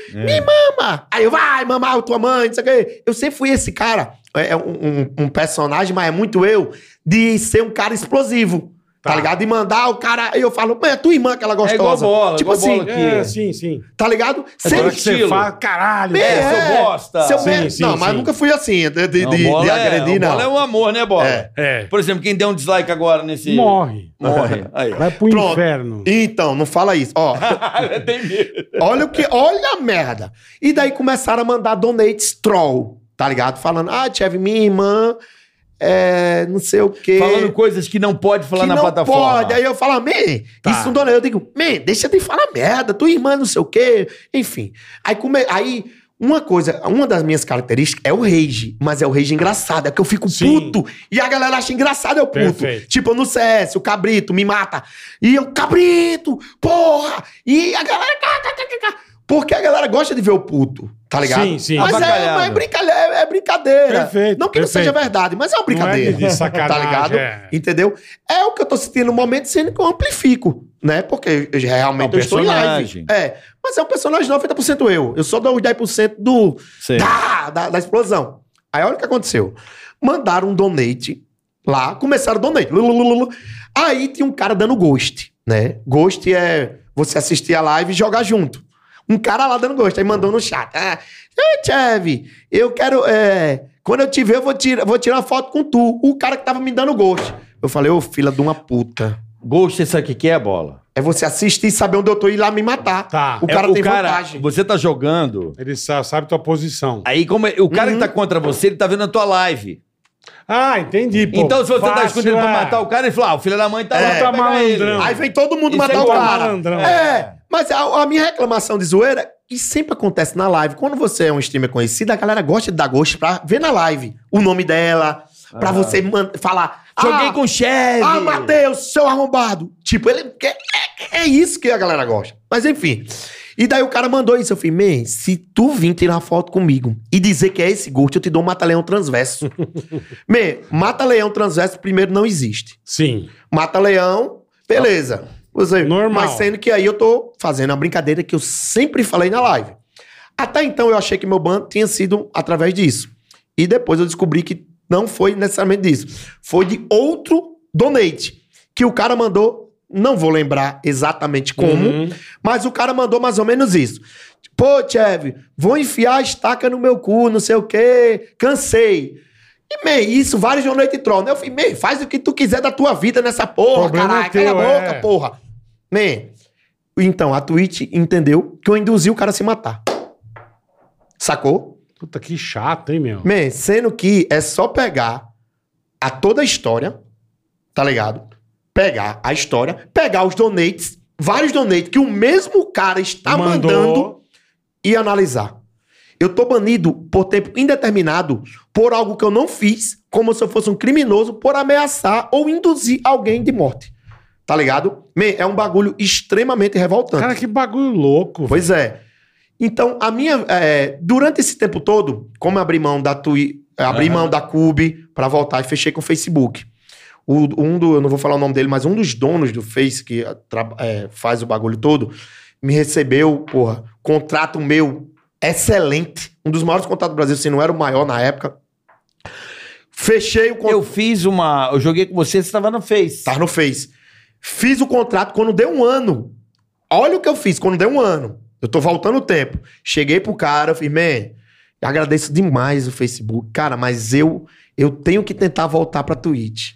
E: Chevy,
C: É.
E: me mama! Aí eu, vai, mamar a tua mãe, não sei o quê. Eu sempre fui esse cara, é é um, um- um personagem, mas é muito eu, de ser um cara explosivo. Tá,
D: Tá.
E: ligado? E mandar o cara. Aí eu falo, mãe, é tua irmã que ela
C: É igual
E: gostosa.
C: bola, É,
E: tipo
C: igual
E: assim,
C: bola.
D: É,
C: Aqui.
D: sim, sim.
E: tá ligado?
D: Agora
E: Sempre
D: que você
C: estilo.
D: fala, caralho.
E: É,
C: É, seu bosta.
E: Seu
D: Sim,
E: mer-
D: sim,
E: não, mas
D: sim.
E: nunca fui assim, de, de,
C: Não,
E: de- de
C: bola é-
E: agredir, não.
C: Bola é um amor, né, Bola?
E: É.
D: É.
C: Por exemplo, quem der um dislike agora nesse...
D: Morre.
C: Morre. Aí, ó.
D: Vai pro
E: Pronto.
D: inferno.
E: Então, não fala isso. Ó,
C: Tem medo.
E: olha o que, olha a merda. E daí começaram a mandar donates troll, tá ligado? Falando, ah, Chevy, minha irmã, é, não sei o quê.
C: Falando coisas que não pode falar
E: que
C: na
E: não
C: plataforma.
E: Pode. Aí eu falo, "Ah, man,
D: Tá.
E: isso não dona. Eu digo, man, deixa de falar merda, tua irmã não sei o quê. Enfim. Aí, come... aí uma coisa, uma das minhas características é o rage, mas é o rage engraçado, é que eu fico
D: Sim.
E: puto e a galera acha engraçado eu puto.
D: Perfeito.
E: Tipo, no CS, o cabrito me mata. E eu, cabrito, porra! E a galera. cá, cá, cá, cá, cá. Porque a galera gosta de ver o puto, tá ligado?
D: Sim, sim.
E: Mas é,
C: Avacalhado.
E: mas é brincadeira, é brincadeira.
D: Perfeito,
E: não que não
D: perfeito.
E: seja verdade, mas é uma brincadeira.
D: Não é de- de sacanagem,
E: tá ligado?
D: é.
E: Entendeu? É o que eu tô sentindo no momento, sendo que eu amplifico, né? Porque eu- eu realmente
C: É um
E: eu estou em
C: personagem.
E: live. É. Mas é um personagem 90% eu. Eu só dou os 10% do.
C: Sei.
E: Tá, da, da explosão. Aí olha o que aconteceu. Mandaram um donate lá, começaram o donate. lulululu. Aí tinha um cara dando ghost, né? Ghost é você assistir a live e jogar junto. Um cara lá dando ghost, aí mandou no chat. Ah, Ei, Chevy, eu quero. é, quando eu te ver, eu vou, tirar vou tirar uma foto com tu. O cara que tava me dando ghost. Eu falei, ô fila de uma puta.
C: Ghost, você sabe o que que é, Bola?
E: É você assistir e saber onde eu tô e ir lá me matar.
D: Tá.
E: O cara
C: é,
E: tem vantagem.
C: Você tá jogando...
D: Ele sa- sabe tua posição.
C: Aí, como é- o cara
E: Uhum.
C: que tá contra você, ele tá vendo a tua live.
D: Ah, entendi. Pô,
C: então, se você tá
D: Fácil,
C: escondendo pra
D: é.
C: matar o cara, ele fala: ah, o filho da mãe tá
E: É.
C: lá, tá
D: Tá malandrão.
E: Aí vem todo mundo
C: Isso
E: matar
C: é
E: o
C: igual
E: cara.
D: malandrão.
E: É, mas a, a minha reclamação de zoeira, e sempre acontece na live. Quando você é um streamer conhecido, a galera gosta de dar gosto pra ver na live o nome dela, pra
C: Ah.
E: você man- falar.
C: Joguei
E: ah,
C: com o chefe.
E: Ah, Matheus, seu arrombado. Tipo, ele. É, é- é isso que a galera gosta. Mas enfim. E daí o cara mandou isso. Eu falei, man, se tu vir tirar foto comigo e dizer que é esse gosto, eu te dou um mata-leão transverso. man, mata-leão transverso primeiro não existe.
D: Sim.
E: Mata leão, beleza. Você,
D: Tá. Normal.
E: Mas sendo que aí eu tô fazendo a brincadeira que eu sempre falei na live. Até então eu achei que meu ban tinha sido através disso. E depois eu descobri que não foi necessariamente disso. Foi de outro donate que o cara mandou, não vou lembrar exatamente como,
D: Uhum.
E: mas o cara mandou mais ou menos isso. Pô, Chev, vou enfiar a estaca no meu cu, não sei o quê, cansei. E, man, isso vários de noite troll. né? Eu falei, man, faz o que tu quiser da tua vida nessa porra,
D: Problema
E: caralho.
D: é teu,
E: cala a
D: é.
E: boca, porra. Man, então, a Twitch entendeu que eu induzi o cara a se matar. Sacou?
D: Puta, que chato, hein, meu?
E: Man, sendo que é só pegar a toda a história, tá ligado? Pegar a história, pegar os donates, vários donates que o mesmo cara está mandando e analisar. Eu tô banido por tempo indeterminado por algo que eu não fiz, como se eu fosse um criminoso por ameaçar ou induzir alguém de morte. Tá ligado? Man, é um bagulho extremamente revoltante.
D: Cara, que bagulho louco.
E: Pois é. Então, a minha. é, durante esse tempo todo, como eu abri mão da Twi, é, abri
C: Aham.
E: mão da Cube pra voltar e fechei com o Facebook. O- um do, eu não vou falar o nome dele, mas um dos donos do Face que é, tra- é, faz o bagulho todo, me recebeu, porra, contrato meu excelente. Um dos maiores contratos do Brasil, se não era o maior na época. Fechei o contrato.
C: Eu fiz uma. Eu joguei com você, você tava no Face.
E: Tá no Face. Fiz o contrato quando deu um ano. Olha o que eu fiz quando deu um ano. Eu tô voltando o tempo. Cheguei pro cara, falei, man, eu agradeço demais o Facebook. Cara, mas eu eu tenho que tentar voltar pra Twitch.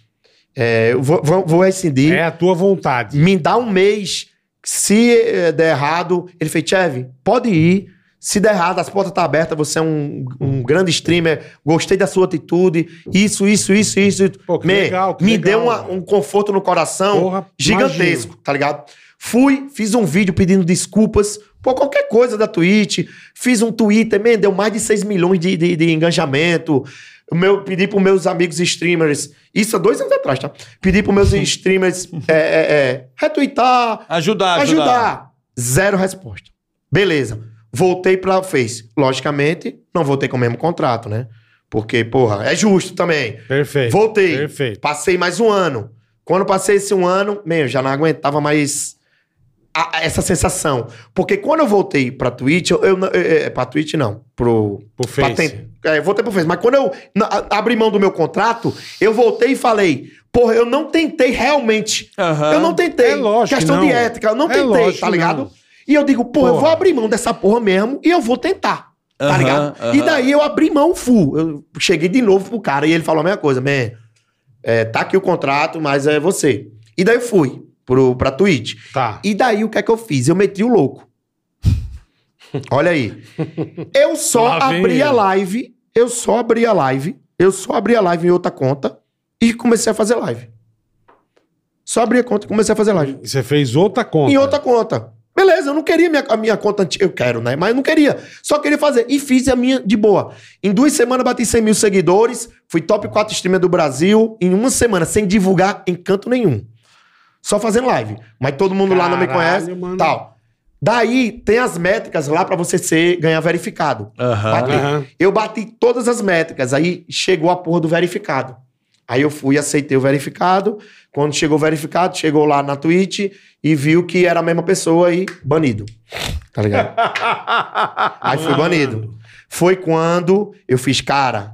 E: É, eu vou, vou, vou rescindir.
D: É a tua vontade.
E: Me dá um mês. Se eh, der errado, ele fez, Chevy, pode ir. Se der errado, as portas estão abertas, você é um, um grande streamer, gostei da sua atitude, isso, isso, isso, isso.
D: Pô, que
E: Me-
D: legal, que
E: me
D: legal,
E: deu uma-
D: mano.
E: um conforto no coração
D: Porra,
E: gigantesco, tá ligado? Fui, fiz um vídeo pedindo desculpas por qualquer coisa da Twitch, fiz um Twitter, man, deu mais de 6 milhões de, de, de engajamento. O meu, pedi para meus amigos streamers, isso há dois anos atrás, tá? Pedi para meus streamers é, é, é, retweetar,
C: Ajudar, ajudar.
E: ajudar. Zero resposta. Beleza. Voltei pra Face. Logicamente, não voltei com o mesmo contrato, né? Porque, porra, é justo também.
D: Perfeito.
E: Voltei.
D: Perfeito.
E: Passei mais um ano. Quando passei esse um ano, meu, eu já não aguentava mais a- a- essa sensação. Porque quando eu voltei pra Twitch, eu, eu, não- é, é, pra Twitch não, pro...
D: Pro Face.
E: pra ten- é, eu voltei pro Face. Mas quando eu na- a- abri mão do meu contrato, eu voltei e falei, porra, eu não tentei realmente.
C: Aham.
E: Eu não tentei.
D: É lógico
E: Questão
D: que
E: de
D: não.
E: ética, eu não
D: É
E: tentei,
D: lógico
E: tá
D: que
E: ligado?
D: não.
E: E eu digo, porra, eu
D: Porra.
E: vou abrir mão dessa porra mesmo e eu vou tentar. Tá
C: Aham,
E: ligado? E
C: aham.
E: daí eu abri mão full. Eu cheguei de novo pro cara e ele falou a mesma coisa, man. É, tá aqui o contrato, mas é você. E daí eu fui pro, pra Twitch.
D: Tá.
E: E daí o que é que eu fiz? Eu meti o louco. Olha aí. Eu só
D: Lá vem
E: abri a
D: ele.
E: live, eu só abri a live, eu só abri a live em outra conta e comecei a fazer live. Só abri a conta e comecei a fazer live.
D: Você fez outra conta.
E: Em outra conta. Beleza, eu não queria minha, a minha conta antiga. Eu quero, né? Mas eu não queria. Só queria fazer. E fiz a minha de boa. Em duas semanas bati 100 mil seguidores. Fui top 4 streamer do Brasil. Em uma semana, sem divulgar em canto nenhum. Só fazendo live. Mas todo mundo lá não me
D: Caralho,
E: conhece.
D: mano.
E: Tal. Daí tem as métricas lá pra você ser, ganhar verificado.
C: Aham.
E: Bater.
D: Aham.
E: Eu bati todas as métricas, aí chegou a porra do verificado. Aí eu fui, aceitei o verificado. Quando chegou o verificado, chegou lá na Twitch e viu que era a mesma pessoa e banido. Tá ligado? Aí fui
D: Ah,
E: banido. Foi quando eu fiz, cara,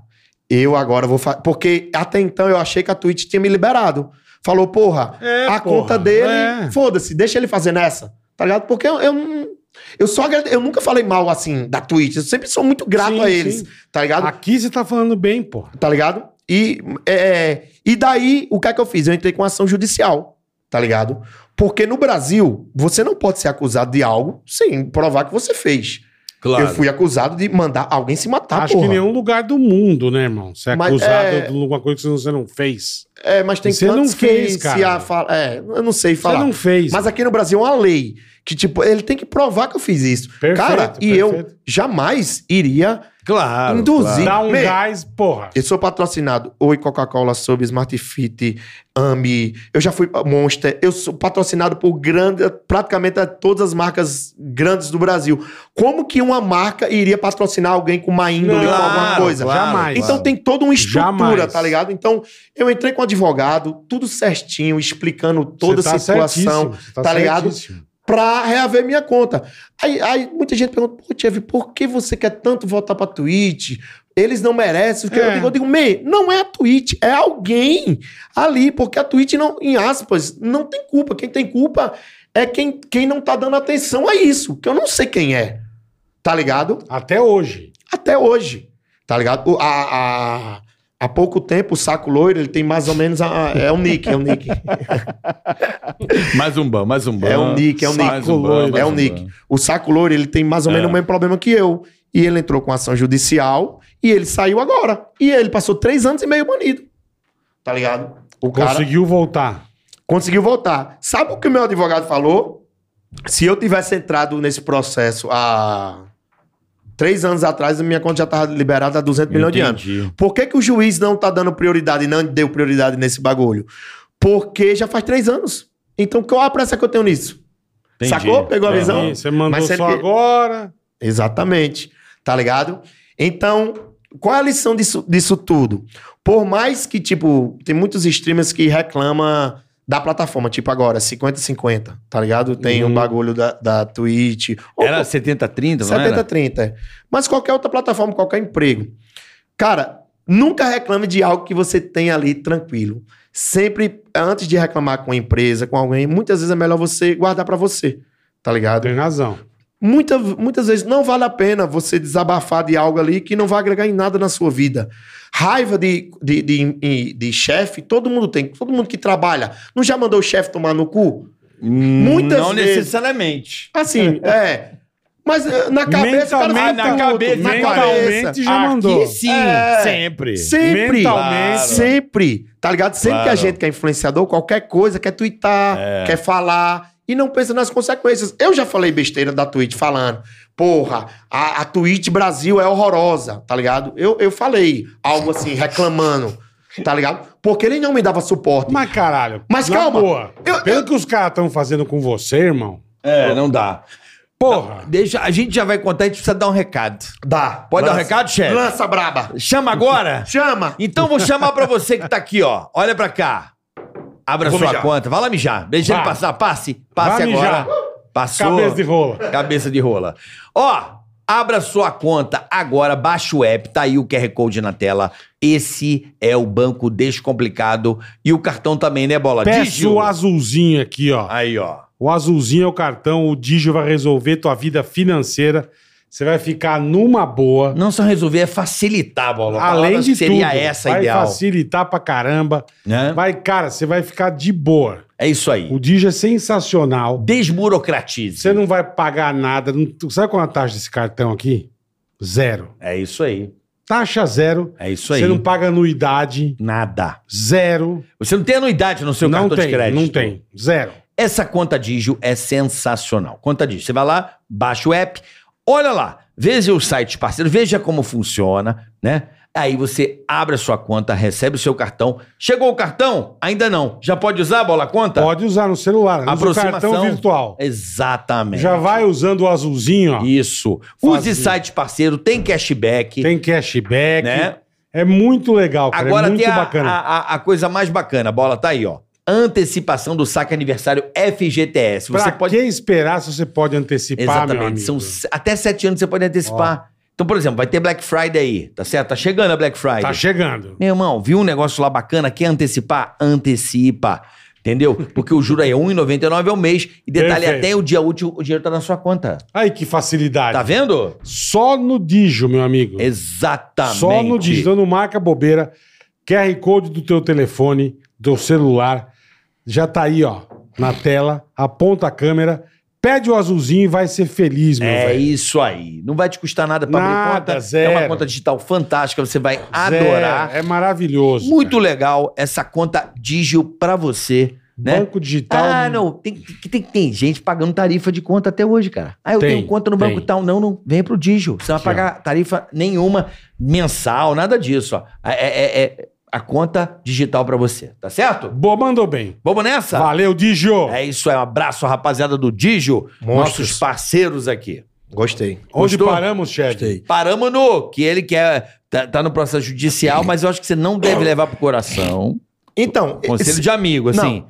E: eu agora vou fazer. Porque até então eu achei que a Twitch tinha me liberado. Falou, porra,
D: É,
E: a
D: porra,
E: conta dele,
D: é.
E: foda-se, deixa ele fazer nessa. Tá ligado? Porque eu, eu não- eu só agrade... eu nunca falei mal assim da Twitch. Eu sempre sou muito grato
D: Sim,
E: a eles.
D: sim.
E: Tá ligado?
D: Aqui você tá falando bem, pô.
E: tá ligado? E, é, e daí, o que é que eu fiz? Eu entrei com ação judicial, tá ligado? Porque no Brasil, você não pode ser acusado de algo sem provar que você fez.
C: Claro.
E: Eu fui acusado de mandar alguém se matar,
D: Acho
E: Tá, porra.
D: que em nenhum lugar do mundo, né, irmão? Você é
E: Mas
D: acusado
E: é-
D: de alguma coisa que você não fez.
E: É, mas tem
D: Você
E: tantos
D: não fez,
E: que se
D: cara.
E: a fala... É, eu não sei
D: Você
E: falar.
D: não fez.
E: Mas aqui no Brasil é uma lei que, tipo, ele tem que provar que eu fiz isso.
D: Perfeito,
E: cara, e
D: perfeito.
E: eu jamais iria
C: Claro.
E: induzir.
D: Dá um
E: Meu,
D: gás, porra.
E: Eu sou patrocinado Oi Coca-Cola, Sub, Smart Fit, Ami. Eu já fui pra Monster. Eu sou patrocinado por grande, praticamente todas as marcas grandes do Brasil. Como que uma marca iria patrocinar alguém com uma índole ou
C: Claro,
E: alguma coisa?
C: claro,
D: Jamais.
E: Então tem toda uma estrutura,
D: Jamais.
E: tá ligado? Então eu entrei com um advogado, tudo certinho, explicando toda
D: Você
E: a
D: tá
E: situação,
D: certíssimo, você
E: tá ligado?
D: certíssimo.
E: pra reaver minha conta. Aí, aí muita gente pergunta, pô, Tchev, por que você quer tanto voltar pra Twitch? Eles não merecem. Porque
D: É.
E: Eu digo, eu digo, Mei, não é a Twitch, é alguém ali, porque a Twitch, não, em aspas, não tem culpa. Quem tem culpa é quem, quem não tá dando atenção a isso, que eu não sei quem é, tá ligado?
D: Até hoje.
E: até hoje, tá ligado? O- a, a- há pouco tempo, o Saco Loiro, ele tem mais ou menos... a- é o Nick, é o Nick.
C: Mais um ban, mais um ban.
E: É um nick, é um
C: Mais
D: nick.
C: um ban, mais
E: É o
C: um
E: Nick.
C: ban.
E: O Saco Louro, ele tem mais ou menos
C: É.
E: o mesmo problema que eu. E ele entrou com ação judicial e ele saiu agora. E ele passou três anos e meio banido. Tá ligado? O cara
D: Conseguiu voltar.
E: conseguiu voltar. Sabe o que o meu advogado falou? Se eu tivesse entrado nesse processo há três anos atrás, a minha conta já estava liberada há 200 milhões de anos.
C: Entendi.
E: Por que, que o juiz não tá dando prioridade, não deu prioridade nesse bagulho? Porque já faz três anos. Então qual a pressa que eu tenho nisso?
C: Entendi. É,
E: Sacou? Pegou a
C: Entendi.
E: visão?
D: Ih, Você mandou
E: Mas você-
D: só agora.
E: Exatamente. Tá ligado? Então, qual é a lição disso, disso tudo? Por mais que, tipo, tem muitos streamers que reclamam da plataforma, tipo agora, 50-50, tá ligado? Tem
D: Uhum.
E: um bagulho da, da Twitch. Ou
C: Era 70-30, não era?
E: 70-30. é. Mas qualquer outra plataforma, qualquer emprego. Cara, nunca reclame de algo que você tem ali tranquilo. Sempre, antes de reclamar com a empresa, com alguém, muitas vezes é melhor você guardar pra você, tá ligado?
D: Tem razão.
E: Muita, muitas vezes não vale a pena você desabafar de algo ali que não vai agregar em nada na sua vida. Raiva de, de, de, de, de chefe, todo mundo tem. Todo mundo que trabalha. Não já mandou o chefe tomar no cu? Muitas
C: Não
E: vezes.
C: necessariamente.
E: Assim, é. Mas eh, na cabeça, o cara faz
D: Mentalmente,
E: tudo,
C: na cabeça,
E: na
D: mentalmente
E: cabeça.
D: já mandou.
C: Aqui sim,
E: É.
C: sempre.
E: Sempre.
D: Mentalmente.
C: Claro.
E: Sempre. Tá ligado? Sempre que
C: Claro.
E: a gente que é influenciador, qualquer coisa, quer twittar, quer falar. e não pensa nas consequências. Eu já falei besteira da Twitch falando, porra, a, a Twitch Brasil é horrorosa, tá ligado? Eu, eu falei algo assim, reclamando, tá ligado? Porque ele não me dava suporte.
D: Mas caralho.
E: Mas
D: na
E: calma,
D: Boa,
E: eu-
D: pelo
E: eu-
D: que os caras estão fazendo com você, irmão.
C: É, não dá.
D: Porra.
C: Deixa, a gente já vai contar, a gente precisa dar um recado.
E: Dá.
C: Pode dar um
E: Lança-
C: recado, chefe?
E: Lança braba.
C: Chama agora?
E: Chama.
C: Então vou chamar pra você que tá aqui, ó. Olha pra cá. Abra
E: Vou
C: sua
E: mijar.
C: conta. Vai lá mijar. Deixa ele
D: Vai.
C: passar. Passe. Passe
D: Vai mijar.
C: agora. Passou.
D: Cabeça de rola.
C: Cabeça de rola. Ó, abra sua conta agora, baixa o app, tá aí o QR Code na tela. Esse é o Banco Descomplicado e o cartão também, né, Bola?
D: Peça
C: Digio.
D: o azulzinho aqui, ó.
C: Aí, ó.
D: O azulzinho é o cartão, o Digio vai resolver tua vida financeira. Você vai ficar numa boa.
C: Não só resolver, é facilitar, Bola. A
D: Além
C: palavra
D: de
C: Seria
D: tudo,
C: essa a
D: vai
C: ideal.
D: facilitar pra caramba.
C: Né?
D: Vai, cara, você vai ficar de boa.
C: É isso aí.
D: O Digio é sensacional.
C: Desburocratize.
D: Você não vai pagar nada. Não- tu- Sabe qual é a taxa desse cartão aqui? Zero.
C: É isso aí.
D: Taxa zero.
C: É isso aí.
D: Você não paga anuidade.
C: Nada.
D: Zero.
C: Você não tem anuidade no seu
D: não
C: cartão
D: tem,
C: de crédito.
D: não tem. Zero.
C: Essa conta Digio é sensacional. Conta Digio. Você vai lá, baixa o app, olha lá, veja o site parceiro, veja como funciona, né? Aí você abre a sua conta, recebe o seu cartão. Chegou o cartão? Ainda não. Já pode usar a bola conta?
D: Pode usar no celular. Usa o
C: Tá. Aproximação. É.
D: cartão virtual.
C: Exatamente.
D: Já vai usando o azulzinho, ó.
C: Isso.
D: Fácil.
C: Use site parceiro, tem cashback,
D: Tem cashback.
C: né?
D: É muito legal, cara. é
C: Agora
D: muito
C: tem a,
D: bacana.
C: a- a- a coisa mais bacana, a bola tá aí, ó. Antecipação do saque aniversário FGTS. Você
D: pra
C: pode.
D: que esperar se você pode antecipar, meu amigo?
C: Exatamente. São se- até sete anos você pode antecipar. Então, por exemplo, vai ter Black Friday aí, tá certo? Tá chegando a Black Friday.
D: Tá chegando.
C: Meu irmão, viu um negócio lá bacana? Quer antecipar? Antecipa. Entendeu? Porque o juro aí é R$1,99 ao mês. E detalhe,
D: Perfeito.
C: até o dia útil, o dinheiro tá na sua conta.
D: Aí que facilidade.
C: Tá vendo?
D: Só no Digio, meu amigo.
C: Exatamente.
D: Só no Digio. Então não marca bobeira. QR Code do teu telefone, do celular. Já tá aí, ó, na tela. Aponta a câmera. Pede o azulzinho e vai ser feliz, meu
C: É
D: velho.
C: isso aí. Não vai te custar nada pra abrir
D: Nada,
C: conta. É uma
D: zero.
C: conta digital fantástica, você vai
D: Zero.
C: adorar.
D: É maravilhoso.
C: Muito
D: velho.
C: legal essa conta Digio pra você, né?
D: Banco digital.
C: Ah, não, tem, tem, tem, tem gente pagando tarifa de conta até hoje, cara. Ah, eu
D: Tem,
C: tenho conta no banco
D: tem.
C: tal. Não, não, vem pro Digio. Você não vai
D: Aqui, ó.
C: pagar tarifa nenhuma mensal, nada disso, ó. É, é- é- é a conta digital pra você, tá certo?
D: Boa, mandou bem.
C: Vamos nessa?
D: Valeu, Digio.
C: Tá. É isso aí, um abraço à rapaziada do Digio,
E: Monstros.
C: nossos parceiros aqui.
E: Gostei.
D: Onde
C: Gostou?
D: paramos, chefe?
E: Gostei.
C: Paramos no que ele quer, tá, tá no processo judicial, mas eu acho que você não deve levar pro coração.
E: Então,
C: Conselho
E: esse-
C: de amigo, assim.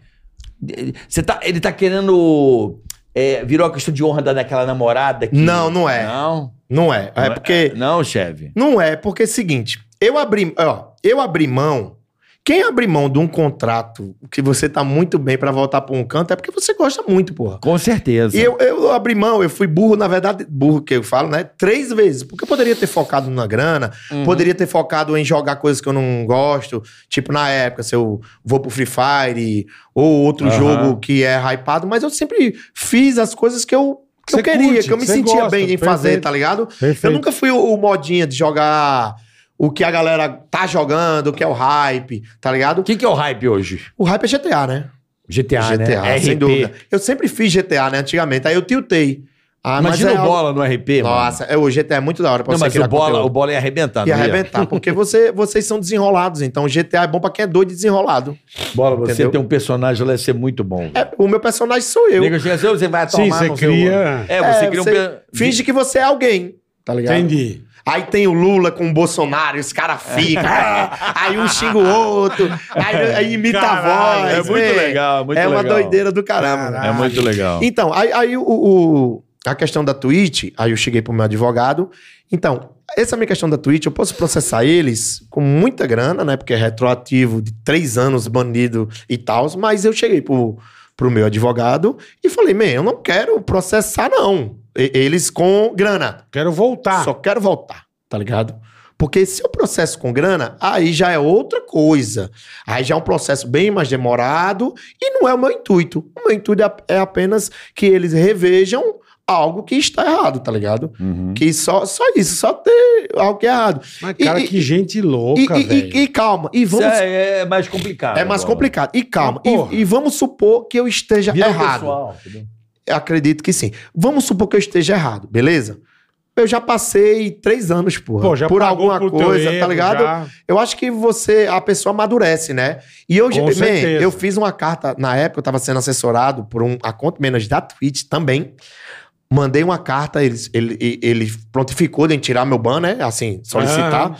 C: Você tá, ele tá querendo. É, virou a questão de honra da- daquela namorada que-
E: Não, não é.
C: Não.
E: não é. É porque
C: Não, chefe.
E: Não é, porque é o seguinte, eu abri, ó, eu abri mão. Quem abrir mão de um contrato que você tá muito bem pra voltar pra um canto é porque você gosta muito, porra.
C: Com certeza.
E: E eu, eu abri mão, eu fui burro, na verdade, burro que eu falo, né? Três vezes. Porque eu poderia ter focado na grana,
D: Uhum.
E: poderia ter focado em jogar coisas que eu não gosto. Tipo, na época, se eu vou pro Free Fire ou outro
C: Aham.
E: jogo que é hypado, mas eu sempre fiz as coisas que eu, que eu
D: Você
E: queria,
D: curte,
E: que eu me
D: você
E: sentia
D: gosta,
E: bem em fazer,
D: perfeito.
E: tá ligado? Eu
D: Perfeito.
E: nunca fui o, o modinha de jogar o que a galera tá jogando, o que é o hype, tá ligado?
C: O que, que é o hype hoje?
E: O hype é GTA, né?
C: GTA,
E: GTA,
C: né?
E: sem
C: RP.
E: dúvida. Eu sempre fiz GTA, né? Antigamente. Aí eu tiltei. Ah,
C: Imagina
E: mas é
C: o
E: algo-
C: bola no RP, mano.
E: Nossa, é, o GTA é muito da hora pra
C: Não,
E: você
C: mas
E: criar
C: o bola, o
E: conteúdo.
C: bola ia arrebentar,
E: E
C: não ia?
E: arrebentar, porque você, vocês são desenrolados. Então, o GTA é bom pra quem é doido e desenrolado.
C: Bola, você
E: Entendeu?
C: tem um personagem, ela ia ser muito bom. velho.
E: É, o meu personagem sou eu.
C: Nego chega assim, você vai
D: Sim,
C: tomar
D: você
C: no seu-
D: cria.
C: É, você
E: É,
C: cria
E: você
C: um... pe-
E: Finge que você é alguém, tá ligado?
D: Entendi.
E: Aí tem o Lula com o Bolsonaro, os caras ficam. aí um xinga o outro, aí, aí imita
D: Caralho,
E: a
C: É
E: voz.
C: muito
E: né?
C: legal, é muito
E: é
C: legal.
E: uma doideira do caramba.
D: Caralho.
C: É muito legal.
E: Então, aí, aí o, o- a questão da Twitch, aí eu cheguei pro meu advogado. Então, essa minha questão da Twitch, eu posso processar eles com muita grana, né? Porque é retroativo de três anos banido e tal, mas eu cheguei pro, pro meu advogado e falei, man, eu não quero processar, não. E- eles com grana.
D: Quero voltar.
E: Só quero voltar, tá ligado? Porque se eu processo com grana, aí já é outra coisa. Aí já é um processo bem mais demorado e não é o meu intuito. O meu intuito é ap- é apenas que eles revejam algo que está errado, tá ligado?
C: Uhum.
E: Que só, só isso, só ter algo que é errado.
D: Mas, cara,
E: e-
D: que gente
E: E,
D: louca,
E: e-
D: velho.
E: e- e calma, e
C: Isso
E: vamos. É,
C: é, é mais complicado.
E: mais
C: agora.
E: complicado. E calma,
D: Mas, porra.
E: e, e vamos supor que eu esteja
C: Vira
E: errado.
C: pessoal, entendeu?
E: Eu acredito que sim. Vamos supor que eu esteja errado, beleza? Eu já passei três anos, porra,
D: Pô, já
E: por
D: pagou
E: alguma
D: por teu
E: coisa, tá
D: erro,
E: ligado?
D: já.
E: Eu acho que você, a pessoa amadurece, né? E eu,
D: Com
E: man,
D: certeza.
E: eu fiz uma carta, na época eu tava sendo assessorado por um account manager da Twitch também. Mandei uma carta, eles- ele, ele, ele prontificou de tirar meu ban, né? Assim, solicitar.
D: Aham.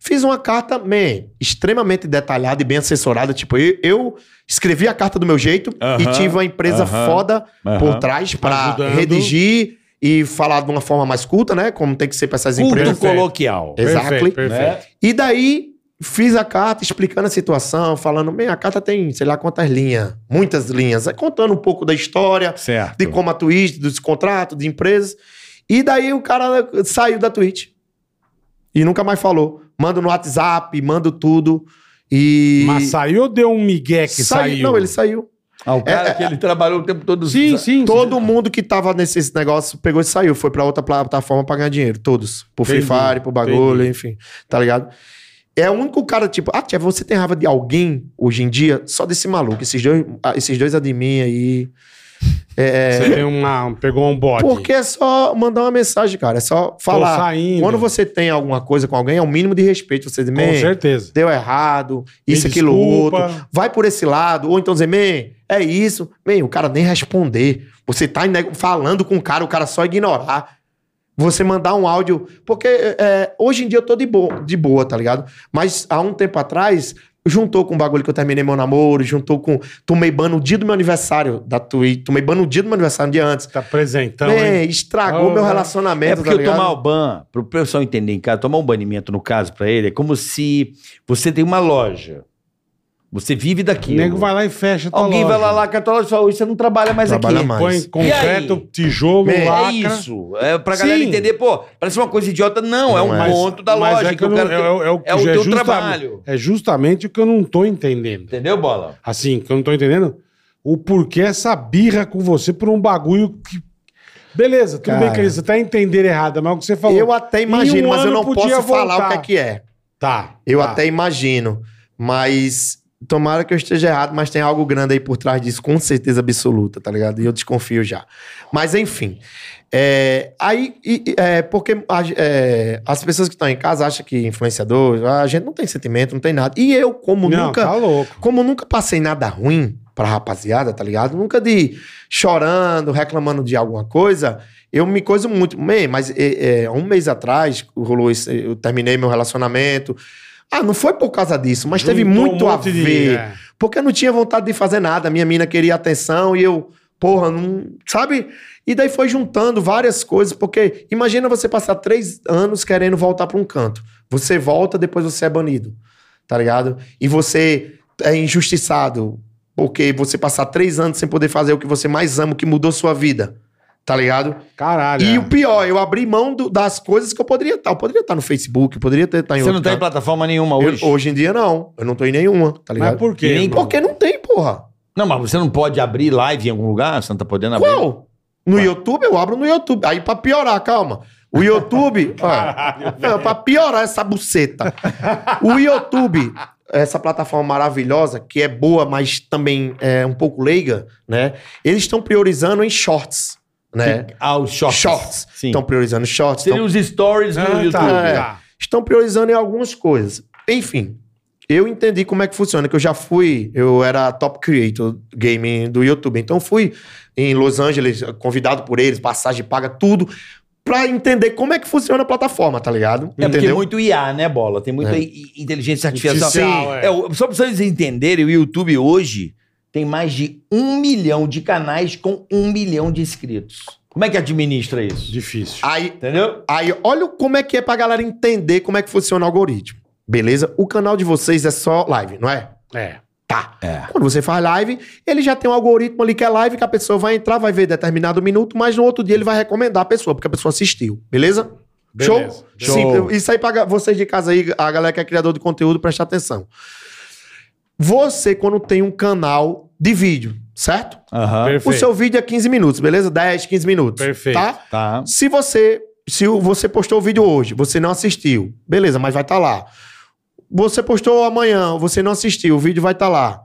E: Fiz uma carta, man, extremamente detalhada e bem assessorada. Tipo, eu, eu escrevi a carta do meu jeito e
C: Aham,
E: tive uma empresa
C: aham,
E: foda por
C: Aham.
E: trás pra
D: Ajudando.
E: redigir e falar de uma forma mais culta, né? Como tem que ser pra essas empresas.
C: Culto
D: Perfeito.
C: coloquial.
E: É, Exactly.
D: Perfeito, perfeito.
C: Né?
E: E daí fiz a carta explicando a situação, falando, bem, a carta tem, sei lá, quantas linhas, muitas linhas, aí contando um pouco da história,
C: Certo.
E: de como a Twitch, dos contratos, de empresas. E daí o cara saiu da Twitch. E nunca mais falou. Mando no WhatsApp, mando tudo. E.
D: Mas saiu ou deu um migué que
E: Saiu-
D: saiu?
E: Não, ele saiu.
C: Ah, o cara
E: É, é,
C: que ele trabalhou o tempo todo.
D: Sim, sim.
E: Todo
D: sim.
E: mundo que tava nesse esse negócio pegou e saiu. Foi pra outra plataforma pra ganhar dinheiro. Todos. Pro Free
D: Entendi,
E: Fire, pro bagulho, enfim. Tá ligado? É o único cara, tipo, ah, Tia, você tem raiva de alguém hoje em dia? Só desse maluco. Esses dois, ah, esses dois admin aí. É.
D: Você tem uma, pegou um bode.
E: Porque é só mandar uma mensagem, cara. É só
D: Tô
E: falar.
D: saindo.
E: Quando você tem alguma coisa com alguém, é o mínimo de respeito. Você diz,
D: Com
E: man,
D: certeza.
E: deu errado,
D: Me
E: isso, aquilo,
D: desculpa.
E: outro. Vai por esse lado. Ou então dizer, man, é isso. Man, o cara nem responder. Você tá nego- falando com o cara, o cara só ignorar. Você mandar um áudio. Porque é, hoje em dia eu tô de, bo- de boa, tá ligado? Mas há um tempo atrás, juntou com o bagulho que eu terminei meu namoro, juntou com. Tomei ban no dia do meu aniversário da Twitch, tomei ban no dia do meu aniversário, no dia antes.
D: Tá apresentando, hein?
E: Man, estragou
D: Oh,
E: meu
D: né?
E: relacionamento,
C: É
E: tá
C: porque eu
E: ligado?
C: tomar o ban, pro pessoal entender em casa, tomar um banimento no caso pra ele, é como se você tem uma loja. Você vive
D: O
C: daquilo.
D: nego vai lá e fecha a tua
C: Alguém
D: loja.
C: vai lá lá com a tua loja e fala, "Hoje você não trabalha mais
E: Trabalha
C: aqui.
E: mais.
D: Põe
C: E aí?
D: concreto, tijolo,
E: Man, é
D: laca.
C: É isso. É pra galera
D: Sim.
C: entender, pô, parece uma coisa idiota. Não, é
E: Não
C: um
E: é.
C: ponto da
D: mas
C: loja
D: é
C: que, o
D: eu
C: cara
D: não-
C: tem-
D: é, é o,
C: é o teu
D: justa-
C: trabalho.
D: É justamente o que eu não tô entendendo.
C: Entendeu, Bola?
D: Assim, que eu não tô entendendo o porquê essa birra com você por um bagulho que... Beleza, tudo bem,
E: Cara.
D: querido, você tá entendendo errado, mas o que você falou...
E: Eu até
D: Em
E: imagino,
D: um
E: mas eu
D: ano
E: não
D: podia
E: posso falar
D: voltar.
E: o que é que é.
D: Tá.
E: Eu
D: tá.
E: até imagino. Mas tomara que eu esteja errado, mas tem algo grande aí por trás disso, com certeza absoluta, tá ligado? E eu desconfio já. Mas enfim. É, aí, e- e- é, porque a- é, as pessoas que estão em casa acham que influenciador, a gente não tem sentimento, não tem nada. E eu, como
D: Não,
E: nunca.
D: tá louco.
E: Como eu nunca passei nada ruim pra rapaziada, tá ligado? Nunca de chorando, reclamando de alguma coisa, eu me coiso muito. Bem, mas é, é, um mês atrás rolou isso, eu terminei meu relacionamento. Ah, não foi por causa disso, mas teve
D: Juntou um
E: muito a
D: monte de-
E: ver.
D: é.
E: Porque eu não tinha vontade de fazer nada. Minha mina queria atenção e eu, porra, não. Sabe? E daí foi juntando várias coisas, porque imagina você passar três anos querendo voltar pra um canto. Você volta, depois você é banido. Tá ligado? E você é injustiçado. Porque você passar três anos sem poder fazer o que você mais ama, o que mudou sua vida. Tá ligado?
D: Caralho.
E: E
D: é.
E: o pior, eu abri mão do- das coisas que eu poderia estar. Eu poderia estar no Facebook, eu poderia estar em
C: Você
E: outro
C: não tá em
E: canto.
C: plataforma nenhuma
E: Eu-
C: hoje.
E: hoje em dia, não. Eu não tô em nenhuma, tá ligado?
D: Mas por quê?
C: E nem-
D: irmão?
E: Porque não tem, porra.
C: Não, mas você não pode abrir live em algum lugar? Você não tá podendo abrir?
E: Qual? No YouTube? Eu abro no YouTube. Aí pra piorar, calma. O YouTube. ó, não, pra piorar essa buceta. O YouTube, essa plataforma maravilhosa, que é boa, mas também é um pouco leiga, né? Eles estão priorizando em shorts, né?
C: Ah, os shorts.
E: Shorts.
C: Sim.
E: Estão priorizando shorts.
C: Seria
E: tão-
C: os stories no
D: Então- Ah,
C: YouTube.
D: tá,
E: É.
D: tá.
E: Estão priorizando em algumas coisas. Enfim, eu entendi como é que funciona, que eu já fui, eu era top creator gaming do YouTube. Então fui em Los Angeles, convidado por eles, passagem paga, tudo, pra entender como é que funciona a plataforma, tá ligado?
C: É porque é muito IA, né, Bola? Tem muita
E: É.
C: i- inteligência artificial.
D: Artificial,
C: Sim.
D: é.
C: É, o- só pra vocês entenderem, o YouTube hoje tem mais de um milhão de canais com um milhão de inscritos. Como é que administra isso?
D: Difícil.
E: Aí,
C: Entendeu?
E: aí, olha como é que é pra galera entender como é que funciona o algoritmo. Beleza? O canal de vocês é só live, não é?
D: É.
E: Tá.
C: É.
E: Quando você faz live, ele já tem um algoritmo ali que é live, que a pessoa vai entrar, vai ver determinado minuto, mas no outro dia ele vai recomendar a pessoa, porque a pessoa assistiu. Beleza?
D: Beleza.
E: Show?
D: Show.
E: Sim, isso aí pra ga- vocês de casa aí, a galera que é criador de conteúdo, presta atenção. Você, quando tem um canal de vídeo, certo?
C: Aham.
D: Perfeito.
E: O seu vídeo é 15 minutos, beleza? 10, 15 minutos.
D: Perfeito.
E: Tá?
C: Tá.
E: Se você, se o- você postou o vídeo hoje, você não assistiu, beleza, mas vai estar lá. Você postou amanhã, você não assistiu, o vídeo vai estar lá.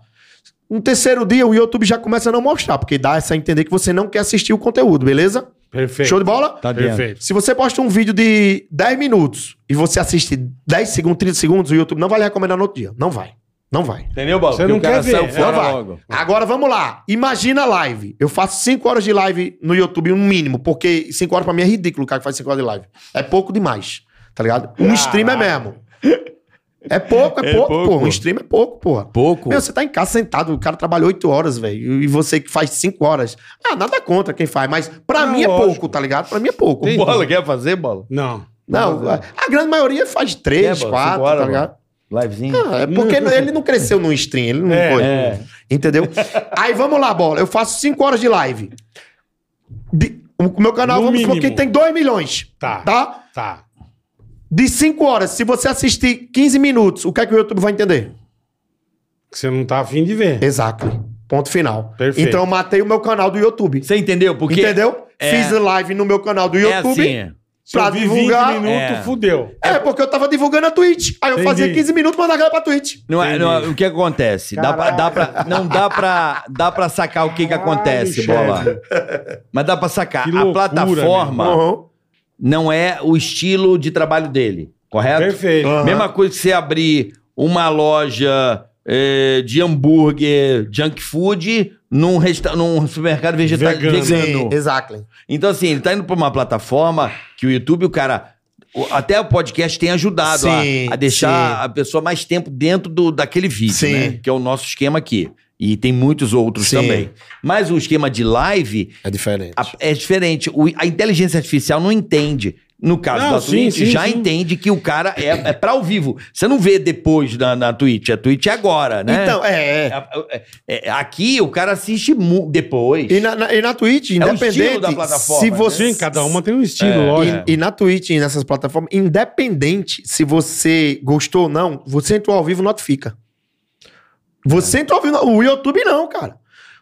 E: No terceiro dia, o YouTube já começa a não mostrar, porque dá essa a entender que você não quer assistir o conteúdo, beleza?
D: Perfeito.
E: Show de bola?
C: Tá dentro.
D: Perfeito.
E: Se você posta um vídeo de 10 minutos e você assiste 10 segundos, 30 segundos, o YouTube não vai lhe recomendar no outro dia. Não vai. Não vai.
C: Entendeu, Bola?
D: Você
C: Porque
D: não
C: o cara
D: quer ver,
C: saiu
D: é.
E: Não
C: fora
E: vai.
C: logo.
E: Hum. Agora vamos lá. Imagina a live. Eu faço 5 horas de live no YouTube, no mínimo, porque 5 horas pra mim é ridículo o cara que faz 5 horas de live. É pouco demais. Tá ligado? Um stream é mesmo. É pouco, é,
C: É
E: pouco,
C: pouco.
E: pô. Um stream é pouco, porra.
C: Pouco.
E: Meu, você tá em casa sentado, o cara trabalhou 8 horas, velho. E você que faz 5 horas. Ah, nada contra quem faz, mas pra
D: Não,
E: mim é
D: lógico.
E: pouco, tá ligado? Pra mim é pouco.
D: Entendi.
C: Bola, quer fazer, Bola?
D: Não.
E: Não, a a grande maioria faz três,
C: É, mano,
E: quatro,
C: cinco horas,
E: tá ligado?
C: Livezinho?
E: Ah, é porque ele- ele não cresceu num stream, ele não
D: É,
E: foi.
C: é.
E: Entendeu? Aí vamos lá, bola. Eu faço cinco horas de live. De- o meu canal,
D: No
E: vamos supor
D: mínimo.
E: que tem 2 milhões.
D: Tá.
E: Tá?
D: Tá.
E: De cinco horas, se você assistir 15 minutos, o que é que o YouTube vai entender?
D: Que você não tá afim de ver.
E: Exato. Ponto final.
D: Perfeito.
E: Então eu matei o meu canal do YouTube.
C: Você entendeu? Porque
E: Entendeu?
C: É.
E: Fiz live no meu canal do
C: é
E: YouTube.
C: assim.
D: Se eu
E: pra
D: vi
E: divulgar-
D: 20 minutos,
C: É.
D: fudeu.
E: É, porque eu tava divulgando a Twitch. Aí eu
D: Entendi.
E: fazia 15 minutos e mandava galera pra Twitch.
C: Não é, não é- o que acontece? Dá pra, dá pra- não dá pra, dá pra sacar o que, que
D: Caralho,
C: acontece,
D: chefe.
C: Bola. Mas dá pra sacar.
D: Que
C: a
D: loucura,
C: plataforma
E: Uhum.
C: não é o estilo de trabalho dele, correto?
D: Perfeito.
E: Ah.
C: Mesma coisa que você abrir uma loja eh, de hambúrguer, junk food, num, resta- num supermercado vegeta-
D: Vegano.
C: vegano.
E: Sim, exactly.
C: Então, assim, ele tá indo pra uma plataforma que o YouTube, o cara. o- Até o podcast tem ajudado a-
E: Sim,
C: a, deixar
E: sim.
C: a pessoa mais tempo dentro do, daquele vídeo,
E: Sim.
C: né? Que é o nosso esquema aqui. E tem muitos outros
E: Sim.
C: também. Mas o esquema de live
E: É diferente.
C: a- é diferente. O- a inteligência artificial não entende. No caso
D: Não,
C: da
D: sim,
C: Twitch,
D: sim,
C: já
D: sim.
C: entende que o cara é, é pra ao vivo. Você não vê depois na, na Twitch. A Twitch é agora, né?
E: Então, é, é.
C: É- é- é- aqui o cara assiste mu- depois.
E: E na, na- e na Twitch,
C: É o
E: independente.
C: estilo da plataforma,
E: se
C: né?
E: você,
D: Sim, cada uma tem um estilo,
C: É.
D: lógico.
E: E, e na Twitch, e nessas plataformas, independente se você gostou ou não, você entrou ao vivo, notifica. Você entrou ao vivo. O YouTube não, cara.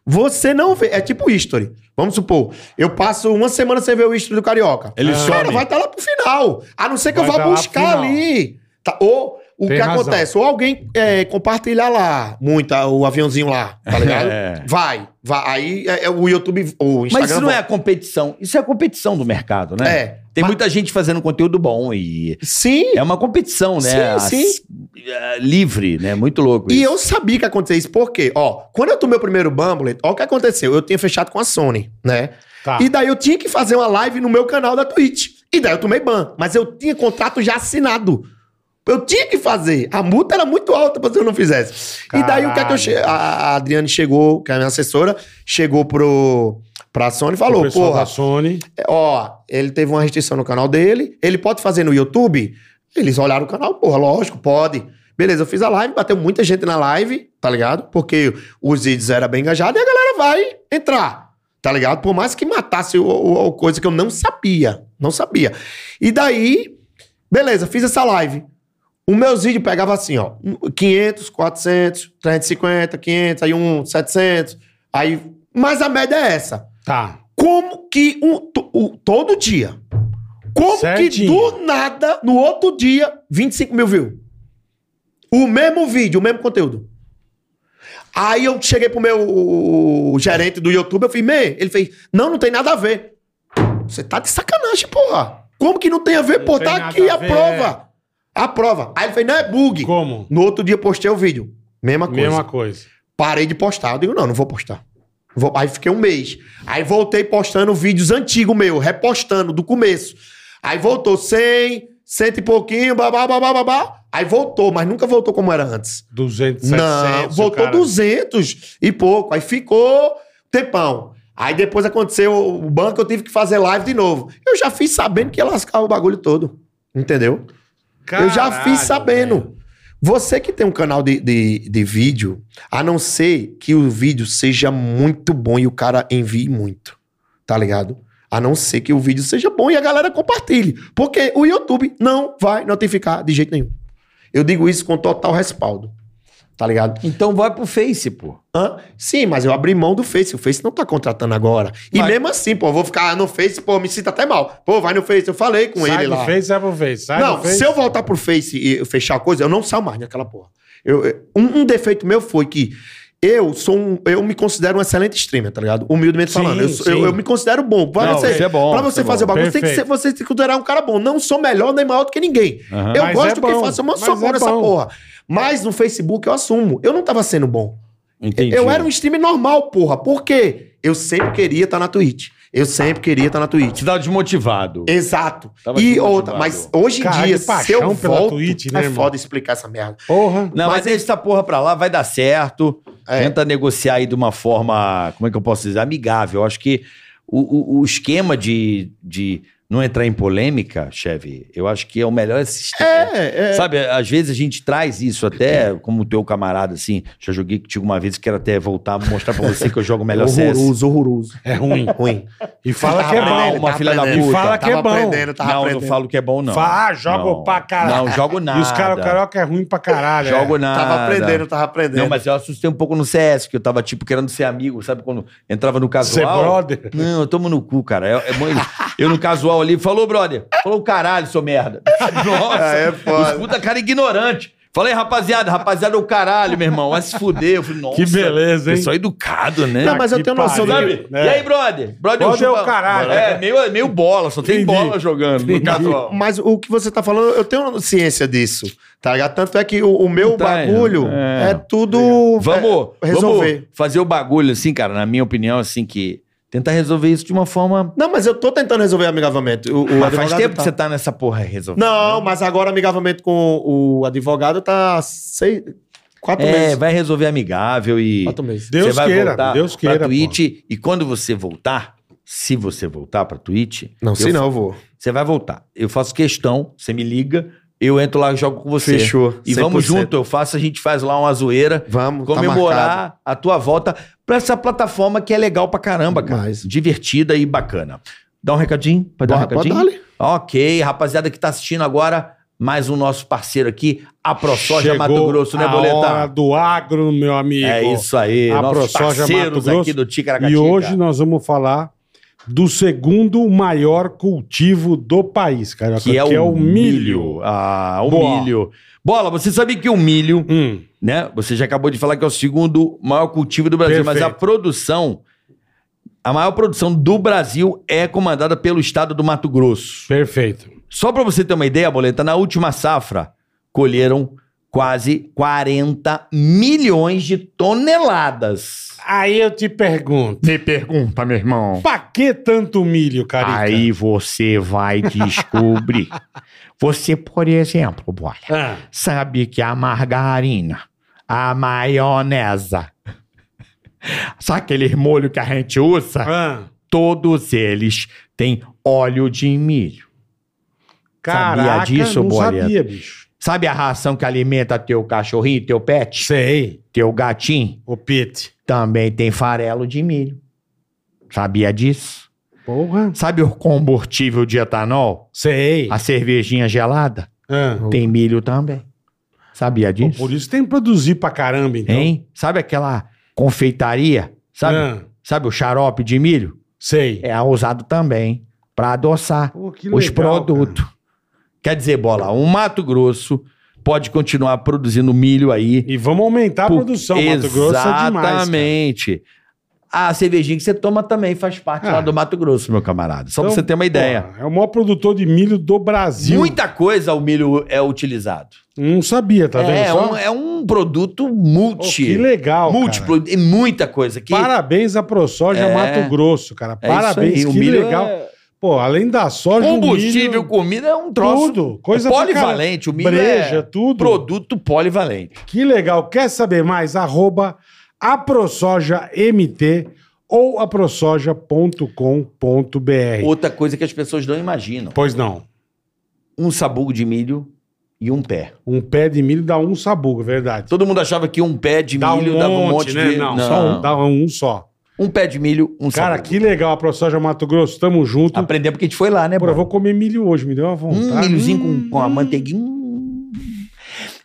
E: Você não vê. É tipo history. Vamos supor, eu passo uma semana sem ver o history do Carioca.
C: Ele
E: Cara,
C: some.
E: vai estar lá pro final. A não ser que
D: Vai
E: eu vá
D: tá lá pro
E: buscar
D: final.
E: ali. Tá? Ou o
D: Tem
E: que
D: razão.
E: acontece? Ou alguém é, compartilhar lá muito ah, o aviãozinho lá, tá ligado?
C: É.
E: Vai, vai. Aí é, é o YouTube, o Instagram.
C: Mas isso não é
E: volta.
C: a competição. Isso é a competição do mercado, né?
E: É.
C: Tem
E: Mas-
C: muita gente fazendo conteúdo bom e
E: Sim,
C: é uma competição, né?
E: Sim, sim.
C: As- é, livre, né? Muito louco
E: E
C: isso.
E: eu sabia que ia acontecer isso, porque, ó, quando eu tomei o primeiro Bumblet, ó o que aconteceu. Eu tinha fechado com a Sony, né?
D: Tá.
E: E daí eu tinha que fazer uma live no meu canal da Twitch. E daí eu tomei ban, mas eu tinha contrato já assinado. Eu tinha que fazer. A multa era muito alta pra se eu não fizesse. E daí o que é que eu che...
D: Caralho.
E: a, a Adriane chegou, que é a minha assessora, chegou pro pra Sony e
D: O
E: falou:
D: pessoal
E: "Porra,
D: da Sony.
E: ó, ele teve uma restrição no canal dele, ele pode fazer no YouTube? Eles olharam o canal, porra, lógico, pode. Beleza, eu fiz a live, bateu muita gente na live, tá ligado? Porque os vídeos eram bem engajados e a galera vai entrar, tá ligado? Por mais que matasse o, o- o coisa que eu não sabia, não sabia. E daí, beleza, fiz essa live. Os meus vídeos pegava assim, ó, 500, 400, 350, 500, aí um 700, aí... Mas a média é essa
D: Tá.
E: como que um, to- o- todo dia. Como que
D: Certinho.
E: do nada, no outro dia, 25 mil views. O mesmo vídeo, o mesmo conteúdo. Aí eu cheguei pro meu o- o gerente do YouTube, eu falei, Mê, ele fez, não, não tem nada a ver. Você tá de sacanagem, porra. Como que não tem a ver, pô?
D: tem
E: Tá
D: nada
E: aqui
D: a
E: a,
D: ver,
E: prova. A prova. Aí ele fez, não, é bug.
D: Como?
E: No outro dia postei o vídeo. Mesma coisa.
D: Mesma coisa.
E: Parei de postar. Eu digo, não, não vou postar. Vou- Aí fiquei um mês. Aí voltei postando vídeos antigos meu, repostando do começo. Aí voltou 100, cento e pouquinho, babá, babá, babá. Aí voltou, mas nunca voltou como era antes.
D: 200,
E: não,
D: 700.
E: voltou
D: cara.
E: 200 e pouco. Aí ficou tempão. Aí depois aconteceu o banco, eu tive que fazer live de novo. Eu já fiz sabendo que ia lascar o bagulho todo. Entendeu? eu já
D: Caralho,
E: fiz sabendo.
D: velho.
E: Você que tem um canal de, de, de vídeo, a não ser que o vídeo seja muito bom e o cara envie muito, tá ligado? A não ser que o vídeo seja bom e a galera compartilhe. Porque o YouTube não vai notificar de jeito nenhum. Eu digo isso com total respaldo. Tá ligado?
C: Então vai pro Face, pô.
E: Hã? Sim, mas eu abri mão do Face. O Face não tá contratando agora. E
C: Vai.
E: mesmo assim, pô, eu vou ficar no Face, pô, me sinto até mal. Pô, vai no Face. Eu falei com
D: sai
E: ele
D: do
E: lá.
D: Face, sai pro Face. Sai
E: não,
D: do Face.
E: se eu voltar pro Face e eu fechar a coisa, eu não saio mais naquela porra. Eu, eu- um, um defeito meu foi que eu sou um, eu me considero um excelente streamer, tá ligado? Humildemente
D: Sim,
E: falando. Eu, sou-
D: sim.
E: eu, eu me considero bom. Pra
C: Não,
E: você,
C: isso é bom,
E: pra
C: isso
E: você
C: é
E: fazer
C: bom.
E: o bagulho, tem que ser,
D: Perfeito.
E: você se considerar um cara bom. Não sou melhor nem maior do que ninguém. Eu
D: Mas é
E: gosto do que
D: bom,
E: faço, eu mando
D: mas
E: só
D: é
E: por essa
D: bom.
E: porra. Mas no Facebook eu assumo. Eu não tava sendo bom.
C: Entendi.
E: Eu era um streamer normal, porra. Por quê? Eu sempre queria estar na Twitch. Eu sempre queria estar na Twitch.
C: Te dá desmotivado.
E: Exato.
C: Tava
E: e
C: desmotivado.
E: outra, mas hoje em
D: Caralho,
E: dia,
D: que paixão
E: se eu
D: pela
E: volto,
D: Twitch, né,
E: é
D: irmão?
E: foda explicar essa merda.
D: Porra.
C: Não, mas, deixa essa porra pra lá, vai dar certo.
E: É.
C: Tenta negociar aí de uma forma, como é que eu posso dizer, amigável. Eu acho que o, o- o esquema de, de não entrar em polêmica, chefe, eu acho que é o melhor sistema.
E: É, é.
C: Sabe, às vezes a gente traz isso até, como o teu camarada, assim, já joguei contigo uma vez, quero até voltar mostrar pra você que eu jogo o melhor CS.
E: horroroso, horroroso.
D: É ruim.
E: Ruim.
D: E fala
E: Tá
D: que é
E: aprendendo,
D: bom.
C: uma
E: tá
C: filha da
E: aprendendo.
C: puta.
D: E fala que é
E: Tava
D: bom.
E: aprendendo, tava
C: não, não
E: aprendendo.
C: falo que é bom, não.
D: Fala, ah, jogo
C: Não.
D: pra caralho.
C: Não, jogo nada.
D: E os caras, o carioca é ruim pra caralho. é.
C: Jogo nada.
E: Tava aprendendo, tava aprendendo.
C: Ah, Não, mas eu assustei um pouco no CS, que eu tava, tipo, querendo ser amigo, sabe? Quando entrava no
D: Você é
C: casual.
D: brother.
C: Não, eu tomo no cu, cara. Eu, eu- eu no casual ali, falou, brother. Falou, caralho, seu merda. Nossa,
E: É, é foda.
C: os puta cara ignorante. Falei, rapaziada, rapaziada, é o caralho, meu irmão. Vai se fuder. Eu falei, nossa.
D: Que beleza, hein?
C: Pessoal educado, né?
E: Não, Ah, mas eu
D: que
E: tenho noção
D: pariu. É.
E: dele.
C: Sabe? E aí, brother? Brother,
D: Brother é
C: chupa-
D: o caralho.
C: É, meio, meio bola, só tem
D: Entendi.
C: bola jogando no
D: Entendi.
C: casual.
E: Mas o que você tá falando, eu tenho ciência disso, tá ligado? Tanto é que o, o meu
C: Tá,
E: bagulho
C: é.
E: é, tudo...
C: Vamos,
E: é, resolver.
C: vamos fazer o bagulho assim, cara, na minha opinião, assim, que tentar resolver isso de uma forma.
E: Não, mas eu tô tentando resolver amigavelmente. O, o
C: Mas faz
E: advogado
C: tempo que
E: tá-
C: você tá nessa porra resolvendo.
E: Não, mas agora amigavelmente com o advogado tá seis, quatro
C: É,
E: meses.
C: vai resolver amigável e.
E: Quatro meses.
D: Deus
C: você vai
D: queira,
C: voltar
D: Deus
C: pra
D: queira, pô.
C: Twitch. E quando você voltar, se você voltar pra Twitch.
E: Não,
C: eu
E: se não, eu vou.
C: Você vai voltar. Eu faço questão, você me liga, eu entro lá e jogo com você.
E: Fechou.
C: E vamos
E: 100%.
C: junto, eu faço, a gente faz lá uma zoeira,
E: Vamos, tá
C: comemorar a tua volta pra essa plataforma que é legal pra caramba, cara.
E: Demais.
C: Divertida e bacana. Dá um recadinho?
D: Ah,
C: Pode dar um
E: Pode, pode
C: recadinho?
E: dar ali.
C: Ok, rapaziada que tá assistindo agora, mais um nosso parceiro aqui, a ProSoja Mato Grosso, né,
D: a hora
C: Boleta?
D: do agro, meu amigo.
C: É isso aí,
D: A
C: nossos
D: ProSoja
C: parceiros
D: Mato
C: aqui
D: Grosso.
C: do Ticaracatica.
D: E hoje nós vamos falar do segundo maior cultivo do país, cara.
C: que é, o milho. Ah, o
D: Boa.
C: milho. Bola, você sabia que o milho,
D: Hum,
C: né? Você já acabou de falar que é o segundo maior cultivo do Brasil, mas a
D: Perfeito.
C: produção, a maior produção do Brasil é comandada pelo estado do Mato Grosso.
D: perfeito.
C: Só para você ter uma ideia, Boleta, na última safra colheram quase 40 milhões de toneladas.
D: Aí eu te pergunto,
B: Me pergunta, meu irmão.
D: pra que tanto milho, Carica?
B: Aí você vai descobrir. Você, por exemplo, bora,
D: Ah,
B: sabe que a margarina, a maionesa, sabe aqueles molhos que a gente usa?
D: ah,
B: Todos eles têm óleo de milho.
D: caraca,
B: disso,
D: não
B: Boleto?
D: sabia, bicho.
B: Sabe a ração que alimenta teu cachorrinho, teu pet,
D: Sei,
B: teu gatinho?
D: ô Pete.
B: Também tem farelo de milho. Sabia disso?
D: Porra.
B: Sabe o combustível de etanol?
D: Sei.
C: Ah,
B: A cervejinha gelada?
D: Ah.
B: Tem milho também. Sabia
D: Pô,
B: disso?
D: por isso tem que produzir pra caramba, então.
B: Hein? Sabe aquela confeitaria? Sabe?
D: Ah,
B: Sabe o xarope de milho?
D: sei.
B: É usado também para adoçar
D: Pô, que
B: os
D: legal,
B: produtos.
C: Quer dizer, bola, o Mato Grosso pode continuar produzindo milho aí
D: E vamos aumentar a
C: Por-
D: produção. Mato Grosso é demais. cara.
C: Exatamente. A cervejinha que você toma também faz parte
D: Ah.
C: lá do Mato Grosso, meu camarada. Só
D: Então,
C: pra você ter uma ideia.
D: porra, é o maior produtor de milho do Brasil.
C: Muita coisa o milho é utilizado.
D: Não sabia, tá
C: é,
D: vendo? Só?
C: um, é um produto
D: Pô,
C: multi.
D: que legal.
C: múltiplo, e muita coisa. Que,
D: cara. Parabéns à ProSoja
C: É.
D: Mato Grosso, cara.
C: é isso
D: Parabéns,
C: aí,
D: que legal.
C: é
D: Pô, além da soja,
C: combustível,
D: o milho,
C: comida é um troço
D: tudo. Coisa pra
C: polivalente. O
D: caralho.
C: milho
D: Breja,
C: é
D: tudo.
C: produto polivalente.
D: Que legal. Quer saber mais? Arroba aprosojamt ou aprosoja.com.br.
C: Outra coisa que as pessoas não imaginam.
D: Pois não.
C: Um sabugo de milho e um pé.
D: Um pé de milho dá um sabugo, é verdade.
C: Todo mundo achava que um pé de milho dava um monte de...
D: Não, só um, dá um só.
C: Um pé de milho, um
D: Cara,
C: sabugo.
D: que legal a ProSoja Mato Grosso. Tamo junto.
C: Aprendemos porque a gente foi lá, né,
D: Pô, eu
C: Bruno?
D: vou comer tá?
C: Hum,
D: milho hoje, me deu uma vontade. Hum,
C: Um milhozinho com, com a manteiguinha. Hum,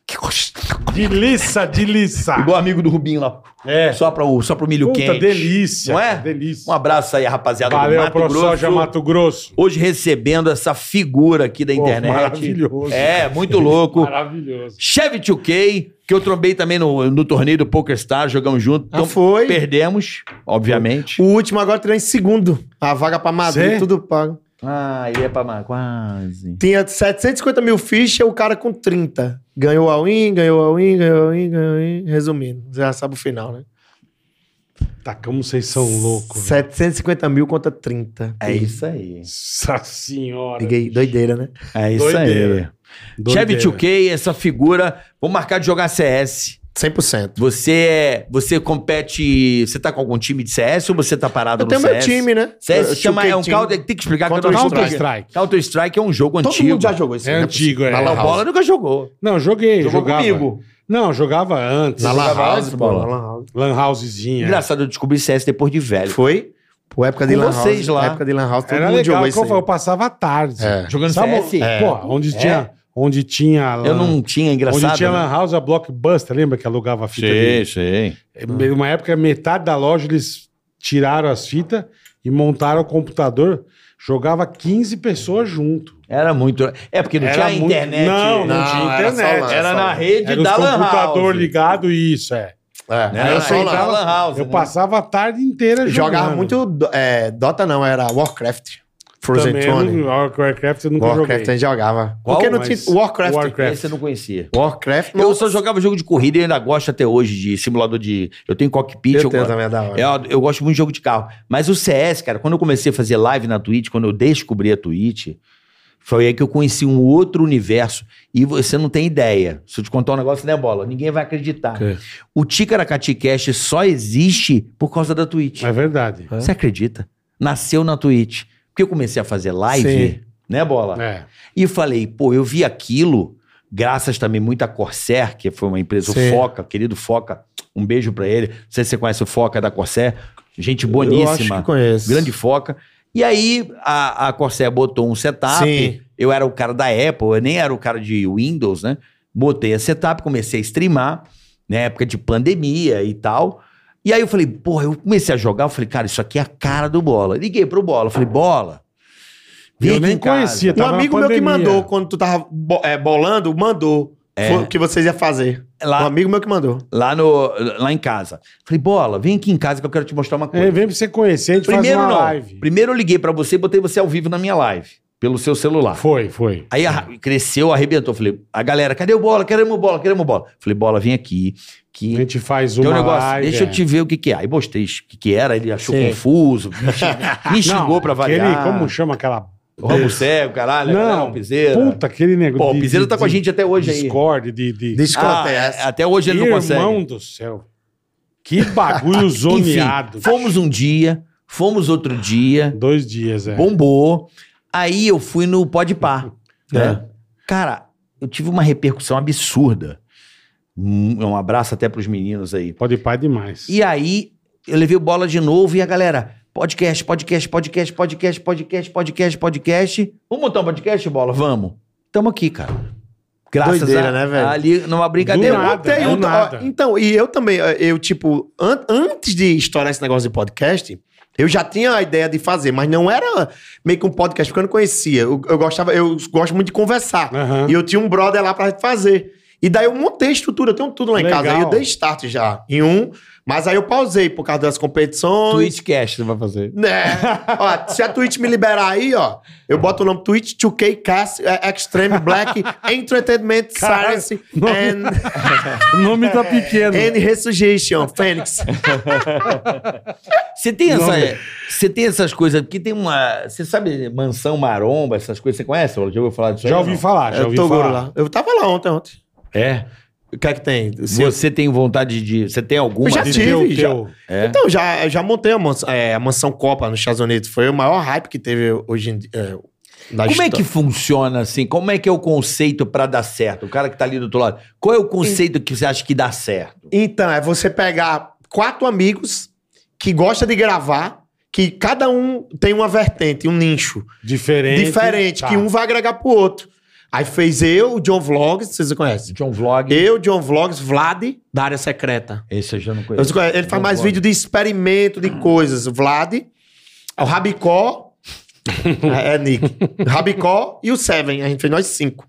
C: que gostoso.
D: De liça, de liça.
C: Igual amigo do Rubinho lá.
D: É.
C: Só, pra, o- só pro milho
D: Tá. Puta,
C: quente.
D: delícia.
C: Não é?
D: Delícia.
C: Um abraço aí, rapaziada
D: Valeu, ProSoja Mato Grosso.
C: Hoje recebendo essa figura aqui da
D: Pô,
C: internet.
D: maravilhoso.
C: É, muito louco.
D: Maravilhoso.
C: Chevy 2K, que eu trombei também no, no torneio do Poker Star, jogamos junto. Então,
E: Ah, foi.
C: Perdemos, obviamente.
E: O último agora tirou em segundo. A vaga pra Madrid,
D: Cê?
E: tudo pago.
C: Ah, ele é pra mar... quase.
E: Tinha 750 mil fichas, o cara com 30. Ganhou a win, ganhou a win, ganhou a win, ganhou a win. Resumindo, você já sabe o final, né?
D: Tá, como vocês são loucos. velho.
E: 750 mil contra 30.
C: É isso aí.
D: Nossa senhora.
E: Peguei, doideira, né?
C: É isso
D: Doideira.
C: aí. Chevy
D: Doideira.
C: 2K, essa figura. Vamos marcar de jogar CS.
E: 100%.
C: Você é. Você compete. Você tá com algum time de CS ou você tá parado
E: Eu
C: no
E: tenho
C: CS?
E: meu time, né?
C: CS chama, é um
E: Chuquetinho.
C: counter. Tem que explicar que eu não
E: Counter
C: jogo.
E: Strike.
D: Strike.
C: Counter Strike é um jogo
E: Todo
C: antigo.
E: mundo já jogou isso.
D: É
E: né?
D: antigo, é.
E: Na
C: Não,
E: Lan
C: o bola
E: House.
C: nunca jogou.
D: Não, joguei.
C: Jogou
D: jogava.
C: comigo.
D: Não, jogava antes.
E: Na Lan
C: Jogava
E: House,
C: antes,
E: pô.
C: bola.
E: na Lan House.
D: Lan Housezinha.
C: Engraçado, eu descobri CS depois de velho.
E: Foi? Pô, época de
C: Com
E: Lan
C: vocês
E: House.
C: lá.
E: Época de Lan House, todo
D: Era
E: mundo
D: legal,
E: jogou
D: como eu,
E: isso
D: falo, eu
E: aí.
D: passava a tarde.
E: É.
C: Jogando
D: Sabe,
C: CS?
D: Pô, onde
C: É.
D: tinha, onde tinha lan-
C: Eu não tinha, engraçado.
D: onde tinha
C: né?
D: Lan House, a Blockbuster, lembra que alugava a fita?
B: Sei,
D: dele?
B: sei.
D: É, me- Uma época, metade da loja eles tiraram as fitas e montaram o computador. Jogava 15 pessoas junto.
C: Era muito. É porque não
D: Era
C: tinha
D: muito-
C: internet.
D: Não, não,
E: Não,
D: tinha
E: era só
D: internet.
E: lá.
C: Era
E: só
C: na
E: lá.
C: rede
D: Era os
C: da Lan
D: computador
C: House.
D: ligado, isso, é.
E: É.
C: Era
E: Eu
C: na
E: só
C: rede
E: lá.
C: da Lan House.
D: Eu
C: né?
D: passava a tarde inteira jogando.
E: Jogava muito do- é, Dota não, era Warcraft. Frozen
D: Também, eu
E: Throne.
D: não- Warcraft eu nunca
E: Warcraft é a
D: joguei.
E: gente jogava.
C: Qual?
E: Porque não
D: Mas-
E: tinha Warcraft. Warcraft.
D: Warcraft.
C: Esse eu não conhecia. Eu
E: não-
C: só jogava jogo de corrida e ainda gosto até hoje de simulador de. Eu tenho cockpit.
E: Eu
C: Eu,
E: tenho
C: gosto-
E: também, é da hora.
C: eu, eu gosto muito de jogo de carro. Mas o CS, cara, quando eu comecei a fazer live na Twitch, quando eu descobri a Twitch, foi aí que eu conheci um outro universo. E você não tem ideia. Se eu te contar um negócio, né, bola? Ninguém vai acreditar.
D: Ok.
C: O Ticaracati Cast só existe por causa da Twitch.
D: É verdade.
C: Você acredita? Nasceu na Twitch. Porque eu comecei a fazer live,
E: Sim.
C: né, bola?
D: É.
C: E falei, pô, eu vi aquilo, graças também muito a Corsair, que foi uma empresa,
E: Sim.
C: o Foca, querido Foca, um beijo pra ele. Não sei se você conhece o Foca da Corsair, gente
E: Eu acho que
C: boníssima,
E: conheço.
C: grande Foca. E aí a, a Corsair botou um setup,
E: Sim.
C: eu era o cara da Apple, eu nem era o cara de Windows, né? Botei a setup, comecei a streamar, na época de pandemia e tal. E aí eu falei, porra, eu comecei a jogar, eu falei, cara, isso aqui é a cara do Bola. Liguei pro Bola, falei, Bola, vem
D: Eu
C: aqui
D: nem
C: em casa.
D: conhecia,
E: Um
D: Tava na
E: amigo meu que
D: pandemia.
E: mandou, quando tu tava bo- é, bolando, mandou foi o que vocês iam fazer.
C: Lá-
E: Um amigo meu que mandou.
C: lá, no, lá em casa. Falei, bola, vem aqui em casa que eu quero te mostrar uma coisa.
D: É, vem pra você conhecer, a gente
C: Primeiro
D: faz uma
C: não.
D: live.
C: Primeiro eu liguei pra você e botei você ao vivo na minha live, pelo seu celular.
D: Foi, foi.
C: Aí a- cresceu, arrebentou. Falei, a galera, cadê o bola? Queremos bola, queremos bola. Falei, bola, vem aqui.
D: A
C: Que
D: gente faz
C: tem
D: uma
C: um negócio,
D: live.
C: deixa eu
D: é.
C: te ver o que, que é. Aí mostrei o que, que era, ele achou
E: Sim.
C: confuso, me xing- me xingou
D: Não,
C: pra
D: aquele-
C: variar.
D: como chama aquela...
C: Ramo cego, caralho, é
D: Não,
C: não, Piseira.
D: Puta, aquele negócio.
C: Pô, o Piseira tá com a gente até hoje aí.
D: Discord, de... de...
E: Discord é
C: Ah,
E: essa.
C: até hoje ele não consegue.
D: Irmão do céu. Que bagulho
C: Enfim,
D: zoneado.
C: fomos um dia, fomos outro dia,
D: Dois dias, é.
C: bombou. Aí eu fui no Pode Par.
E: É.
C: né? Cara, eu tive uma repercussão absurda. Um um abraço até pros meninos aí.
D: Pode pai demais.
C: E aí eu levei o bola de novo e a galera, podcast, podcast, podcast, podcast, podcast, podcast, podcast. Vamos montar um podcast, bola? Vamos. Tamo aqui, cara. Graças
E: Doideira,
C: a,
E: né, velho?
C: ali numa brincadeira.
D: Do nada. né?
E: Tem
D: do
E: um-
D: é nada.
E: ó, então, e eu também, ó, eu, tipo, an- antes de estourar esse negócio de podcast, eu já tinha a ideia de fazer, mas não era meio que um podcast, porque eu não conhecia. Eu, eu gostava, eu gosto muito de conversar.
D: Aham.
E: E eu tinha um brother lá pra fazer. E daí eu montei a estrutura, eu tenho tudo lá em
D: Legal.
E: casa. Aí eu dei start já em um, mas aí eu pausei por causa das competições.
C: Twitchcast você vai fazer.
E: Né? Ó, se a Twitch me liberar aí, ó, eu boto o nome Twitch 2K Cast eh, Extreme Black Entertainment
D: Caralho,
E: Science
D: nome-
E: and...
D: O nome tá pequeno.
E: N Resurrection, Fênix.
C: Você tem,
D: Não,
C: essa,
D: velho.
C: você tem essas coisas, porque tem uma. Você sabe mansão maromba, essas coisas, você conhece? Bola? Já ouviu falar disso aí
D: Já
C: ou
D: ouvi
C: não?
D: falar, já
E: Eu
D: ouvi
E: tô
D: falar.
E: gordo lá. Eu tava lá ontem, ontem.
C: É.
E: O que é que tem? Se eu-
C: Você tem vontade de. Você tem alguma?
E: Eu já
D: De
E: tive,
D: teu,
E: já.
D: teu.
C: É.
E: Então, já, já montei a, mans- é, a mansão Copa nos Estados Unidos. Foi o maior hype que teve hoje em dia. é, da
C: Como é que
E: história.
C: funciona assim? Como é que é o conceito pra dar certo? O cara que tá ali do outro lado. Qual é o conceito que você acha que dá certo?
E: Então, é você pegar quatro amigos que gostam de gravar, que cada um tem uma vertente, um nicho.
D: Diferente.
E: diferente,
D: Tá.
E: que um vai agregar pro outro. Aí fez eu, o John Vlogs, vocês conhecem.
C: John um Vlog. tá?
E: Eu, John Vlogs, Vlad, da área secreta.
C: Esse eu já não
E: Vocês
C: conheço.
E: conhecem? Ele faz
C: John
E: mais
C: Vlog.
E: vídeo de experimento, de coisas. Vlad, o Rabicó, é, é Nick. Rabicó e o Seven. A gente fez nós cinco.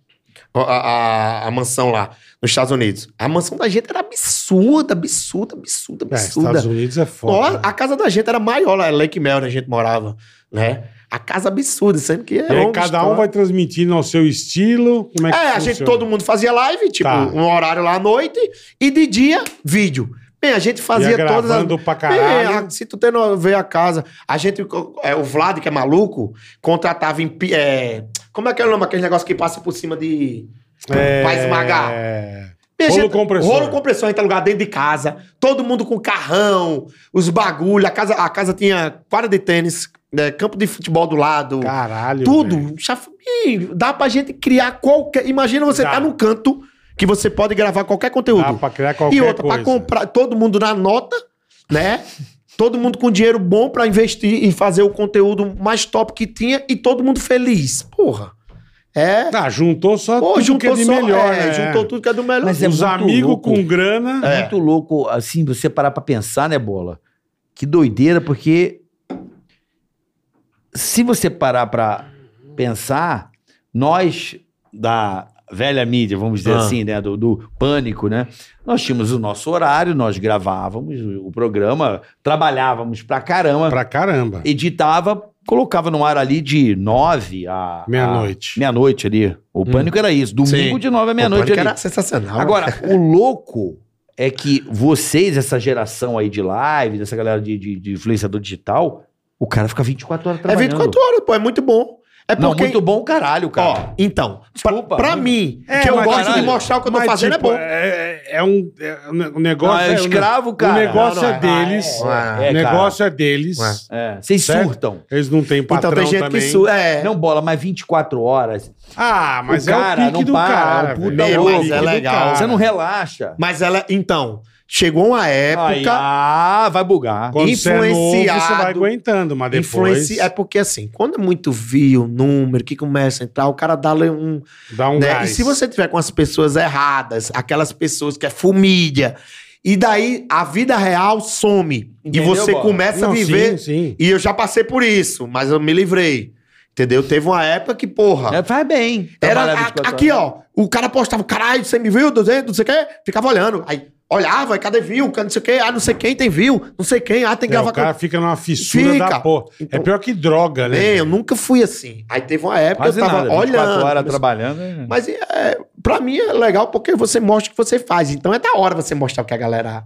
E: A, a- a- a mansão lá, nos Estados Unidos. A mansão da gente era absurda, absurda, absurda,
D: É,
E: absurda.
D: Estados Unidos é
E: Ó,
D: foda. né?
E: a casa da gente era maior lá, é Lake Mel, onde a gente morava, né? A casa absurda, sendo que é
D: E aí
E: longa
D: cada um
E: história.
D: vai transmitindo ao seu estilo. Como é que
E: É, a gente, todo mundo fazia live, tipo,
D: Tá.
E: um horário lá à noite, e de dia, vídeo. Bem, a gente fazia todas as...
D: é gravando pra
E: Bem,
D: caralho.
E: É, a- se tu tem no- ver a casa, a gente, é, o Vlad, que é maluco, contratava em... pi- é, como é que é o nome? Aquele negócio que passa por cima de...
D: É,
E: Pra esmagar.
D: é,
E: Bem, a
D: Rolo compressor.
E: Rolo compressor, a gente alugava dentro de casa. Todo mundo com carrão, os bagulho. A casa, a casa tinha quadra de tênis, né, campo de futebol do lado.
D: Caralho. velho.
E: tudo. Chaf... Ih, dá pra gente criar qualquer... Imagina você
D: Dá.
E: tá num canto que você pode gravar qualquer
D: Dá
E: conteúdo.
D: pra criar qualquer
E: E outra, pra
D: coisa.
E: comprar... Todo mundo na nota, né? todo mundo com dinheiro bom pra investir e fazer o conteúdo mais top que tinha. E todo mundo feliz. Porra. É...
D: Ah, juntou só
E: Pô,
D: tudo
E: juntou
D: que é de
E: só-
D: melhor,
E: é,
D: né?
E: Juntou tudo que é do melhor.
C: Mas é
D: Os
C: muito
D: amigos
C: louco.
D: com grana.
E: É.
C: Muito louco, assim, você parar pra pensar, né, Bola? Que doideira, porque se você parar pra pensar, nós da velha mídia, vamos dizer
E: Ah.
C: assim, né, do, do pânico, né? Nós tínhamos o nosso horário, nós gravávamos o programa, trabalhávamos pra caramba,
D: Pra caramba.
C: editava, colocava no ar ali de nove a...
D: Meia-noite.
C: a-
E: Ah,
C: Meia-noite ali. O pânico era isso, domingo
E: Hum. Sim.
C: de nove à
E: Pânico
C: meia-noite ali.
E: era sensacional.
C: Agora, o louco é que vocês, essa geração aí de live, dessa galera de, de- de influenciador digital, o cara fica 24 horas
E: é
C: trabalhando.
E: 24 horas, pô, é muito bom. É porque.
C: tá Não, muito bom o caralho, cara.
E: Ó, então,
C: Desculpa,
E: pra, pra
C: muito-
E: mim,
D: É,
E: que eu
D: mas
E: gosto
C: caralho,
E: de mostrar o que eu tô
D: Mas,
E: fazendo
D: tipo,
E: é bom.
D: É, é um, é um negócio.
C: Não, é
E: Ah,
D: um-
C: escravo, cara.
D: O negócio
E: Não,
D: é
E: não, é-
D: deles.
E: é,
C: é,
D: o
C: cara.
D: negócio é deles.
E: Ué.
C: É, vocês
D: Certo?
C: surtam.
D: Eles não têm patrão
E: então tem gente
D: também.
E: que su é.
C: Não bola, mas 24 horas.
D: Ah, mas
C: O cara
D: é o pique
C: não
D: do
C: para,
D: cara.
C: o puta
D: velho.
E: louco.
D: o pique
E: Mas é
D: do
E: legal.
D: cara.
C: Você não relaxa.
E: Mas ela, então, chegou uma
C: Aí,
E: época
C: ah, vai bugar.
D: Quando você é novo, você vai
E: influenciado,
D: aguentando, mas depois
E: influencia. É porque assim, quando é muito view, número, que começa a entrar, o cara dá um,
D: dá um
E: né? E
D: gás.
E: se você tiver com as pessoas erradas, aquelas pessoas que é família, e daí a vida real some.
C: Entendeu,
E: e você
C: Bola?
E: começa
D: Não,
E: a
D: Sim,
E: viver.
D: sim.
E: E eu já passei por isso, mas eu me livrei. Entendeu? Teve uma época que, porra.
C: É, faz bem.
E: Era
C: trabalhar
E: a-
C: 24 horas.
E: aqui, ó. O cara postava, caralho, você me viu, 200, não sei o quê. Ficava olhando. Aí olhava, e cadê view? Cadê Não sei o quê. Ah, não sei quem tem view. Não sei quem. Ah, tem que
D: É, o
E: gravar.
D: cara
E: com-
D: fica numa fissura
E: Fica.
D: da porra. É pior que droga, né?
E: Bem, eu nunca fui assim. Aí teve uma época
C: Quase
E: que eu tava
C: nada, 24
E: olhando.
C: horas
E: mas-
C: trabalhando. é-
E: Mas é, pra mim é legal porque você mostra o que você faz. Então é da hora você mostrar o que a galera.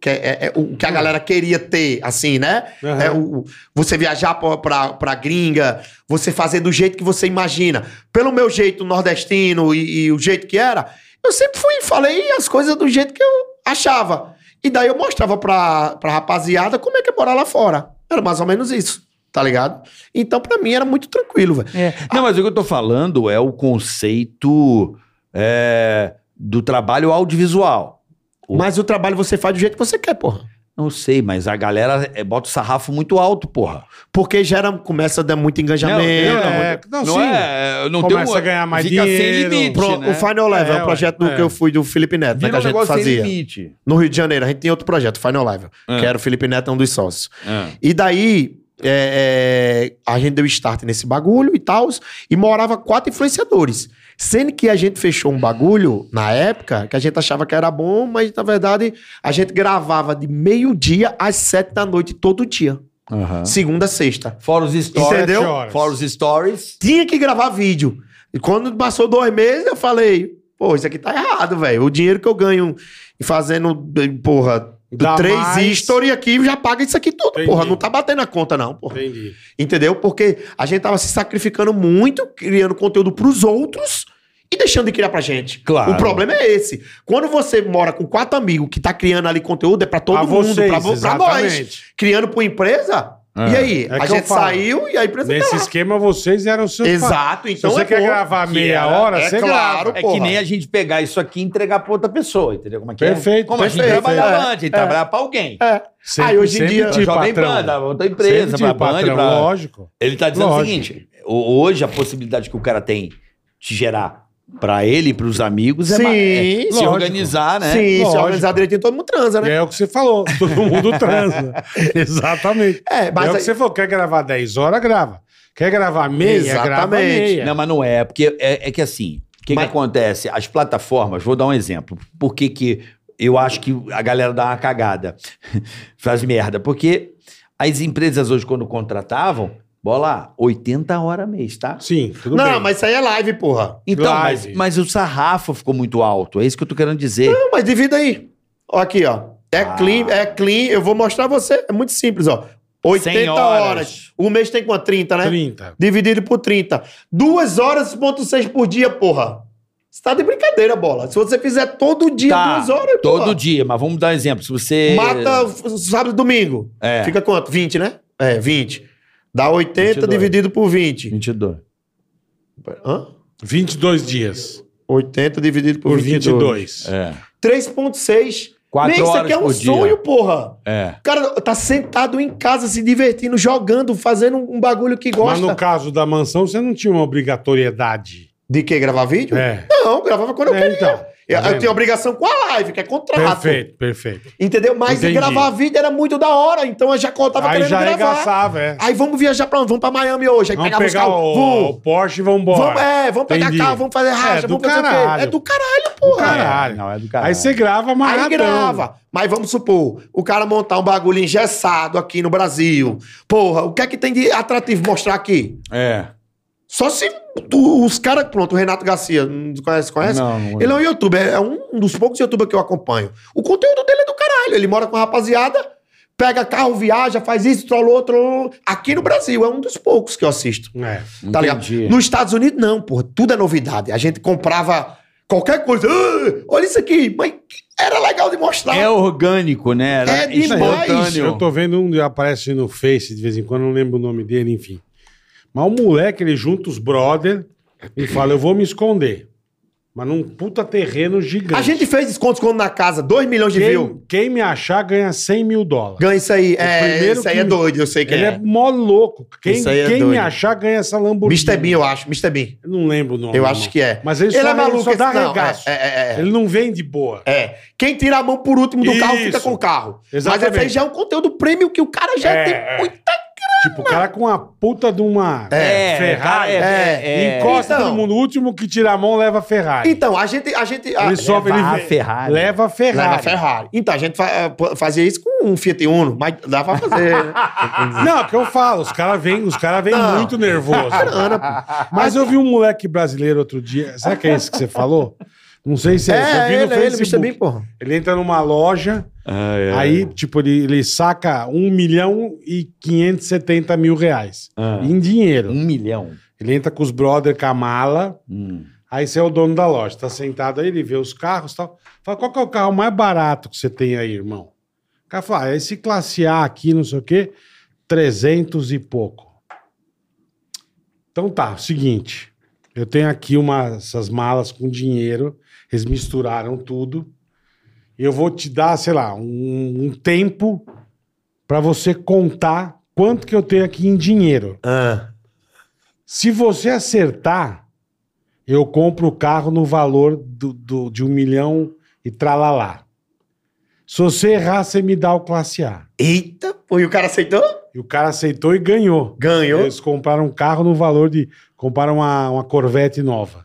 E: Que é, é- o que a galera queria ter, assim, né?
D: Aham.
E: É o, o- você viajar pra, pra, pra gringa, você fazer do jeito que você imagina. Pelo meu jeito nordestino e, e o jeito que era, eu sempre fui e falei as coisas do jeito que eu achava. E daí eu mostrava pra, pra rapaziada como é que é morar lá fora. Era mais ou menos isso, tá ligado? Então pra mim era muito tranquilo, velho.
C: É. Não, mas o que eu tô falando é o conceito é, do trabalho audiovisual. O-
E: Mas o trabalho você faz do jeito que você quer, porra.
C: Não sei, mas a galera é, bota o sarrafo muito alto, porra.
E: Porque gera, começa a dar muito engajamento.
C: Não,
D: É, não, sim.
C: é, não
D: Começa
C: um-
D: a ganhar mais
C: fica
D: dinheiro.
C: sem limite,
E: Pro-
C: né?
E: O Final Level é,
D: É,
E: um projeto
D: ué,
E: do que
D: é.
E: eu fui do Felipe Neto, né, que
C: Vira
E: a
C: um
E: gente
C: negócio sem
E: fazia.
C: limite.
E: No Rio de Janeiro, a gente tem outro projeto, Final Level,
C: É.
E: que era o Felipe Neto, um dos sócios.
C: É.
E: E daí, é, é, a gente deu start nesse bagulho e tal, e morava quatro influenciadores. Sendo que a gente fechou um bagulho, na época, que a gente achava que era bom, mas na verdade a gente gravava de meio-dia às sete da noite todo dia.
C: Aham.
E: Segunda a sexta.
C: Fora os stories.
E: Entendeu?
D: Sete horas.
C: Fora os stories.
E: tinha que gravar vídeo. E quando passou dois meses, eu falei, pô, isso aqui tá errado, velho. O dinheiro que eu ganho fazendo, eh, porra,
D: Dá
E: três
D: mais.
E: story aqui já paga isso aqui tudo,
D: Entendi.
E: porra. Não tá batendo a conta, não, porra.
D: Entendi.
E: Entendeu? Porque a gente tava se sacrificando muito, criando conteúdo pros outros e deixando de criar pra gente.
C: Claro.
E: O problema é esse. Quando você mora com quatro amigos que tá criando ali conteúdo, é pra todo
D: Pra
E: mundo,
D: vocês,
E: pra, vo- pra nós.
D: exatamente.
E: Criando pra empresa,
C: É.
E: e aí?
D: É que
E: a
D: eu
E: gente
D: falo.
E: saiu e a empresa tá
D: Nesse
E: lá.
D: esquema, vocês eram seus
E: Exato, então
D: Se você
E: é
D: quer
E: bom.
D: gravar
C: que
D: meia
C: era-
D: hora,
E: é
D: você
E: claro.
D: grava.
C: É que
E: Porra.
C: nem a gente pegar isso aqui e entregar pra outra pessoa, entendeu? Como é que é?
D: Perfeito,
C: Como a gente
D: perfeito.
C: trabalhava
E: É,
C: antes, a gente trabalhava pra alguém.
E: É.
D: Sempre-
E: hoje em
D: sempre
E: dia-
C: Pra
D: tive
C: Jovem
D: Tipo patrão.
C: Pan, pra outra
D: Sempre
C: empresa,
D: tive
C: pra Band,
D: patrão,
C: pra,
D: lógico.
C: Ele tá dizendo
D: Lógico.
C: o seguinte: ho- hoje a possibilidade que o cara tem de gerar Pra ele e pros amigos é,
E: Sim,
C: ma- é se
E: lógico.
C: organizar, né?
E: Sim, se
D: Lógico.
E: organizar direitinho, todo mundo transa,
D: E
E: né?
D: é o que você falou, todo mundo transa. Exatamente.
E: É, mas
D: é o
E: aí-
D: que você falou, quer gravar 10 horas, grava. Quer gravar meia, grava
E: Exatamente.
D: meia.
C: Não, mas não é, porque é, é que assim, o que,
E: Mas-
C: que acontece? As plataformas, vou dar um exemplo. Por que, que eu acho que a galera dá uma cagada? Faz merda. Porque as empresas hoje, quando contratavam, bola, 80 horas mês, tá?
D: Sim, tudo
E: não,
D: bem.
E: mas isso aí é live, porra.
C: Então, mas,
D: Live.
C: mas o sarrafo ficou muito alto, é isso que eu tô querendo dizer.
E: Não, mas divida aí. Ó, aqui, ó. É
C: Ah.
E: clean, é clean. Eu vou mostrar você. É muito simples, ó. 80 horas. O mês tem quanto? 30, né?
D: 30.
E: Dividido por 30. 2 horas, ponto 6 por dia, porra. Você tá de brincadeira, bola. Se você fizer todo dia,
C: Tá,
E: duas horas,
C: Todo
E: porra.
C: dia, mas vamos dar um exemplo. Se você.
E: Mata f- sábado e domingo.
C: É,
E: Fica quanto? 20, né? É, 20. Dá 80
C: 22.
E: dividido por 20.
C: 22.
E: Hã?
D: 22 dias
E: 80 dividido por,
D: por
E: 22.
D: 22.
C: É.
E: 3.6.
C: Quatro
E: Meio que
C: horas
E: isso aqui é um
C: por dia.
E: sonho, porra.
C: É.
E: O cara tá sentado em casa, se divertindo, jogando, fazendo um bagulho que
D: Mas
E: gosta.
D: no caso da mansão, você não tinha uma obrigatoriedade.
E: De que? Gravar vídeo?
D: É.
E: Não, gravava quando eu
D: É,
E: queria.
D: então.
E: Eu,
D: Tá
E: eu
D: vendo?
E: tenho obrigação com a live, que é contrato.
D: Perfeito, perfeito.
E: Entendeu? Mas
D: Entendi.
E: gravar vídeo era muito da hora, então eu já tava
D: Aí
E: querendo
D: já
E: gravar.
D: arregaçava, é.
E: Aí vamos viajar pra onde? Vamos pra Miami hoje. Aí
D: Vamos
E: pegava os
D: pegar
E: carros.
D: o,
E: Vamos,
D: o Porsche e vambora.
E: vamos, é, vamos pegar
D: Entendi.
E: carro, vamos fazer racha,
D: É, do
E: vamos fazer o
D: caralho.
E: quê? É do caralho, porra.
D: Caralho.
C: Não, é do caralho.
D: Aí você grava
E: Aí
D: amarradão.
E: grava. Mas vamos supor, o cara montar um bagulho engessado aqui no Brasil. Porra, o que é que tem de atrativo mostrar aqui?
C: É.
E: Só se tu- os caras. Pronto, o Renato Garcia, não conhece? conhece?
C: Não, não
E: ele é um youtuber, é um, um dos poucos youtubers que eu acompanho. O conteúdo dele é do caralho. Ele mora com a rapaziada, pega carro, viaja, faz isso, trola outro. Aqui no Brasil, é um dos poucos que eu assisto.
D: É.
E: Tá
C: Entendi.
E: ligado? Nos Estados Unidos, não, porra. Tudo é novidade. A gente comprava qualquer coisa. Ah, olha isso aqui. Mas era legal de mostrar.
C: É orgânico, né? Era
E: É demais.
C: espontâneo.
D: Eu tô vendo um, aparece no Face de vez em quando, não lembro o nome dele, enfim. Mas o moleque, ele junta os brother e fala, eu vou me esconder. Mas num puta terreno gigante.
E: A gente fez descontos quando na casa, 2 milhões de views.
D: quem, quem me achar ganha 100 mil dólares.
E: Ganha isso aí. É,
D: primeiro
E: isso aí
D: que-
E: é doido, eu sei que
D: Ele é
E: é.
D: mó louco. Quem,
E: Isso aí é
D: quem me
E: doido.
D: achar ganha essa Lamborghini.
E: Mr. Bean, eu acho. Mr. Bean.
D: Eu Não lembro o nome.
E: Eu
D: irmão.
E: acho que é.
D: Mas ele, só,
E: é maluco,
D: ele só dá
E: esse- não,
D: arregaço.
E: É, é, é, é.
D: Ele não vende boa.
E: É. Quem tira a mão por último do carro fica
D: Isso.
E: com o carro.
D: Exatamente.
E: Mas esse aí já é um conteúdo prêmio que o cara já
D: É, é.
E: tem muita.
D: Tipo, o cara com a puta de uma
C: É,
D: Ferrari.
C: é, é, é.
D: Encosta
E: Então.
D: todo mundo. O último que tirar a mão leva a Ferrari.
E: Então, a gente. A gente a-
D: ele só
C: leva
D: ele
C: a
D: vê-
C: Ah, Ferrari.
D: Leva a Ferrari.
E: Então. Leva a Ferrari. Então, a gente fa- eh, pô, fazia isso com um Fiat Uno, mas dá pra fazer. né?
D: Não, é o que eu falo, os caras vêm os cara vem
E: Não.
D: muito nervoso.
E: Ana, pô.
D: Mas eu vi um moleque brasileiro outro dia. Será que é esse que você falou? Não sei se é, esse. Eu vi
E: é,
D: no
E: ele, ele,
D: Facebook.
E: Mr. Bean, porra.
D: Ele entra numa loja,
C: Ah, é.
D: aí, tipo, ele, ele saca 1 milhão e 570 mil reais
C: Ah.
D: em dinheiro.
C: Um milhão.
D: Ele entra com os brother com a mala.
C: Hum.
D: Aí você é o dono da loja, tá sentado aí, ele vê os carros e tal. Fala, qual que é o carro mais barato que você tem aí, irmão? O cara fala, ah, esse classe A aqui, não sei o quê, 300 e pouco. Então tá, seguinte, eu tenho aqui uma, essas malas com dinheiro, eles misturaram tudo. Eu vou te dar, sei lá, um, um tempo pra você contar quanto que eu tenho aqui em dinheiro.
E: Ah.
D: Se você acertar, eu compro o carro no valor do, do- de um milhão e tralalá. Se você errar, você me dá o classe A.
E: Eita, pô, e o cara aceitou?
D: E o cara aceitou e ganhou.
E: Ganhou.
D: Eles compraram um carro no valor de. Compraram uma, uma Corvette nova.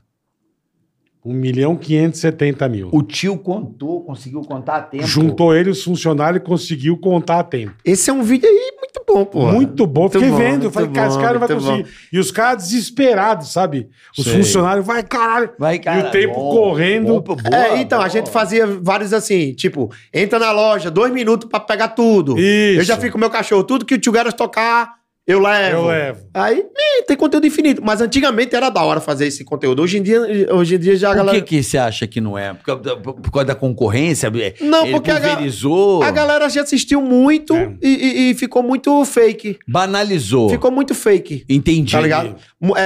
D: Um milhão quinhentos e setenta mil.
C: O tio contou, conseguiu contar a tempo.
D: Juntou ele, os funcionários, e conseguiu contar a tempo.
E: Esse é um vídeo aí muito bom, pô.
D: Muito bom, fiquei
E: bom,
D: vendo. Falei,
E: muito
D: cara, esse
E: bom,
D: cara não vai
E: muito
D: conseguir. E os caras desesperados, sabe? Os
C: Sei.
D: funcionários, vai, caralho.
C: Vai, cara,
D: E o tempo
C: bom,
D: correndo.
C: bom, boa,
E: É, então,
C: boa.
E: a gente fazia vários assim, tipo, entra na loja, dois minutos pra pegar tudo.
D: Isso.
E: Eu já fico com meu cachorro, tudo que o tio Garas tocar, eu levo.
D: Eu levo.
E: Aí, ih, tem conteúdo infinito. Mas antigamente era da hora fazer esse conteúdo. Hoje em dia, hoje em dia já a
C: Por
E: galera.
C: que, que você acha que não é? Por causa da, por causa da concorrência? É,
E: Não,
C: Ele
E: porque a ga-
C: pulverizou,
E: A galera já assistiu muito
D: É.
E: e, e- e ficou muito fake.
C: banalizou.
E: Ficou muito fake.
C: Entendi.
E: Tá ligado? Mu- É,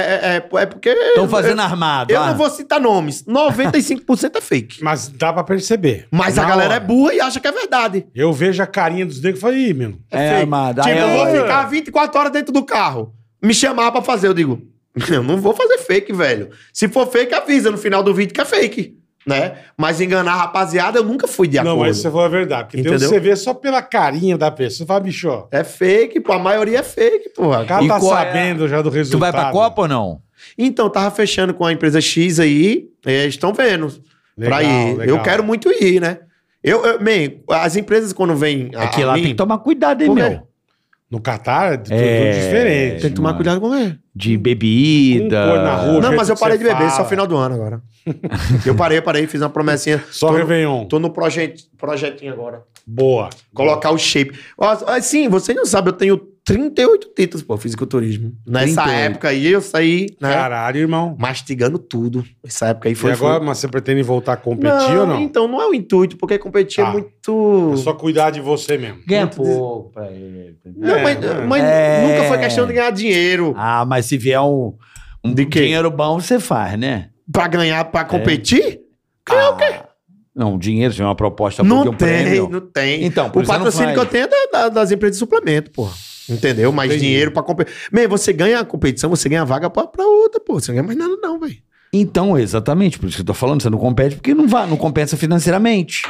E: é, é- é porque.
C: Estão fazendo armado.
E: Eu
C: ah.
E: não vou citar nomes. 95% é fake.
D: Mas dá pra perceber.
E: Mas a
D: Na
E: galera
D: hora.
E: é burra e acha que é verdade.
D: Eu vejo a carinha dos negros e falo, ih, meu.
E: É
C: É
E: fake.
C: armado.
E: Tipo,
C: Aí
E: eu vou
C: olha,
E: ficar 24 horas dentro do carro. Me chamar pra fazer, eu digo. Eu não vou fazer fake, velho. Se for fake, avisa no final do vídeo que é fake, né? Mas enganar a rapaziada, eu nunca fui de
D: Não,
E: acordo.
D: mas você falou a verdade. Porque tem uns que
E: Entendeu?
D: você vê só pela carinha da pessoa. Você fala, bicho, ó,
E: É fake, pô. A maioria é fake, porra.
D: o cara
C: E
D: tá
C: qual é?
D: sabendo já do
C: Tu
D: resultado.
C: vai pra Copa ou não?
E: Então, tava fechando com a empresa X aí, É, eles estão vendo
D: Legal,
E: pra ir.
D: legal.
E: Eu quero muito ir, né? Eu, eu man, as empresas quando vêm a,
C: É que
E: a
C: lá
E: mim,
C: tem que tomar cuidado, hein,
E: Por quê?
C: meu?
D: No Catar é tudo
C: É,
D: diferente.
E: tem que tomar
C: mano.
E: cuidado com ele.
C: De
D: Com cor na rua.
C: bebida.
D: O
E: Não,
D: jeito
E: mas eu
D: que
E: parei
D: você
E: de beber, só
D: fala.
E: final do ano agora. eu parei, parei, fiz uma promessinha.
D: Só
E: tô,
D: Réveillon.
E: tô no projet, projetinho agora.
D: Boa.
E: Colocar o shape. Ó, Assim, vocês não sabem, eu tenho 38 títulos, pô, fisiculturismo. Nessa
C: 38.
E: época aí, eu saí, né?
D: Caralho, irmão.
E: Mastigando tudo. Essa época aí foi.
D: e agora,
E: foi-
D: mas você pretende voltar a competir ou não?
E: Então, não é o intuito, porque competir
C: Ah.
D: Tá.
E: é muito.
D: É só cuidar de você mesmo.
C: Ganha pouco pra ele.
E: Não,
D: É,
E: mas,
D: é.
E: mas
C: É.
E: nunca foi questão de ganhar dinheiro.
C: Ah, mas se vier um, um
E: De quê?
C: dinheiro bom, você faz, né?
E: Pra ganhar, pra competir? é
C: Ah, o quê? Não, dinheiro, se vier uma proposta boa de
E: não
C: um
E: tem,
C: prêmio.
E: não tem.
C: Então, por
E: O
C: isso eu não
E: patrocínio que eu
C: faz.
E: tenho é da- da- das empresas de suplemento, pô. Entendeu? Mais
D: Entendi.
E: dinheiro pra competir. Man, você ganha a competição, você ganha a vaga pra, pra outra, pô. Você não ganha mais nada, não, velho.
C: Então, exatamente, por isso que eu tô falando, você não compete porque não vai, não compensa financeiramente.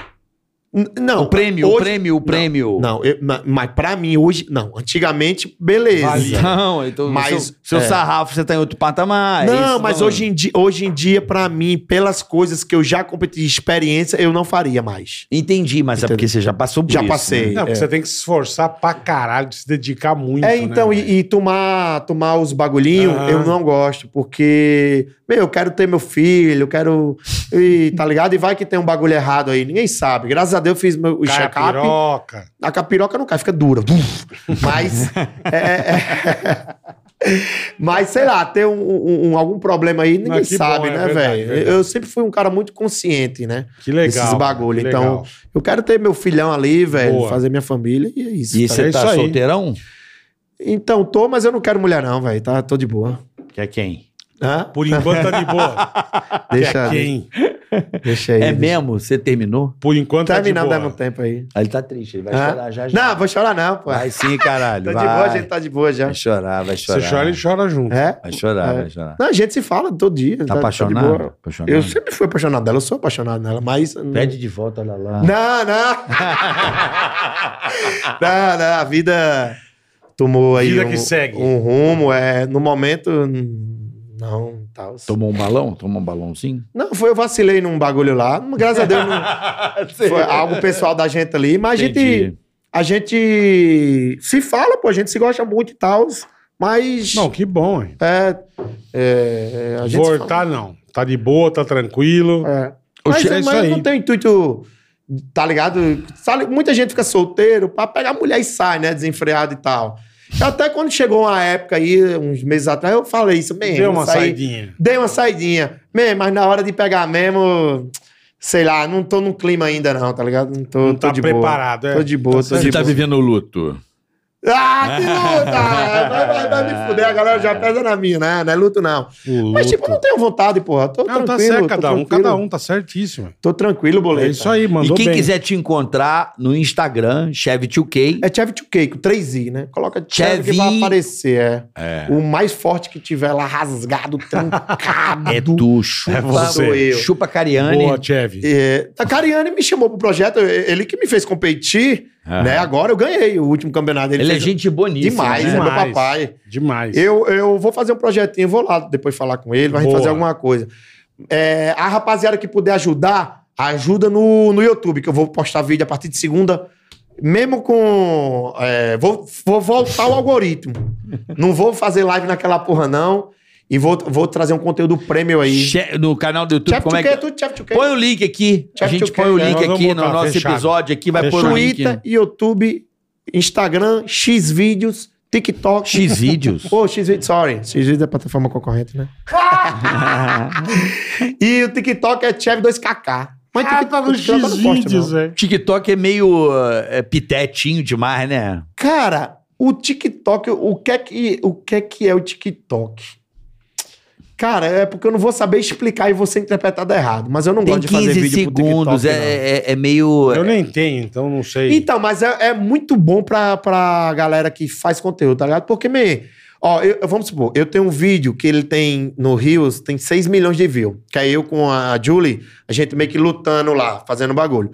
E: N- Não.
C: o prêmio, o
E: hoje-
C: prêmio, o prêmio.
E: Não, eu- ma- mas pra mim hoje, não. Antigamente, beleza.
D: Valia.
C: Então, então
E: Mas,
C: seu, seu
E: é.
C: sarrafo, você tá em outro
D: Ah,
C: patamar. é isso que
E: não,
C: eu tô
E: mas
C: falando.
E: hoje em, dia, hoje em dia, pra mim, pelas coisas que eu já competi de experiência, eu não faria mais.
C: Entendi, mas é
E: Entendeu?
C: porque você já passou por
E: Já
C: isso,
E: passei.
C: né?
D: Não, porque
E: É.
D: você tem que se esforçar pra caralho, de se dedicar muito.
E: é, então,
D: né, velho?
E: e, e tomar, tomar os bagulhinhos,
D: Aham.
E: eu não gosto, porque, meu, eu quero ter meu filho, eu quero. E, tá ligado? E vai que tem um bagulho errado aí, ninguém sabe. Graças a Deus eu fiz meu, o
D: Cai a
E: check-up.
D: piroca.
E: A capiroca não cai, fica dura. Buf. Mas. é, é, é. Mas, sei lá, ter um, um- um- algum problema aí, ninguém
D: que bom,
E: sabe,
D: é
E: né,
D: verdade,
E: velho?
D: verdade.
E: Eu sempre fui um cara muito consciente, né?
D: Que legal.
E: Esses bagulho,
D: que
E: então-
D: legal.
E: Eu quero ter meu filhão ali, velho,
D: Boa.
E: fazer minha família e é isso.
C: E
E: tá
C: você
D: É
C: tá
D: isso aí.
C: solteirão?
E: Então, tô, mas eu não quero mulher, não, velho. Tá, tô de boa.
C: Que é quem?
E: Hã?
D: Por enquanto tá de boa.
E: Deixa,
D: é quem?
E: deixa aí.
C: É mesmo? Você terminou?
D: Por enquanto tá de
E: Terminando dando um
D: boa.
E: tempo aí.
C: Aí ele tá triste, ele vai
E: Hã?
C: chorar já já.
E: Não, vou chorar não, pô.
C: Vai sim, caralho.
E: tá
C: vai.
E: de boa, a gente tá de boa já.
C: Vai chorar, vai chorar.
D: Você chora e chora junto.
E: É?
C: Vai chorar,
E: É.
C: vai chorar.
E: Não, a gente se fala todo dia.
C: Tá
E: de
C: apaixonado?
E: boa.
C: apaixonado?
E: Eu sempre fui apaixonado dela, eu sou apaixonado nela, mas.
C: Pede de volta, olha lá.
E: Não, não. não, não, a vida tomou aí
D: Vida
E: um,
D: que segue.
E: um rumo. É, no momento, hum, não, tal.
C: Tomou um balão? Tomou um balãozinho?
E: Não, foi eu vacilei num bagulho lá. Graças a Deus, não- foi algo pessoal da gente ali. Mas a gente,
C: Entendi.
E: a gente se fala, pô, a gente se gosta muito e tal. Mas
D: Não, que bom, hein?
E: é, é, a gente se fala.
D: Voltar não. Tá de boa, tá tranquilo.
E: É.
D: Oxe,
E: Mas,
D: é isso
E: mas
D: aí.
E: não tem intuito, tá ligado? Sabe, muita gente fica solteiro pra pegar mulher e sai, né? Desenfreado e tal. Até quando chegou uma época aí, uns meses atrás, eu falei isso mesmo.
D: Deu uma
E: saí-
D: saidinha.
E: Dei uma saidinha. Mesmo, mas na hora de pegar mesmo, sei lá, não tô num clima ainda não, tá ligado? Não tô,
D: Não
E: tô
D: tá
E: de
D: preparado,
E: boa.
D: é.
E: Tô de boa, tô
D: certo. Tá
E: tá
D: Você
E: de boa.
C: tá vivendo o luto.
E: Ah, que luta! vai, vai, vai me fuder, a galera já pesa na minha, né? Não é luto não.
D: O
E: Mas tipo,
D: luto.
E: não tenho vontade, porra. Tô
D: Não,
E: tranquilo,
D: tá certo,
E: tô
D: cada um,
E: tranquilo. tá.
D: cada um, tá certíssimo.
E: Tô tranquilo, boleto.
D: É isso aí,
C: e
D: mandou
C: quem
D: bem.
C: quiser te encontrar no Instagram, Chevy2K.
E: É Chevy 2K, com 3i, né? Coloca Chevy que
C: Chevy.
E: vai aparecer, é. O mais forte que tiver lá, rasgado, trancado.
C: É tu, chupa,
D: É você.
E: Sou eu.
C: chupa Cariani.
D: Boa, Chevy.
E: É, a Cariani me chamou pro projeto, ele que me fez competir, né? Agora eu ganhei o último campeonato. Ele,
C: Ele é
E: fez
C: gente bonita.
E: demais,
D: né?
E: é meu
D: Demais.
E: papai.
D: Demais.
E: Eu, eu vou fazer um projetinho, vou lá depois falar com ele, vai
D: Boa.
E: fazer alguma coisa. É, a rapaziada que puder ajudar, ajuda no, no YouTube, que eu vou postar vídeo a partir de segunda. Mesmo com. é, vou, vou voltar o algoritmo. Não vou fazer live naquela porra, não. E vou, vou trazer um conteúdo prêmio aí.
C: Che- No canal do YouTube,
E: Chef
C: como é
E: 2K,
C: que...
E: tudo Chef 2K.
C: Põe o link aqui. A
E: Chef
C: gente
E: 2K,
C: põe o
E: né?
C: link
D: Nós vamos
C: aqui no
D: botar,
C: nosso
D: fechado.
C: episódio aqui, vai
D: Fechado.
C: pôr o link. né?
E: Twitter, YouTube, Instagram, Xvideos, TikTok.
C: X-Vídeos.
E: Pô, Xvideos, sorry. Xvideos é plataforma concorrente, né? E o TikTok é Chev 2KK. Mas
D: Ah, tá no
E: TikTok eu não posto,
D: X-Vídeos,
E: não.
D: velho.
C: TikTok é meio é, pitetinho demais, né?
E: Cara, o TikTok, o que, é que, o que é que é o TikTok? Cara, é porque eu não vou saber explicar e você interpretar errado. Mas eu não
C: Tem
E: gosto de fazer
C: 15
E: vídeo pro
C: segundos,
E: TikTok, não.
C: é, é, é meio...
D: Eu nem tenho, então não sei.
E: Então, mas é, é muito bom pra, pra galera que faz conteúdo, tá ligado? Porque, me Ó, eu- eu- vamos supor, eu tenho um vídeo que ele tem no Rios, tem 6 milhões de views. Que é eu com a Julie, a gente meio que lutando lá, fazendo bagulho.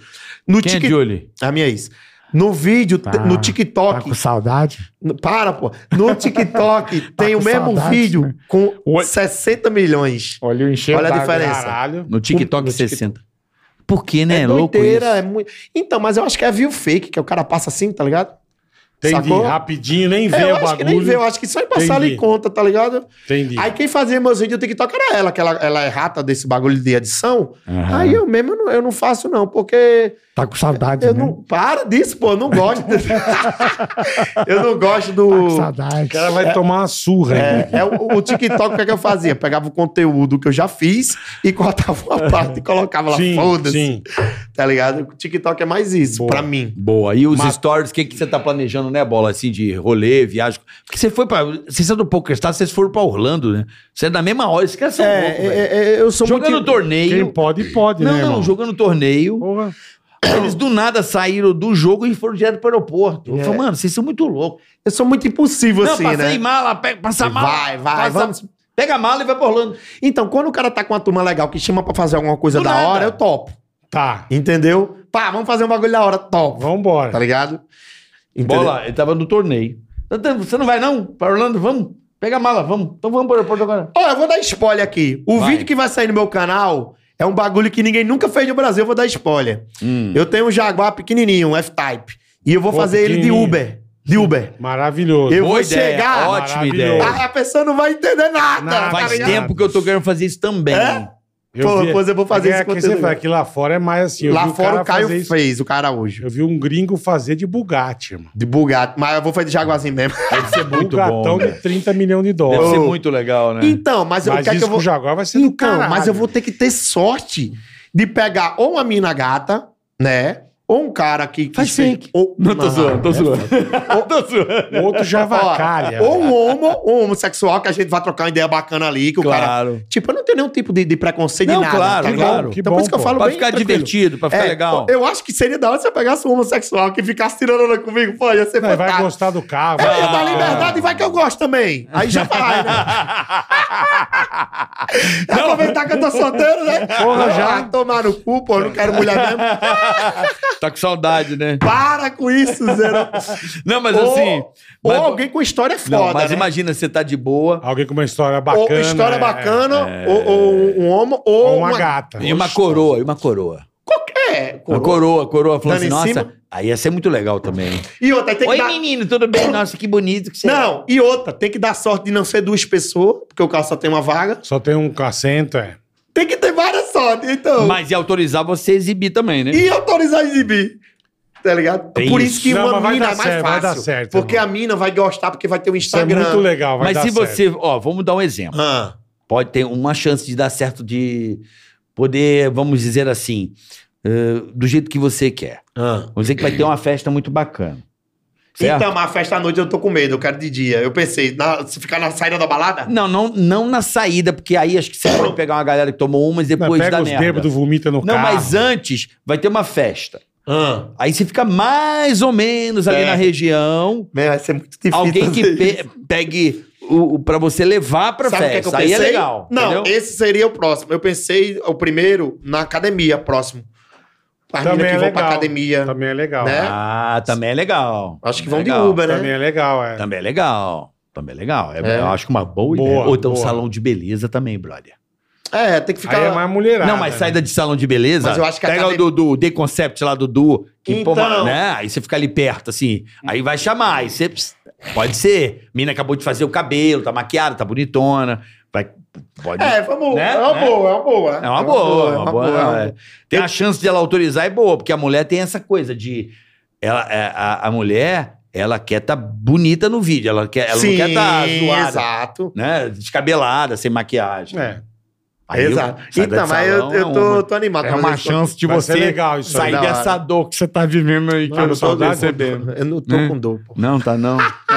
E: No
C: Quem é
E: TikTok.
C: Julie?
E: a minha ex. No vídeo, te-
B: Tá.
E: no
B: Tá
E: TikTok.
B: com saudade?
E: no- Para, pô. No TikTok tem
B: com
E: o mesmo
B: saudade,
E: vídeo
B: né?
E: com
B: Oi.
E: 60 milhões.
B: Olha o enxergo.
E: Olha a
B: da-
E: diferença.
B: Caralho.
C: No TikTok
E: No
C: 60. Por que, né? É, louco
E: doideira,
C: isso.
E: é muito. Então, mas eu acho que é view fake, que o cara passa assim, tá ligado?
D: Entendi.
E: Sacou?
D: Rapidinho, nem vê
E: É, eu
D: o
E: acho que
D: bagulho.
E: nem vê, eu acho que só em passar ali
D: Entendi.
E: em conta, tá ligado?
D: Entendi.
E: Aí quem fazia meus vídeos do TikTok era ela, que ela, ela é rata desse bagulho de edição.
B: Aham.
E: Aí eu mesmo eu não, eu não faço, não, porque
B: Tá com saudade,
E: eu
B: né?
E: não. Para disso, pô, eu não gosto. eu não gosto do.
B: Tá com
D: O
B: saudade.
D: cara vai tomar uma surra. hein?
E: É, é o, o TikTok, o que, é que eu fazia? Pegava o conteúdo que eu já fiz e cortava uma parte e colocava lá,
D: Sim,
E: foda-se.
D: sim.
E: Tá ligado? O TikTok é mais isso,
D: Boa.
E: pra mim.
C: Boa. E os
D: Mas-
C: stories, o que, que você tá planejando, né, Bola? Assim, de rolê, viagem. Porque você foi pra. Você saiu do PokerStars, vocês foram pra Orlando, né? Você é da mesma hora. Esses caras são
E: Tá
C: loucos, velho.
E: eu é, sou
C: Jogando torneio.
D: Quem pode, pode,
C: Não,
D: né,
C: não,
D: irmão?
C: jogando torneio.
D: Porra.
C: Eles do nada saíram do jogo e foram direto pro aeroporto. Eu
E: É.
C: falei, mano, vocês são muito loucos.
E: Eu sou muito impulsivo,
C: Não,
E: assim,
C: passei
E: né?
C: mala, pega, passa
E: E
C: mala.
E: vai, vai,
C: passa-
E: vamos.
C: Pega a mala e vai pra Orlando.
E: Então, quando o cara tá com uma turma legal que chama pra fazer alguma coisa
C: Do
E: da
C: nada.
E: hora, eu topo.
D: Tá.
E: Entendeu? Pá, vamos fazer um bagulho da hora, topo. Tá
D: Vambora.
E: ligado? Entendeu?
C: Bola, ele tava no torneio. Então, Você não vai não? Pra Orlando, vamos? Pega a mala, vamos. Então vamos pro aeroporto agora.
E: Ó, eu vou dar spoiler aqui. O
C: Vai.
E: vídeo que vai sair no meu canal é um bagulho que ninguém nunca fez no Brasil, eu vou dar spoiler.
C: Hum.
E: Eu tenho um Jaguar pequenininho, um F-Type. E eu vou
D: Pô,
E: fazer ele de
D: pequenininho.
E: Uber. De Uber.
D: Maravilhoso.
E: Eu-
C: Boa
E: vou
C: ideia,
E: chegar.
C: Ótima
D: Maravilhoso.
C: ideia.
E: A, a pessoa não vai entender nada.
D: Nada.
E: tá
C: Faz
E: ligado?
C: tempo que eu tô querendo fazer isso também.
E: É? Pô, pois eu vou fazer
D: é,
E: esse
D: que
E: conteúdo.
D: Você fala que lá fora é mais assim. eu
E: Lá
D: vi
E: fora
D: cara
E: o Caio
D: fazer isso.
E: fez, o cara hoje.
D: Eu vi um gringo fazer de Bugatti, irmão.
E: De Bugatti. Mas eu vou fazer de Jaguarzinho mesmo.
D: É.
C: Deve ser muito bom.
D: Bugatão
C: né?
D: de 30 milhões de
C: Deve
D: dólares.
C: ser
E: Ô.
C: muito legal, né?
E: Então, mas, eu- o
D: Mas
E: que é que
D: isso
E: eu vou...
D: com o Jaguar vai ser do
E: Então,
D: caralho.
E: mas eu vou ter que ter sorte de pegar ou uma mina gata, né? Ou um cara que... que
C: Faz
E: seja-
C: fake.
E: Ou...
C: Não, tô zoando, tô zoando. tô zoando.
D: O outro
E: Ó,
D: javacalha.
E: ou um homo, ou um homossexual, que a gente vai trocar uma ideia bacana ali, que o cara...
C: Claro.
E: Tipo, eu não tenho nenhum tipo de, de preconceito
C: Não,
E: de nada.
C: claro,
E: tá ligado?
C: claro.
D: Que
E: então
D: bom,
E: por isso que eu
D: pô.
E: falo
C: Pra
E: bem
C: ficar
E: tranquilo.
C: divertido, pra ficar
E: É,
C: legal.
E: Eu acho que seria da hora se eu pegasse um homossexual que ficasse tirando onda comigo. Pô, ia ser
D: Não, ele vai
E: fantástico.
D: gostar do carro.
E: Eu
D: vai-
E: ia dar liberdade e vai que eu gosto também. Aí já vai, né? Aproveitar que eu tô solteiro, né?
D: Porra, já.
E: Ah, tomar no cu, pô, eu não quero mulher mesmo.
C: Tá com saudade, né?
E: Para com isso, Zero.
C: Não, mas
E: Ou-
C: assim.
E: Ou
C: mas-
E: alguém com história foda,
C: Não, mas
E: né?
C: imagina, você tá de boa
D: Alguém com uma história
E: Ou
D: bacana.
E: história
D: é,
E: bacana, ou, ou um homo, ou,
D: Ou uma gata.
C: e uma coroa, e uma coroa.
E: É,
C: Uma
E: coroa.
D: um
C: coroa, coroa falando assim,
E: Dando em
C: nossa,
E: cima.
C: aí ia ser muito legal também. né?
E: E outra, tem que
C: Oi,
E: dar...
C: menino, tudo bem? Nossa, que bonito que você é.
E: Não, e outra, tem que dar sorte de não ser duas pessoas, porque o carro só tem uma vaga.
D: Só tem um assento, é.
E: Tem que ter várias sortes, então.
C: Mas e autorizar você a exibir também, né?
E: E autorizar a exibir. Tá ligado?
C: Tem
E: Por
C: isso.
E: isso que
D: Não,
E: uma
D: mas vai
E: mina
D: dar
E: é mais
D: certo, vai
E: fácil.
D: dar certo,
E: porque
D: irmão.
E: a mina vai gostar, porque vai ter um
D: Isso é
E: Instagram.
D: muito legal, vai
C: Tá Mas
D: dar
C: se
D: certo.
C: você, ó, vamos dar um exemplo.
E: Ah,
C: Pode ter uma chance de dar certo de poder, vamos dizer assim, eh, do jeito que você quer.
E: ah.
C: Vamos dizer que vai ter uma festa muito bacana. Certo?
E: Então, mas a festa à noite eu tô com medo, eu quero de dia. Eu pensei, na- se ficar na saída da balada,
C: Não, não, não na saída, porque aí acho que você pode pegar uma galera que tomou umas e
D: Não,
C: depois
D: pega
C: dá
D: os
C: merda.
D: bêbados, vomita no
C: Não,
D: carro.
C: mas antes vai ter uma festa.
D: Hum.
E: ah,
C: Aí você fica mais ou menos ali
E: É.
C: na região.
E: meu, Né? vai ser muito difícil.
C: Alguém que
E: fazer
C: pe-
E: isso.
C: pegue o, o para você levar pra
E: Sabe o que, é que
C: festa.
E: eu
C: aí
E: pensei?
C: é legal.
E: Não,
C: entendeu?
E: esse seria o próximo. Eu pensei o primeiro na academia, próximo. As
D: Também
E: meninas
D: é
E: que vão pra
D: legal.
E: academia.
D: Também é legal.
E: Né?
C: Ah, também é legal.
E: Acho que
C: Também
E: vão
C: é
E: de
C: legal.
E: Uber, né?
D: Também é legal, é.
C: Também é legal. Também é legal. É-
E: É.
C: Eu acho que uma boa,
D: Boa,
C: ideia. Ou então
D: boa.
C: salão de beleza também, brother.
E: É, tem que ficar.
D: Aí é mais mulherada.
C: não, mas
D: né?
C: saída de salão de beleza.
E: Mas eu acho que a
C: Pega
E: academia-
C: o do, do The Concept lá do Du. Que, pô,
E: Então.
C: né? Aí você fica ali perto, assim. Aí vai chamar. Aí você. pss, Pode ser. Mina acabou de fazer o cabelo, tá maquiada, tá bonitona. Vai, pode
E: É, vamos.
C: Né?
E: É uma
C: Né?
E: boa, é uma boa.
C: É uma boa, é uma boa.
E: é uma
C: é. Tem a chance de ela autorizar, é boa, porque a mulher tem essa coisa de. Ela, é, a, a mulher, ela quer estar bonita no vídeo, ela, quer, ela não quer estar é zoada,
E: Exato.
C: né? Descabelada, sem maquiagem.
D: É.
C: Aí eu-
E: exato.
C: saída
E: Então,
C: de
E: mas eu,
C: salão é
E: eu tô,
C: uma.
E: tô animado.
B: É
E: pra
B: uma
E: fazer
B: chance de
D: Vai ser
B: você
D: legal isso aí.
B: sair
E: Da
B: dessa dor que você tá vivendo aí, que
E: isso.
B: eu
E: Eu
B: não
E: não
B: tô
E: tô
B: percebendo.
E: com- Eu não tô
C: Hum.
E: com dor, pô.
C: Não, tá não.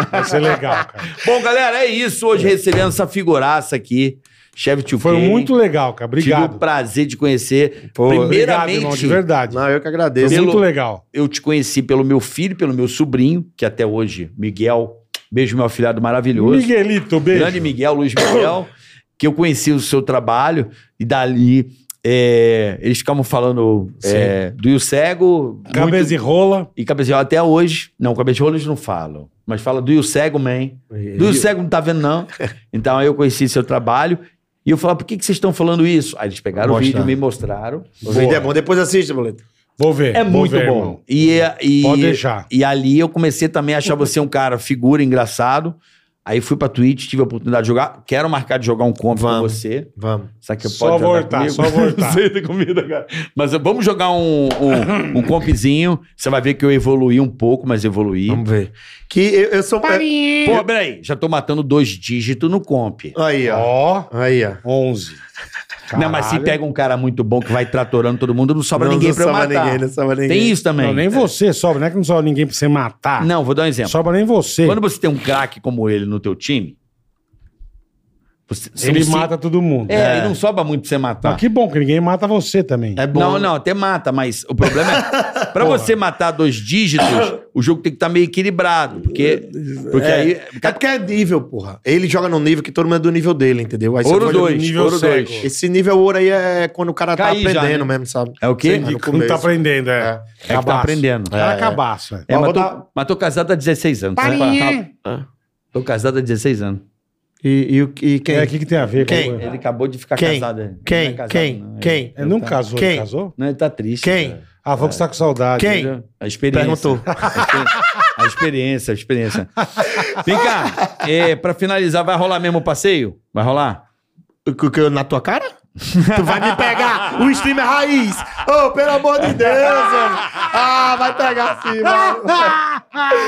D: Vai ser legal, cara.
C: Bom, galera, é isso. Hoje recebendo essa figuraça aqui, chefe Tio
D: Foi
C: Kane.
D: muito legal, cara.
C: Tive
D: Obrigado.
C: o prazer de conhecer.
E: Pô,
D: Obrigado,
C: Primeiramente,
D: irmão, de verdade.
E: Não, eu que
D: Foi
E: agradeço.
C: Pelo-
D: muito legal.
C: eu te conheci pelo meu filho, pelo meu sobrinho, que até hoje, Miguel, Beijo, meu afilhado maravilhoso.
D: Miguelito, beijo.
C: Grande Miguel, Luiz Miguel, que eu conheci o seu trabalho, e dali é, eles ficavam falando é, do Rio Cego.
D: Cabeça
C: muito-
D: e rola.
C: E cabezinho até hoje. Não, cabezinho eles não falam. Mas fala do Rio Cego, man. Do Rio Cego não tá vendo, não. Então aí eu conheci seu trabalho. E eu falava, por que, que vocês estão falando isso? Aí eles pegaram o
E: Mostra.
C: vídeo, me mostraram.
E: O vídeo é bom, depois assista, boleto.
D: Vou ver.
C: É
D: vou
C: muito
D: ver,
C: bom.
D: irmão.
C: E, eh, e,
D: Pode deixar.
C: e ali eu comecei também a achar você um cara figura, engraçado. Aí fui pra Twitch, tive a oportunidade de jogar. Quero marcar de jogar um combo com
E: Vamos.
C: você.
E: Vamos.
C: Será que
D: Só
C: pode jogar
D: voltar,
C: comigo?
D: só voltar.
C: Não sei da comida, cara. Mas eh, vamos jogar um, um, um compzinho. Você vai ver que eu evoluí um pouco, mas evoluí.
E: Vamos ver. Que eu, eu sou. é-
C: Pô, peraí, já tô matando dois dígitos no comp.
E: Aí, ó.
D: Ó,
E: Aí, ó.
D: 11.
C: Não, mas se
D: Caralho.
C: pega um cara muito bom que vai tratorando todo mundo, não sobra
E: Não,
C: ninguém
E: não
C: pra eu
E: sobra
C: matar.
E: ninguém, não sobra ninguém.
C: Tem isso também.
D: Não, nem você sobra. Não é que não sobra ninguém pra você matar.
C: Não, vou dar um exemplo.
D: Sobra nem você.
C: Quando você tem um craque como ele no teu time, você- são
D: Ele
C: cinco-
D: mata todo mundo.
C: É, e não sobra muito pra você matar.
D: Mas que bom que ninguém mata você também. Tá
E: É bom.
C: Não, não, até mata, mas o problema é. pra você matar dois dígitos, o jogo tem que estar meio equilibrado. Porque, porque
E: É.
C: aí.
E: É porque é nível, porra. Ele joga num nível que todo mundo é do nível dele, entendeu? Aí você
C: Ouro
E: olha-
C: dois,
D: nível
C: ouro
D: cego.
C: dois.
E: Esse nível ouro aí é quando o cara tá
C: Caí já, né?
E: aprendendo mesmo, sabe?
C: É o quê?
E: Sim,
D: Não
E: no
D: tá
E: começo.
D: aprendendo, é.
C: É que tá aprendendo.
D: O cara
E: É, é.
D: cabaço, é.
C: É,
D: Ó,
C: mas,
D: vou
C: tô,
D: dar-
C: mas tô casado há 16 anos.
D: Parinha.
C: Tá? Tô casado há 16 anos.
E: E, e, o- e quem?
D: É, o que, que tem a ver
E: Quem?
D: com
C: Ele acabou de ficar
E: Quem?
C: casado. ele
E: Quem?
C: não é casado,
E: Quem?
C: não.
E: Quem?
D: Ele não
C: tá-
D: casou,
E: Quem?
D: ele casou?
C: Não, ele tá triste.
E: Quem?
C: cara.
D: Ah, falou que você tá com saudade.
E: Quem?
C: A experiência.
E: Perguntou.
C: A experiência, a experiência. a experiência. Vem cá, é, pra finalizar, vai rolar mesmo o passeio? Vai rolar?
E: Que- que- Na tua cara? tu vai me pegar, o streamer raiz. Ô, pelo amor de Deus, mano. Ah, vai pegar sim, mano.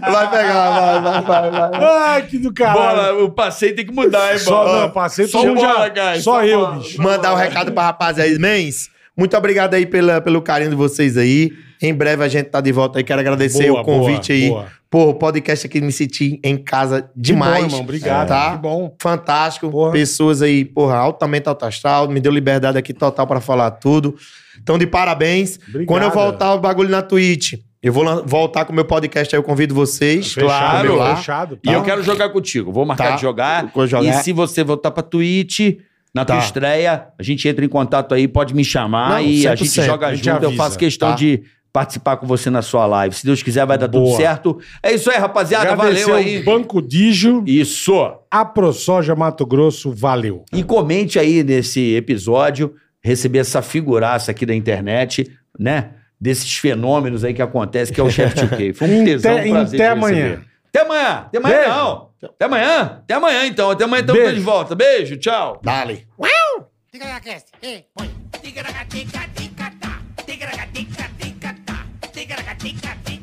E: Vai pegar, vai, vai, vai. vai.
D: Ai, que do caralho.
C: o passeio tem que mudar, hein,
D: Só, não, passei
C: Só
D: todo mundo
C: bola,
D: já.
C: guys,
D: só
C: só
D: eu,
C: bola.
D: bicho.
E: Mandar o recado pra rapaziada. Mens, muito obrigado aí pela, pelo carinho de vocês aí. Em breve a gente tá de volta aí. Quero agradecer
D: Boa,
E: o convite
D: boa,
E: aí.
D: boa.
E: Pô, o podcast aqui me senti em casa demais.
D: Que bom, irmão, obrigado.
E: Tá?
D: Que bom.
E: Fantástico.
D: Porra.
E: Pessoas aí, porra, altamente altastral. Me deu liberdade aqui total pra falar tudo. Então, de parabéns.
D: Obrigado.
E: Quando eu voltar o bagulho na Twitch, eu vou lan- voltar com o meu podcast aí. Eu convido vocês.
D: Fechado,
C: claro.
D: meu,
E: lá.
D: Fechado.
C: tá?
D: tá?
C: E eu quero jogar contigo. Vou marcar
E: Tá.
C: de jogar.
E: Vou jogar.
C: E se você voltar pra Twitch, na tua
E: Tá.
C: estreia, a gente entra em contato aí, pode me chamar
E: Não,
C: e a
E: 100%,
C: gente joga
D: a gente
C: junto. Eu
D: avisa,
C: faço questão
E: tá?
C: de participar com você na sua live. Se Deus quiser, vai dar
D: Boa.
C: tudo certo. É isso aí, rapaziada.
D: Agradecer
C: Valeu
D: o
C: aí.
D: Banco Digio,
C: Isso.
D: a ProSoja Mato Grosso, valeu.
C: E comente aí nesse episódio, receber essa figuraça aqui da internet, né? Desses fenômenos aí que acontecem, que é o Chef 2K. Foi um
D: Até-
C: tesão, um prazer.
D: até
C: te receber.
D: amanhã.
C: Até amanhã. Até amanhã,
D: Beijo.
C: não. Até amanhã. Até amanhã, então. Até amanhã estamos
D: Beijo.
C: de volta. Beijo, tchau.
E: Dale.
A: Tigaracast, ei, põe. Tigaracatica, ticatá. Tigaractica, ticatá. Tigaractica, ticatá.